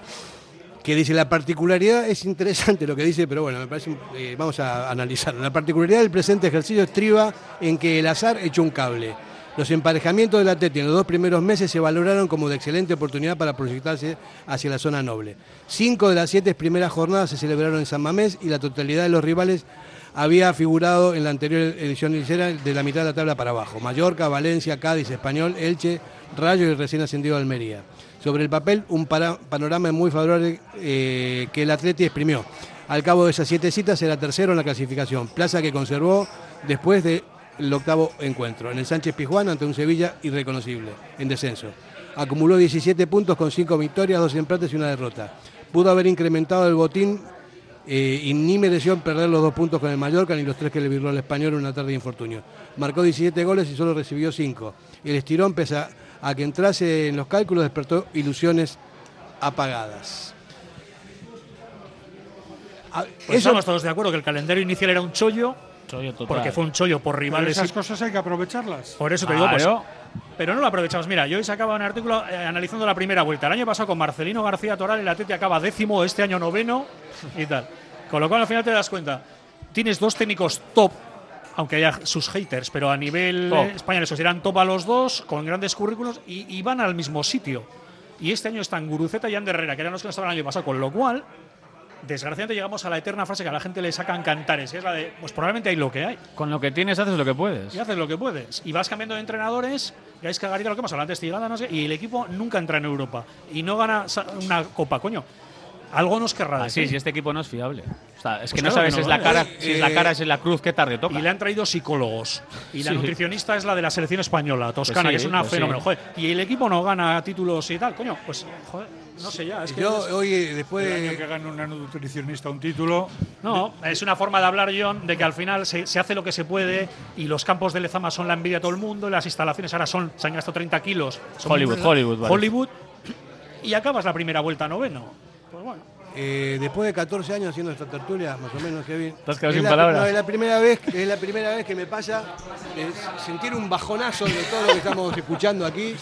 A: que dice la particularidad, es interesante lo que dice, pero bueno, me parece, un- eh, vamos a analizarlo. La particularidad del presente ejercicio estriba en que el azar echó un cable. Los emparejamientos del Atleti en los dos primeros meses se valoraron como de excelente oportunidad para proyectarse hacia la zona noble. Cinco de las siete primeras jornadas se celebraron en San Mamés y la totalidad de los rivales había figurado en la anterior edición ligera de la mitad de la tabla para abajo. Mallorca, Valencia, Cádiz, Español, Elche, Rayo y recién ascendido Almería. Sobre el papel, un para- panorama muy favorable eh, que el Atleti exprimió. Al cabo de esas siete citas, era tercero en la clasificación, plaza que conservó después del octavo encuentro, en el Sánchez Pijuán ante un Sevilla irreconocible, en descenso. Acumuló 17 puntos con 5 victorias, 2 empates y una derrota. Pudo haber incrementado el botín eh, y ni mereció perder los dos puntos con el Mallorca ni los tres que le viró al español en una tarde de infortunio. Marcó 17 goles y solo recibió 5. El estirón, pese a, a que entrase en los cálculos, despertó ilusiones apagadas. Ah,
C: pues
A: eso-
C: estamos todos de acuerdo que el calendario inicial era un chollo. Porque fue un chollo por
D: Pero
C: rivales.
D: esas
C: y-
D: cosas hay que aprovecharlas.
C: Por eso te digo, pues, pero no lo aprovechamos. Mira, yo hoy sacaba un artículo eh, analizando la primera vuelta. El año pasado con Marcelino García Toral, el Atleti acaba décimo, este año noveno y tal. Con lo cual al final te das cuenta, tienes dos técnicos top, aunque haya sus haters, pero a nivel
B: Top.
C: eh, español esos eran top a los dos, con grandes currículos y, y van al mismo sitio. Y este año están Guruceta y Ander Herrera, que eran los que no estaban el año pasado, con lo cual desgraciadamente llegamos a la eterna frase que a la gente le sacan cantares, y es la de, pues probablemente hay lo que hay.
B: Con lo que tienes haces lo que puedes.
C: Y haces lo que puedes. Y vas cambiando de entrenadores, y es que Garita lo que hemos hablado antes, Tigana, no sé, y el equipo nunca entra en Europa. Y no gana sa- una copa, coño. Algo nos querrá
B: Así
C: decir.
B: es, y este equipo no es fiable. O sea, es que
C: Pues
B: no
C: claro
B: sabes
C: que
B: si es
C: no
B: la
C: lo
B: cara,
C: es.
B: si es la cara,
C: Eh,
B: si es la cruz, qué tarde toca.
C: Y le han traído psicólogos. Y la
B: Sí.
C: nutricionista es la de la selección española, Toscana,
B: Pues sí,
C: que es una
B: pues sí.
C: fenómeno. Joder, y el equipo no gana títulos y tal, coño. Pues, joder, no sé ya. Es que
D: Yo,
C: es-
A: oye, eh, después-
D: El año que gane una nutricionista un título.
C: No, es una forma de hablar, John, de que al final se, se hace lo que se puede y los campos de Lezama son la envidia de todo el mundo, y las instalaciones ahora son, se han gastado 30 kilos. Son-
B: Hollywood, Hollywood, vale.
C: Hollywood. Y acabas la primera vuelta noveno. Pues bueno.
A: Eh, después de 14 años haciendo esta tertulia, más o menos, Kevin.
B: Te has quedado
A: es
B: sin
A: la-
B: palabras.
A: no, es, la primera vez, es la primera vez que me pasa eh, sentir un bajonazo de todo lo que estamos escuchando aquí.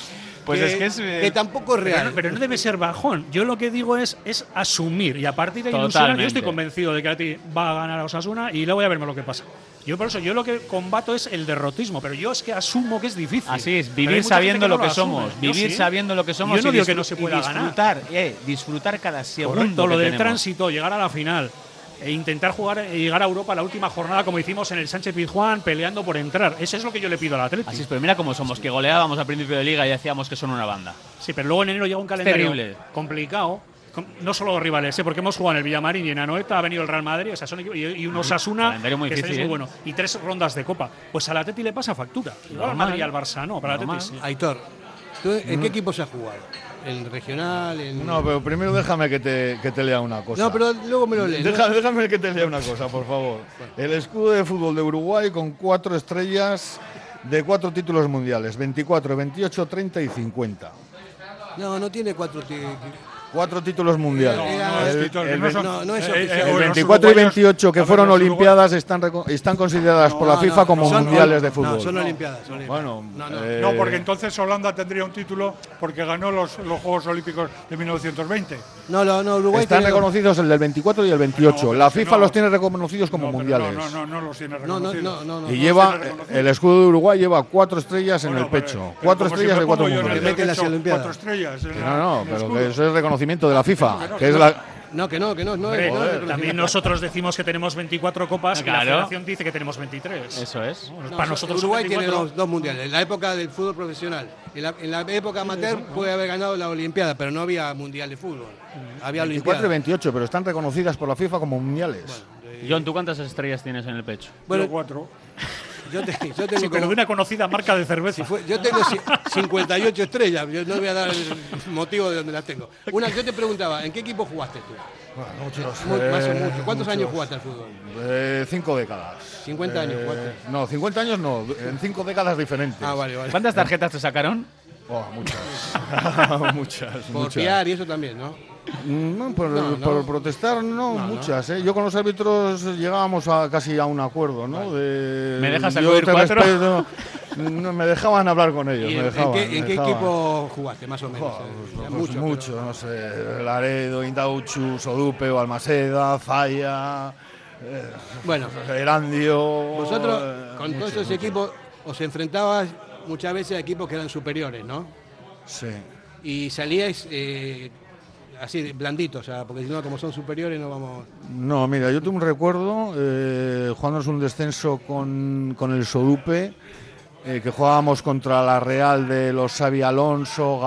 C: Pues
A: que tampoco es
C: eh, Pero
A: real.
C: no, pero no debe ser bajón. Yo lo que digo es, es asumir. Y a partir de ahí, ilusionar. yo estoy
B: Totalmente.
C: convencido de que a ti va a ganar a Osasuna y luego voy a verme lo que pasa. Yo por eso, yo lo que combato es el derrotismo, pero yo es que asumo que es difícil.
B: Así es,
C: Pero hay
B: vivir
C: mucha gente
B: sabiendo lo
C: no
B: que
C: asume.
B: somos,
C: Yo
B: vivir
C: sí.
B: sabiendo lo que somos
C: Yo no
B: y
C: digo que
B: disfr-
C: no se
B: y
C: pueda ganar.
B: disfrutar, eh, disfrutar cada segundo.
C: Correcto, lo
B: que
C: del
B: tenemos.
C: tránsito, llegar a la final e intentar jugar e llegar a Europa la última jornada como hicimos en el Sánchez Pizjuán peleando por entrar. Eso es lo que yo le pido al Atlético.
B: Así es, pero mira cómo somos, que goleábamos al principio de liga y decíamos que son una banda.
C: Sí, pero luego en enero llega un calendario
B: terrible.
C: complicado. com- No solo los rivales, ¿eh? porque hemos jugado en el Villamarín y en Anoeta, ha venido el Real Madrid, o sea, son equipos- y, y un Osasuna
B: calendario muy
C: que este año
B: difícil,
C: es muy
B: ¿eh?
C: bueno. Y tres rondas de Copa. Pues al Atleti le pasa factura. Igual al
A: Normal.
C: Madrid y al Barça no, pero al Atleti
A: Normal.
C: sí.
A: Aitor, ¿tú ¿en
E: Mm.
A: qué equipo se ha jugado? ¿En regional? En...
E: No, pero primero déjame que te, que te lea una cosa.
A: No, pero luego me lo lees.
E: Deja- déjame que te lea una cosa, por favor. El escudo de fútbol de Uruguay con cuatro estrellas de cuatro títulos mundiales: 24, 28, 30 y 50.
A: No, no tiene cuatro. ti-
E: Cuatro títulos mundiales.
A: No, no,
E: El-
A: escritor,
E: el
A: no
E: ve-
A: son- no, no es
E: el
A: oficial. Eh, eh,
E: 24 y
A: los uruguayos-
E: 28
A: a
E: que
A: ver,
E: fueron
A: los uruguayos-
E: Olimpiadas están, reco- están consideradas por la
D: No,
E: FIFA
D: no,
E: como
D: no, son-
E: mundiales de
D: no,
E: fútbol.
A: son olimpiadas, son olimpiadas.
E: Bueno,
A: No, no.
E: eh,
D: No, porque entonces Holanda tendría un título porque ganó los, los Juegos Olímpicos de 1920.
A: No, no, no, Uruguay
E: Están
A: tiene-
E: reconocidos el del 24 y el 28.
D: pero
E: la
D: es que
E: FIFA
D: no.
E: los tiene reconocidos como mundiales.
D: No, no, no, no los tiene
A: No, no,
D: reconocidos.
A: no, no, no.
E: y lleva el escudo de Uruguay lleva cuatro estrellas en el pecho, cuatro
D: como
E: estrellas
D: siempre
E: de cuatro
D: pongo yo en
E: mundiales.
D: el del
A: Mete las
D: pecho
A: Olimpiadas.
D: Cuatro estrellas. en
E: Que
D: la-
E: No,
D: en
E: no,
D: el
E: pero
D: escudo.
E: que eso es reconocimiento de la FIFA, que es la
A: Ah, No, que no, que no. no,
C: Hombre,
A: es- no es
C: también nosotros decimos que tenemos 24 copas y
B: Claro.
C: la federación dice que tenemos 23.
B: Eso es.
C: Bueno,
A: No,
C: para
A: so-
C: nosotros
A: Uruguay
C: 24.
A: tiene dos, dos mundiales. En la época del fútbol profesional. En la, en la época amateur puede haber ganado la Olimpiada, pero no había mundial de fútbol. Había
E: 24 Mm. y
A: Olimpiada.
E: 28, pero están reconocidas por la FIFA como mundiales.
B: John, ¿tú cuántas estrellas tienes en el pecho?
A: Bueno,
D: cuatro.
A: Yo, te- yo tengo
C: Sí, pero
A: como-
C: de una conocida marca de cerveza.
A: yo tengo ci- 58 estrellas. Yo no voy a dar el motivo de donde las tengo. Una, yo te preguntaba, ¿en qué equipo jugaste tú?
E: Bueno, muchos,
A: Mu- más o
E: eh,
A: mucho. ¿Cuántos años
E: muchos.
A: jugaste al fútbol?
E: Eh, cinco décadas.
A: 50 años
E: Eh,
A: jugaste.
E: No, 50 años no, en cinco décadas diferentes.
A: Ah, vale, vale.
B: ¿Cuántas tarjetas te sacaron?
E: Oh, muchas. muchas.
A: Por
E: muchas.
A: piar y eso también, ¿no?
E: No, por,
A: No, no.
E: por protestar no,
A: No, no.
E: muchas. ¿eh? Yo con los árbitros llegábamos a, casi a un acuerdo, ¿no? De,
B: ¿Me dejas
E: yo
B: acudir
E: te
B: cuatro?
E: respeto. no, me dejaban hablar con ellos.
A: ¿Y
E: me
A: en, en
E: dejaban,
A: qué,
E: me
A: en qué
E: dejaban.
A: equipo jugaste, más o menos?
E: Joder,
A: Eh,
E: pues
A: mucho,
E: mucho, no sé. Laredo, Indauchu, Sodupe, Almaceda, Falla,
A: Bueno,
E: Erandio.
A: Vosotros,
E: eh,
A: con
E: muchos,
A: todos esos
E: muchos.
A: equipos, os enfrentabas muchas veces a equipos que eran superiores, ¿no?
E: Sí.
A: Y salíais eh, así, blanditos, o sea, porque si no, como son superiores, no vamos.
E: No, mira, yo tengo un recuerdo, eh, jugándonos un descenso con, con el Sodupe, eh, que jugábamos contra la Real de los Xavi Alonso,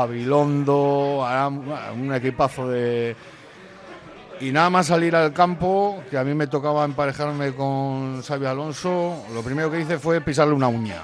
E: Gabilondo, Aram- un equipazo de... Y nada más salir al campo, que a mí me tocaba emparejarme con Xavi Alonso, lo primero que hice fue pisarle una uña.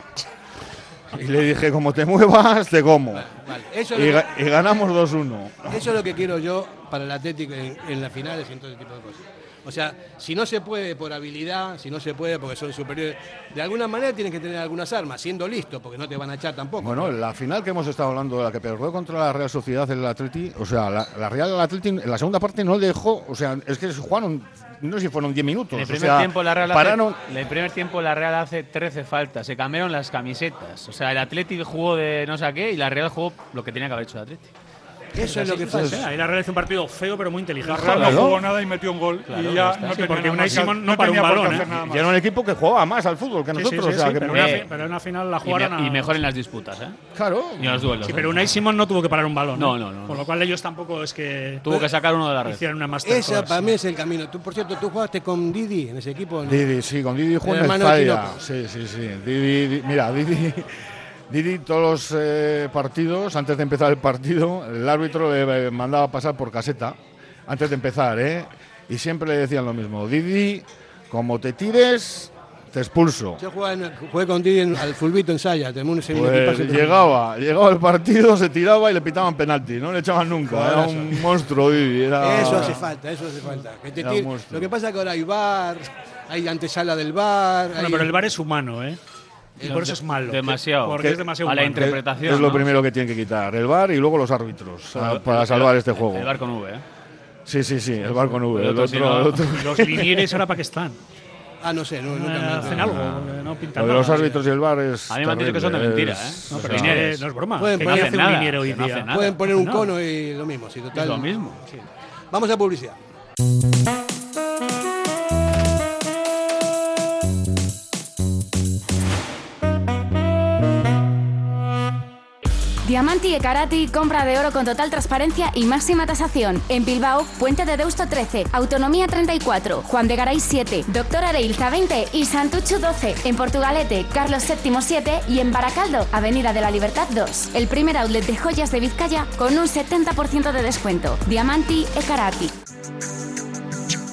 E: Y le dije, como te muevas, te como.
A: Vale, eso,
E: Y,
A: es lo
E: ga- y ganamos 2-1.
A: que, eso es lo que quiero yo para el Atlético en, en las finales y en todo ese tipo de cosas. O sea, si no se puede por habilidad, si no se puede porque son superiores, de alguna manera tienes que tener algunas armas, siendo listo, porque no te van a echar tampoco.
E: Bueno, la final que hemos estado hablando, de la que perdió contra la Real Sociedad el Atleti, o sea, la, la Real Atleti en la segunda parte no dejó, o sea, es que jugaron, no sé si fueron 10 minutos.
B: En el
E: o
B: primer
E: sea,
B: tiempo la Real
E: pararon.
B: hace, en el primer tiempo la Real hace 13 faltas, se cambiaron las camisetas. O sea, el Atlético jugó de no sé qué y la Real jugó lo que tenía que haber hecho el Atlético.
A: Eso es lo que
C: Sí, sí,
A: pasa.
C: Ahí la Pues, eh, Real hizo un partido feo, pero muy inteligente.
D: La Real no jugó nada y metió un gol.
C: Claro,
D: y
C: ya
D: ya
C: está.
D: no
C: Sí,
D: tenía
C: porque
D: nada
C: Unai
D: más que-
C: Simón no
D: tenía
C: paró un
D: por qué
C: balón,
D: hacer
C: ¿eh?
D: nada más.
E: Y era un equipo que jugaba más al fútbol que
C: Sí,
E: nosotros.
C: sí, sí,
E: o sea,
C: sí,
E: que
C: pero,
E: por-
C: una fi- pero en una final la
B: Y, me-
C: jugaron a-
B: y mejor en las disputas, ¿eh?
E: Claro.
B: Y en los duelos.
C: Sí, pero Unai Simón no tuvo que parar un balón.
B: No,
C: ¿eh?
B: no, no,
C: Con lo cual ellos tampoco es que.
B: Tuvo que sacar uno de la red.
C: Hicieron una masterclass.
A: Esa para mí es el camino. Tú, por cierto, tú jugaste con Didi en ese equipo. ¿no?
E: Didi, sí, con Didi
A: El
E: Juan
A: hermano de
E: Zaya.
A: Tinoco.
E: Sí, sí, sí. Didi, Di- mira, Didi, Didi todos los eh, partidos, antes de empezar el partido, el árbitro le eh, mandaba pasar por caseta, antes de empezar, ¿eh? Y siempre le decían lo mismo, Didi, como te tires, te expulso.
A: Yo jugué, en- jugué con Didi en- al fulbito en Saya. Tenemos un
E: Pues
A: equipazo tremendo.
E: llegaba, llegaba el partido, se tiraba y le pitaban penalti, no le echaban nunca, era
A: Jugadorazo.
E: un monstruo Didi. era-
A: Eso hace falta, eso hace falta. Que te
E: Era
A: tire-
E: un monstruo.
A: Lo que pasa es que ahora hay bar, hay antesala del bar.
C: Bueno,
A: hay-
C: pero el bar es humano, ¿eh? Y
A: Eh,
C: por eso es malo. Porque es demasiado
B: a la
C: humano.
B: inter- interpretación,
E: Es lo
B: ¿no?
E: primero que tienen que quitar, el bar y luego los árbitros, ah, para salvar este juego.
B: El bar con V, ¿eh?
E: Sí, sí, sí, el bar con V.
B: El
E: El
B: otro
E: otro,
B: sí, ¿no?
E: el otro.
C: Los linieres ahora para qué están.
A: Ah, no sé, no, nunca me-
C: Eh, Hacen algo, porque no pintan
E: Lo de los
C: nada.
E: árbitros y el bar es.
B: A mí me han dicho que son de
E: terrible,
B: mentira,
E: es-
B: ¿eh?
C: No,
E: o
C: pero
E: sea,
C: liniere- no es broma.
A: Pueden
C: que
A: poner-
C: no hace un
B: nada,
C: liniere hoy
B: que no hace
C: día.
B: nada.
A: Pueden poner un
C: No.
A: cono y lo mismo. sí, total.
B: Es lo mismo.
A: Sí. Vamos a publicidad.
G: Diamanti e Karati, compra de oro con total transparencia y máxima tasación. En Bilbao, Puente de Deusto 13, Autonomía 34, Juan de Garay 7, Doctor Areilza 20 y Santucho 12. En Portugalete, Carlos VII 7 y en Baracaldo, Avenida de la Libertad 2. El primer outlet de joyas de Vizcaya con un 70% de descuento. Diamanti e Karati.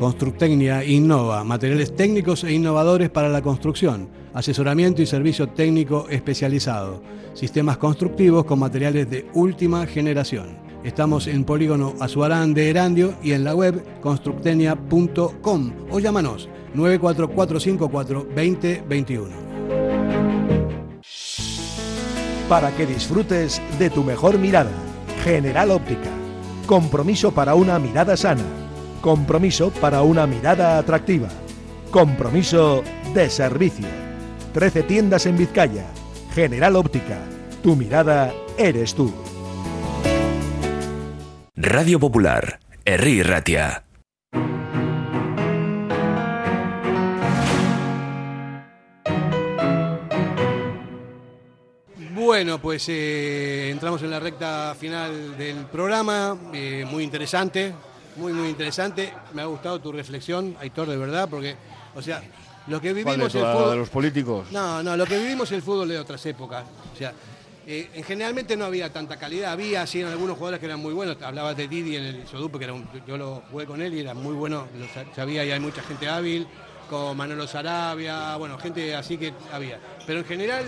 A: Constructecnia innova, materiales técnicos e innovadores para la construcción, asesoramiento y servicio técnico especializado, sistemas constructivos con materiales de última generación. Estamos en Polígono Azuarán de Erandio y en la web constructecnia.com o llámanos 94454 2021.
J: para que disfrutes de tu mejor mirada. General Óptica. Compromiso para una mirada sana. Compromiso para una mirada atractiva. Compromiso de servicio. 13 tiendas en Vizcaya. General Óptica. Tu mirada eres tú.
F: Radio Popular, Herri Ratia.
A: Bueno, pues eh, entramos en la recta final del programa, eh, muy interesante, muy, muy interesante. Me ha gustado tu reflexión, Aitor, de verdad, porque, o sea, lo que
E: ¿Cuál de
A: vivimos el
E: todas? ¿La de
A: fútbol...
E: los políticos?
A: No, no, lo que vivimos el fútbol de otras épocas, o sea, eh, en- generalmente no había tanta calidad, había, sí, en algunos jugadores que eran muy buenos, hablabas de Didi en el Sodupe, que era un- yo lo jugué con él y era muy bueno, lo sa- sabía y hay mucha gente hábil, con Manolo Sarabia, bueno, gente así que había. Pero en general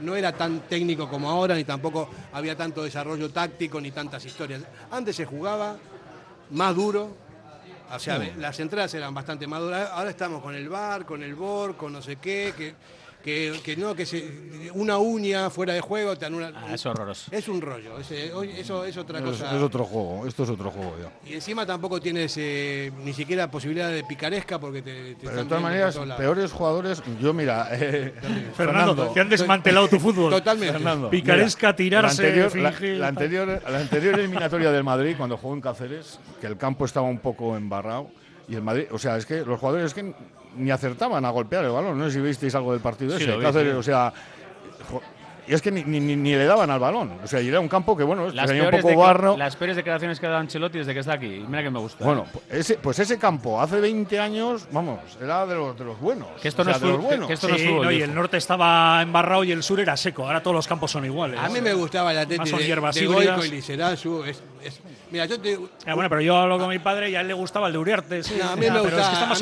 A: no era tan técnico como ahora, ni tampoco había tanto desarrollo táctico, ni tantas historias. Antes se jugaba más duro, o sea,
E: Sí.
A: las entradas eran bastante más duras. Ahora estamos con el bar, con el bor, con no sé qué, que, que, que no, que se- una uña fuera de juego, te anulan-
B: Ah, es horroroso.
A: Es un rollo, es, eh, hoy- eso es otra
E: Es,
A: cosa.
E: es otro juego, esto es otro juego ya.
A: Y encima tampoco tienes eh, ni siquiera posibilidad de picaresca porque te, te
E: Pero de
A: están
E: todas
A: viendo por
E: maneras,
A: todos lados.
E: peores jugadores, yo mira, eh,
C: Fernando, que han desmantelado tu fútbol.
A: Totalmente.
E: Fernando,
C: Picaresca,
E: mira,
C: tirarse,
E: La anterior, la-
C: fingir,
E: la
C: tal.
E: anterior- la anterior eliminatoria del Madrid, cuando jugó en Cáceres, que el campo estaba un poco embarrado, y el Madrid, o sea, es que los jugadores es que ni acertaban a golpear el balón. No sé si visteis algo del partido
B: Sí,
E: ese.
B: lo vi,
E: Cáceres,
B: sí.
E: o sea. jo- Y es que ni, ni- ni- ni le daban al balón. O sea, y era un campo que, bueno,
B: Las
E: tenía un
B: peores,
E: poco
B: decla-
E: barro.
B: las peores declaraciones que ha dado Ancelotti desde que está aquí. Y Mira que me gusta.
E: Bueno, pues ese, pues ese campo hace 20 años, vamos, era de los, de los buenos.
B: Que esto
E: O
B: no
E: sea,
B: es
E: de los
B: fútbol, que-
E: buenos.
B: que esto
C: Sí,
B: no es fútbol,
C: no, y
B: viejo.
C: el norte estaba embarrado y el sur era seco. Ahora todos los campos son iguales.
A: A mí me gustaba el
C: Más
A: Atlético
C: son
A: de,
C: hierbas
A: de
C: híbridas.
A: Goico y Lizarazu, es- es- mira, yo te-
C: Ah, bueno, pero yo hablo con mi padre y a él le gustaba el de Uriarte. sí.
A: No, a mí me
C: Ya, pero es
A: gustaba-
C: que estamos
A: a
C: en
A: mí me gustaba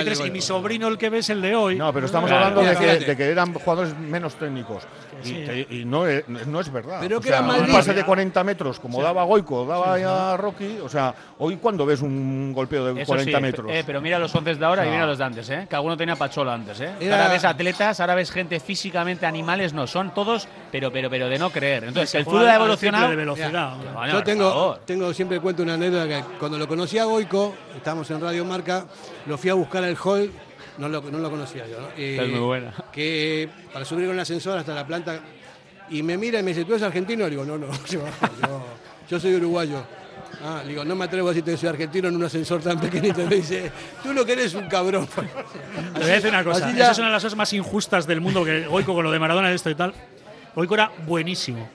A: el de
C: 2023 y
A: Goico.
C: mi sobrino, el que ves, el de hoy.
E: No, pero estamos
C: Claro,
E: hablando de
C: fíjate.
E: que, de que eran jugadores menos técnicos.
C: sí.
E: Y, te- y no, es, no es verdad.
A: Pero
E: O
A: que
E: sea,
A: era Madrid.
E: Un pase de 40 metros, como
A: Sí.
E: daba Goico, daba
A: Sí,
E: ya Rocky. O sea, hoy cuando ves un golpeo de
B: Eso
E: 40
B: sí,
E: metros.
B: eh, pero mira los 11 de ahora y
E: No.
B: mira los de antes, ¿eh? que alguno tenía pachola antes. ¿eh?
E: Era-
B: Ahora ves atletas, ahora ves gente físicamente, animales no, son todos, pero pero pero de no creer. Entonces,
C: Se
B: el
C: juega
B: fútbol ha
C: al
B: evolucionado.
C: triple de velocidad, hombre.
B: Coño,
A: Yo
B: por
A: tengo,
B: favor.
A: tengo siempre cuento una anécdota que cuando lo conocí a Goico, estábamos en Radio Marca, lo fui a buscar al hall, no lo, no lo conocía yo. ¿no? Eh,
B: Esta es muy buena.
A: Que para subir con el ascensor hasta la planta, y me mira y me dice, ¿tú eres argentino? Le digo, no, no, yo, yo- yo soy uruguayo. Ah, le digo, no me atrevo a decirte que soy argentino en un ascensor tan pequeñito. Me dice, tú lo que eres es un cabrón.
C: Te voy a decir una cosa.
A: Así
C: Esa
A: ya-
C: es una de las cosas más injustas del mundo, que Goico con lo de Maradona y esto y tal. Goico era buenísimo.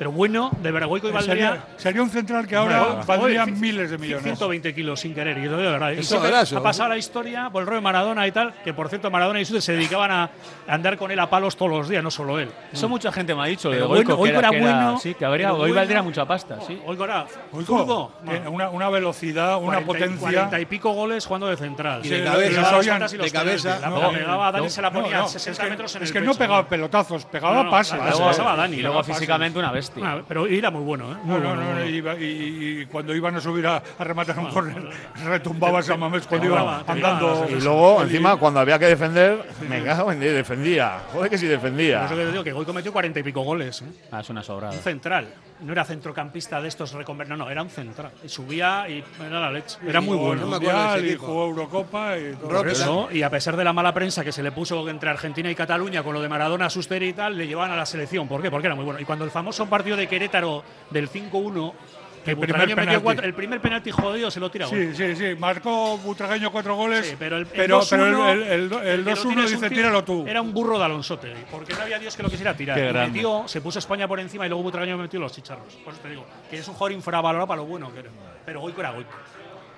C: Pero bueno, de verdad, Goico y
D: Sería,
C: Pues valdría...
D: sería un central que ahora
C: Bueno,
D: valdría
C: hoy,
D: miles de millones.
C: 120 kilos sin querer, y eso de verdad. ¿eh? Y
D: Es
C: siempre
D: abrazo.
C: ha pasado la historia por el rollo de Maradona y tal, que por cierto Maradona y Suárez se dedicaban a andar con él a palos todos los días, no solo él. Mm.
B: Eso mucha gente me ha dicho. de
C: Pero bueno,
B: Goico, que
C: Goico era
B: que
C: bueno,
B: Sí, que habría,
C: pero
B: hoy
C: bueno.
B: valdría mucha pasta. Sí.
C: Hoy era
D: Goico,
C: zurdo,
D: tiene una, una velocidad,
C: 40
D: una
C: y-
D: potencia.
C: 40 y pico goles jugando de central.
D: Y
C: Sí,
D: de
C: lo-
D: cabeza,
C: y los
D: lo
C: habían-
D: habían-
C: y los
D: de cabeza.
C: penaltis. La
D: No,
C: pegaba a Dani,
D: no,
C: se la ponía
D: no,
C: a
D: no.
C: 60
D: Es que-
C: metros en
D: es
C: el
D: que no
C: pecho.
D: pegaba pelotazos, pegaba
C: No, no,
D: pases.
C: claro, luego pasaba Dani,
B: Y luego físicamente una bestia.
C: Ah, pero era muy bueno, ¿eh?
D: No,
C: Muy
D: no,
C: bueno,
D: no,
C: muy bueno.
D: iba- y, y cuando iban a subir a, a rematar un córner, retumbaba San Mamés
C: Ah, te
D: cuando iban
C: pegaba, te
D: andando.
E: Y luego, encima, cuando había que defender, me cago en diez, defendía. Joder, que si
C: Por
E: defendía.
C: eso que te digo que Goico metió 40 y pico goles. ¿eh?
B: Ah, es una sobrada.
C: Un central. No era centrocampista de estos reconver- No, no, era un central. Y subía y era la leche. Era muy
D: jugó
C: bueno.
D: el Mundial, y jugó Eurocopa y todo
C: Por eso, y a pesar de la mala prensa que se le puso entre Argentina y Cataluña con lo de Maradona, Suster y tal, le llevaban a la selección. ¿Por qué? Porque era muy bueno. Y cuando el famoso partido de Querétaro del 5-1, que
D: El primer
C: Butragueño metió
D: penalti.
C: cuatro- el primer penalti jodido se lo tira. Goico.
D: Sí, sí, sí. Marcó Butragueño cuatro goles.
C: pero el, el
D: pero, pero el-
C: 2-1,
D: el, el- el
C: que lo
D: 2-1
C: tires un
D: dice,
C: tiro,
D: tíralo tú.
C: Era un burro de Alonsote, porque no había Dios que lo quisiera tirar.
D: Qué
C: Y
D: grande.
C: metió, se puso España por encima y luego Butragueño metió los chicharros. Por eso te digo, que es un jugador infravalorado para lo bueno que era. Pero Goico era Goico.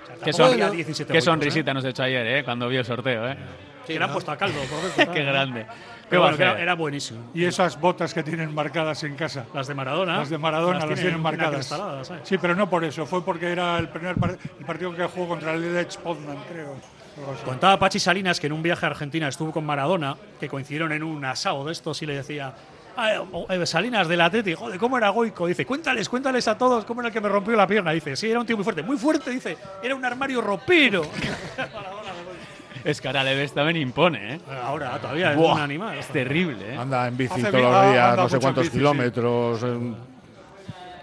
C: O sea,
B: Qué,
C: tampoco
B: son-
C: había 17
B: qué
C: Goicos, ¿eh?
B: sonrisita nos echó ayer, ¿eh? cuando vio el sorteo. ¿eh?
C: que le han puesto a caldo, por cierto.
B: Qué grande. Qué
C: Pero
B: va a
C: bueno, que era,
B: hacer.
C: era buenísimo.
D: Y esas botas que tienen marcadas en casa.
C: Las de Maradona.
D: Las de Maradona
C: Las
D: las,
C: tiene-
D: tienen
C: tiene
D: marcadas.
C: acristaladas, ¿eh?
D: Sí, pero no por eso. Fue porque era el primer par- el partido que jugó contra el Lech Poznan, creo. Algo así.
C: Contaba Pachi Salinas que en un viaje a Argentina estuvo con Maradona, que coincidieron en un asado de estos y le decía, "Ay, o- eh, Salinas del Atleti, joder, ¿cómo era Goico? Dice, cuéntales, cuéntales a todos cómo era el que me rompió la pierna. Dice, sí, era un tío muy fuerte, muy fuerte, dice, era un armario ropero.
B: Es que ahora le ves también impone. ¿eh?
C: Ahora todavía es
B: Buah,
C: un animal.
B: Es terrible. ¿eh?
E: Anda en bici
C: Hace
E: todos los
C: bien,
E: días,
C: anda
E: no sé
C: mucho en
E: cuántos
C: bici, sí.
E: kilómetros. eh,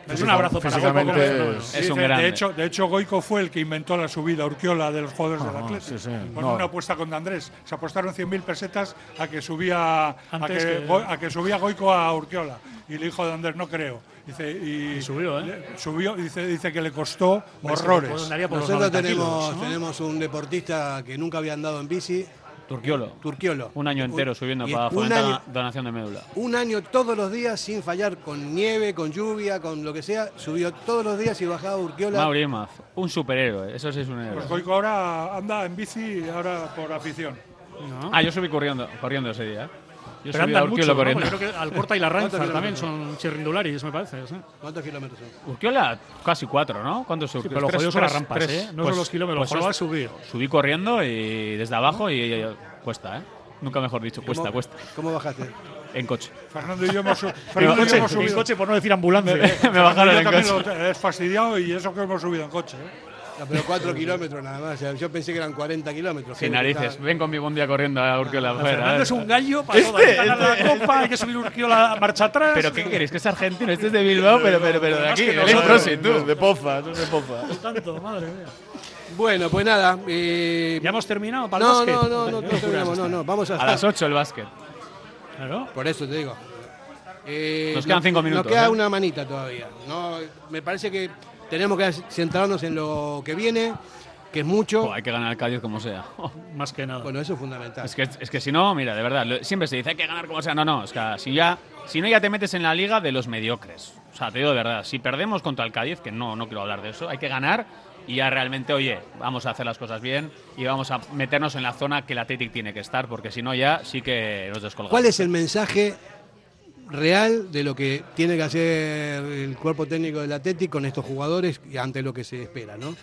C: Es un abrazo para Goico,
E: físicamente
C: como fenómeno.
E: es-
D: Sí, de- De hecho, de hecho, Goico fue el que inventó la subida a Urquiola de los
C: Ah,
D: jugadores del
E: Ajá,
D: Atlético.
E: sí, sí.
D: Con
E: No.
D: una apuesta con Andrés. Se apostaron 100.000 pesetas a que subía a que,
C: Antes que-
D: Go- a que subía Goico a Urquiola. Y le dijo de Andrés, no creo. Dice, y,
C: subió, ¿eh?
D: le- subió, dice, dice que le costó
C: Hombre, se
D: horrores.
C: lo daría por los
A: Nosotros
C: 90
A: tenemos,
C: kilos, ¿no?
A: tenemos un deportista que nunca había andado en bici.
B: Turquiolo.
A: Turquiolo.
B: Un año entero
A: Un-
B: subiendo
A: y
B: para
A: un
B: fomentar
A: año-
B: la donación de médula.
A: Un año todos los días sin fallar, con nieve, con lluvia, con lo que sea. Subió todos los días y bajaba a Urquiola.
B: Mauri Imaz, un superhéroe. Eso sí es un héroe.
D: Pues Goico ahora anda en bici, ahora por afición.
B: Ah, yo subí corriendo, corriendo ese día. ¿eh?
C: Pero
B: Yo subí a
C: andan mucho,
B: Urquiola
C: ¿no?
B: corriendo.
C: Yo creo que Alcorta y la Ranza
A: ¿Cuántos
C: también
A: kilómetros
C: son chirrindularis, me parece. ¿sí?
A: ¿Cuántos kilómetros son?
B: Urquiola casi cuatro, ¿no? ¿Cuántos
C: Sí, pero lo jodido son las rampas, ¿eh? No son
B: Pues
C: los kilómetros, lo jodido es subir.
B: Subí corriendo y desde abajo y, y- cuesta, ¿eh? Nunca mejor dicho, cuesta,
A: ¿Cómo-
B: cuesta.
A: ¿Cómo bajaste?
B: En coche.
D: Fernando y yo hemos, su-
B: Digo,
D: Fernando y yo hemos
C: En
D: subido. eh,
C: coche, por no decir ambulancia.
B: Me bajaron
D: yo
B: en
D: también
B: coche.
D: lo- es fastidiado y eso que hemos subido en coche. ¿eh?
A: No, pero 4 kilómetros nada más. O sea, yo pensé que eran 40 kilómetros.
B: Sin
A: Qué
B: narices.
A: brutal.
B: Ven conmigo un día corriendo a Urquiola. fuera, a
C: Fernando
B: ver.
C: es un gallo para
B: Este,
C: todo. Hay que ganar la
A: Este.
C: copa, hay que subir Urquiola marcha atrás.
B: ¿Pero qué queréis? Que es argentino. Este es de Bilbao, pero, pero, pero de
C: Más
B: aquí.
C: que
B: del
C: nosotros.
B: Crossing, tú.
E: De poza, de poza.
C: Tanto, madre mía.
A: Bueno, pues nada. eh,
C: ¿Ya hemos terminado para el
A: no,
C: básquet?
A: no, no, no, no,
C: Qué locuras
A: terminamos, no,
C: estas.
A: no, Vamos a,
B: A las 8 el básquet.
C: Claro.
A: Por eso te digo. Eh,
B: Nos quedan cinco minutos,
A: Nos queda
B: ¿eh?
A: una manita todavía. No, me parece que tenemos que centrarnos en lo que viene, que es mucho.
B: Jo, hay que ganar el Cádiz como sea.
C: Más que nada.
A: Bueno, eso es fundamental.
B: Es que, es que si no, mira, de verdad, lo- siempre se dice hay que ganar como sea. No, no, es que si, ya, si no ya te metes en la liga de los mediocres. O sea, te digo de verdad, si perdemos contra el Cádiz, que no, no quiero hablar de eso, hay que ganar y ya realmente, oye, vamos a hacer las cosas bien y vamos a meternos en la zona que el Athletic tiene que estar, porque si no ya sí que nos descolgamos.
A: ¿Cuál es el mensaje real de lo que tiene que hacer el cuerpo técnico del Atleti con estos jugadores y ante lo que se espera, ¿no?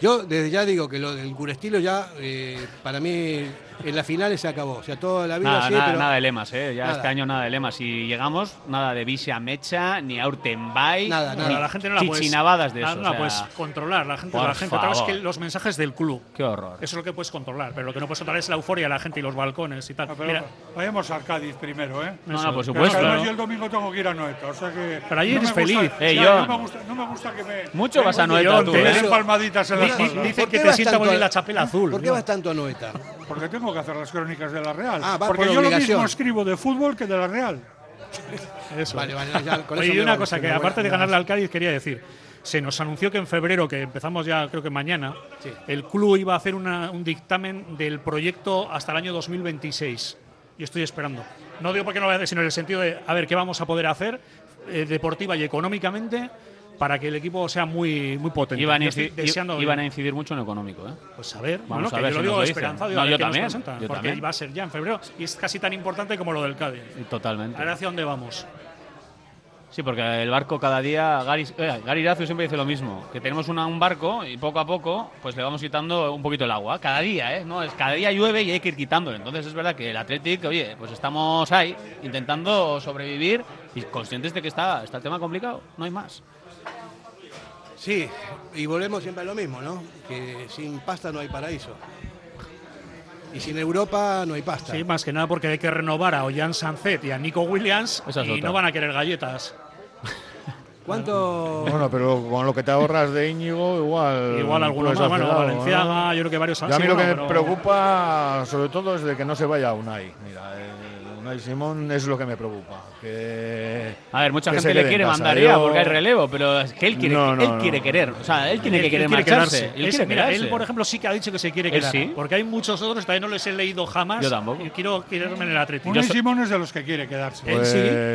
A: Yo desde ya digo que lo del Curestilo ya, eh, para mí, en las finales se acabó. O sea, toda la vida
B: Nada,
A: sí,
B: nada,
A: pero...
B: nada de lemas, ¿eh? Ya
A: Nada.
B: este año nada de lemas. Si llegamos, nada de Visa Mecha, ni Aurtenbay,
C: Nada, nada. La gente no la puedes-
B: chichinabadas de
C: la-
B: eso.
C: no la
B: o sea,
C: puedes controlar, la gente,
B: por
C: la gente. Otra cosa es
B: favor.
C: que los mensajes del club.
B: Qué horror.
C: Eso es lo que puedes controlar, pero lo que no puedes controlar es la euforia de la gente y los balcones y tal.
D: Ah, Pero
C: Mira,
D: vayamos al Cádiz primero, ¿eh?
C: No, no, por
D: Que
C: supuesto,
D: además
C: ¿no?
D: yo el domingo tengo que ir a Noeta, o sea que...
C: Pero ahí
D: no
C: eres
D: me gusta-
C: feliz. Eh,
D: Ya,
C: John.
D: no, me gusta, no me gusta que me...
C: Mucho
D: que
C: vas a
D: me-
C: Noeta
D: que
C: tú,
D: me
C: ¿eh?
D: den palmaditas en la
C: Di- di-
D: espalda.
C: dicen ¿Por que qué te vas sienta tanto muy a- bien la chapela azul,
A: ¿Por qué
C: ¿no?
A: vas tanto a Noeta?
D: Porque tengo que hacer las crónicas de la Real.
A: Ah, va
D: Porque
A: por
D: yo lo
A: obligación.
D: mismo escribo de fútbol que de la Real.
C: Eso.
A: Vale, vale, ya, con
C: Oye,
A: eso
C: y
A: me
C: una
A: voy,
C: cosa
A: me
C: que
A: voy.
C: aparte de ganarle al Cádiz quería decir. Se nos anunció que en febrero, que empezamos ya creo que mañana, el club iba a hacer una- un dictamen del proyecto hasta el año 2026. Y estoy esperando. No digo porque no lo vaya a hacer, sino en el sentido de a ver qué vamos a poder hacer eh, deportiva y económicamente para que el equipo sea muy, muy potente.
B: Iban a,
C: Yo estoy
B: incidir,
C: deseando-
B: iban a incidir mucho en lo económico, ¿eh?
C: Pues a ver,
B: vamos
C: Bueno,
B: a
C: que
B: ver
C: yo
B: si
C: lo digo
B: nos dicen.
C: esperanzado, digo,
B: No,
C: a ver
B: yo
C: qué nos
B: también,
C: presentan,
B: yo
C: porque
B: también.
C: va a ser ya en febrero y es casi tan importante como lo del Cádiz.
B: Totalmente.
C: Ahora hacia dónde vamos.
B: Sí, porque el barco cada día, Gary, eh, Gary Iracio siempre dice lo mismo, que tenemos una- un barco y poco a poco pues le vamos quitando un poquito el agua, cada día, ¿eh? No, es, cada día llueve y hay que ir quitándole. Entonces es verdad que el Athletic, oye, pues estamos ahí intentando sobrevivir y conscientes de que está, está el tema complicado, no hay más.
A: Sí, y volvemos siempre a lo mismo, ¿no? Que sin pasta no hay paraíso. Y sin Europa no hay pasta.
C: Sí, más que nada porque hay que renovar a Ollán Sancet y a Nico Williams
A: Esa es
C: y
A: otra.
C: no van a querer galletas.
A: ¿Cuánto?
E: Bueno, pero con lo que te ahorras de Íñigo, igual.
C: Igual algunos
E: puedes
C: más.
E: hacer
C: Bueno,
E: algo,
C: Valenciaga,
E: Eh, pues ¿no?
C: yo creo que varios han-
E: Yo a mí
C: sí,
E: lo que
C: bueno,
E: me
C: pero-
E: preocupa, sobre todo, es de que no se vaya Unai. Mira, eh, Unai Simón es lo que me preocupa. que-
B: A ver, mucha
E: que se
B: gente le
E: quede en
B: quiere
E: casa.
B: mandar
E: Yo-
B: ya porque hay relevo, pero es que él quiere,
E: No, no,
B: él
E: no.
B: quiere querer, o sea, él tiene
C: Él-
B: que
C: él
B: querer
C: quiere
B: marcharse.
C: quedarse.
B: Él
C: Es-
B: quiere
C: mira,
B: quedarse.
C: él, por ejemplo, sí que ha dicho que se quiere
B: Él
C: quedar.
B: sí.
C: Porque hay muchos otros, que todavía no los he leído jamás.
B: Yo tampoco.
C: Y quiero quedarme en el Atlético.
D: Unai Simón es de los que quiere quedarse.
C: Eh,
B: Él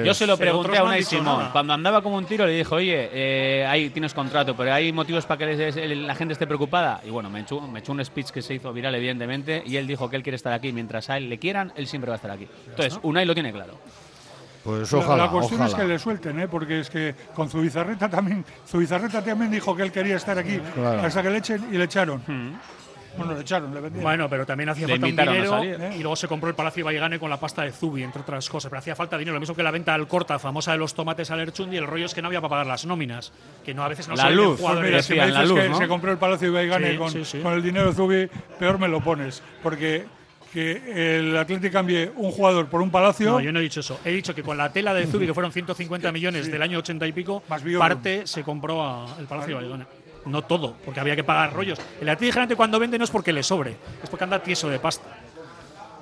B: sí. Yo se lo
C: Pero
B: pregunté
C: otros
B: a
C: no han
B: Unai
C: dicho
B: Simón.
C: nada.
B: Cuando andaba como un tiro le dijo, oye, eh, ahí tienes contrato, pero hay motivos para que les- el- la gente esté preocupada. Y bueno, me echó, me echó un speech que se hizo viral, evidentemente, y él dijo que él quiere estar aquí. Mientras a él le quieran, él siempre va a estar aquí. Entonces, Unai lo tiene claro.
E: Pues
D: La-
E: ojalá.
D: la cuestión
E: ojalá.
D: es que le suelten, ¿eh? porque es que con Zubizarreta también, Zubizarreta también dijo que él quería estar aquí
E: Claro.
D: hasta que le echen y le echaron. Bueno, le echaron, le vendieron.
C: Mm. Bueno, pero también hacía
D: Le
C: falta un
D: invitaron a
C: dinero
D: salir.
C: ¿eh? y luego se compró el Palacio Ibaigane con la pasta de Zubi, entre otras cosas. Pero hacía falta dinero, lo mismo que la venta al corta famosa de los tomates al Erchundi. El rollo es que no había para pagar las nóminas, que no a veces no
B: La
C: se venden
B: luz,
D: Pues
C: jugadores.
D: mira, si me dices que se compró el Palacio de Baigane
C: Sí,
D: con,
C: sí, sí.
D: con el dinero de Zubi, peor me lo pones. Porque que el Atlético cambie un jugador por un Palacio.
C: No, yo no he dicho eso. He dicho que con la tela de Zubi, que fueron 150 millones del año 80 y pico, parte se compró a- el Palacio de Baigone. No todo, porque había que pagar rollos. El Atlético generalmente cuando vende no es porque le sobre, es porque anda tieso de pasta.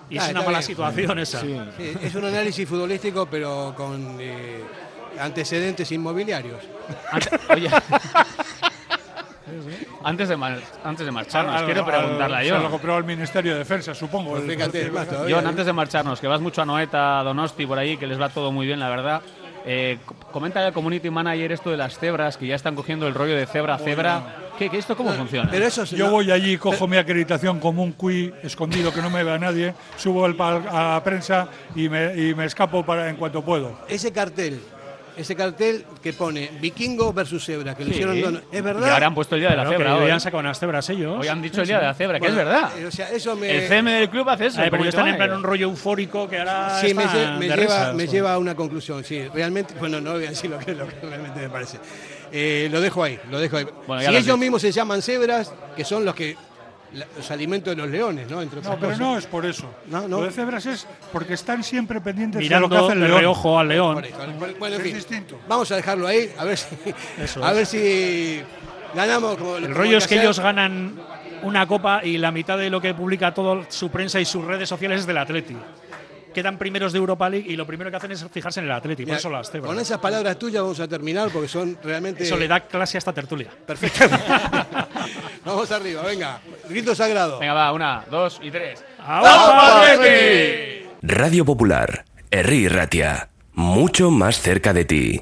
C: Y es
A: Ah, está
C: una mala
A: bien.
C: situación esa.
A: Sí. Sí, es un análisis futbolístico, pero con eh, antecedentes inmobiliarios.
B: Oye. Antes de, mar- antes de marcharnos,
D: Al-
B: quiero
D: al-
B: preguntarle a
D: Se lo
B: John.
D: compró al Ministerio de Defensa, supongo. el- el-
B: John,
A: ¿eh?
B: antes de marcharnos, que vas mucho a Noeta, a Donosti, por ahí, que les va todo muy bien, la verdad. Eh, co- comenta al community manager esto de las cebras, que ya están cogiendo el rollo de cebra a cebra. ¿Qué, qué- esto cómo funciona?
D: Yo voy allí, cojo mi acreditación como un cui escondido que no me vea nadie, subo al pal- a la prensa y me, y me escapo para, en cuanto puedo.
A: Ese cartel, ese cartel que pone vikingo versus cebra, que lo
B: Sí.
A: hicieron. don- Es verdad.
B: Y ahora han puesto el día de la
C: Claro, que
B: cebra.
C: hoy
B: hoy.
C: han sacado unas cebras ellos.
B: Hoy han dicho el día de la cebra, que es
A: Bueno,
B: verdad.
A: eh, O sea, eso me.
B: El CM del club hace eso.
C: Ah, pero
B: como
C: ellos están
B: te
C: en plan
B: vaya.
C: un rollo eufórico que ahora
A: Sí, me,
C: están
A: lle- me
C: de
A: lleva,
C: risas,
A: me
C: ¿no?
A: lleva a una conclusión, sí. Realmente, bueno, no voy a decir lo que, lo que realmente me parece. Eh, lo dejo ahí, lo dejo ahí.
B: Bueno, ya
A: si
B: lo
A: ellos
B: has dicho.
A: mismos se llaman cebras, que son los que la- los alimentos de los leones, ¿no? Entre otras
D: No, pero
A: cosas.
D: no es por eso.
A: No, no.
D: Lo de cebras es porque están siempre pendientes
A: Mirando
D: de lo que hace el
A: de
D: león.
A: reojo
C: al león.
A: Por eso, por- bueno, en
D: Es
A: fin,
D: distinto.
A: Vamos a dejarlo ahí, a ver si,
C: Eso
A: a
C: es.
A: ver si ganamos. Como,
C: El
A: como
C: rollo es que
A: ayer.
C: ellos ganan una copa y la mitad de lo que publica toda su prensa y sus redes sociales es del Atleti. Quedan primeros de Europa League y lo primero que hacen es fijarse en el Atleti.
A: Mira,
C: por eso las cebras.
A: Con esas palabras tuyas vamos a terminar porque son realmente.
C: Eso le da clase a esta tertulia.
A: Perfecto. vamos arriba, venga. Grito sagrado.
B: Venga, va, una, dos y tres.
C: ¡Vamos,
B: Atleti!
F: Radio Popular, Herri Ratia, mucho más cerca de ti.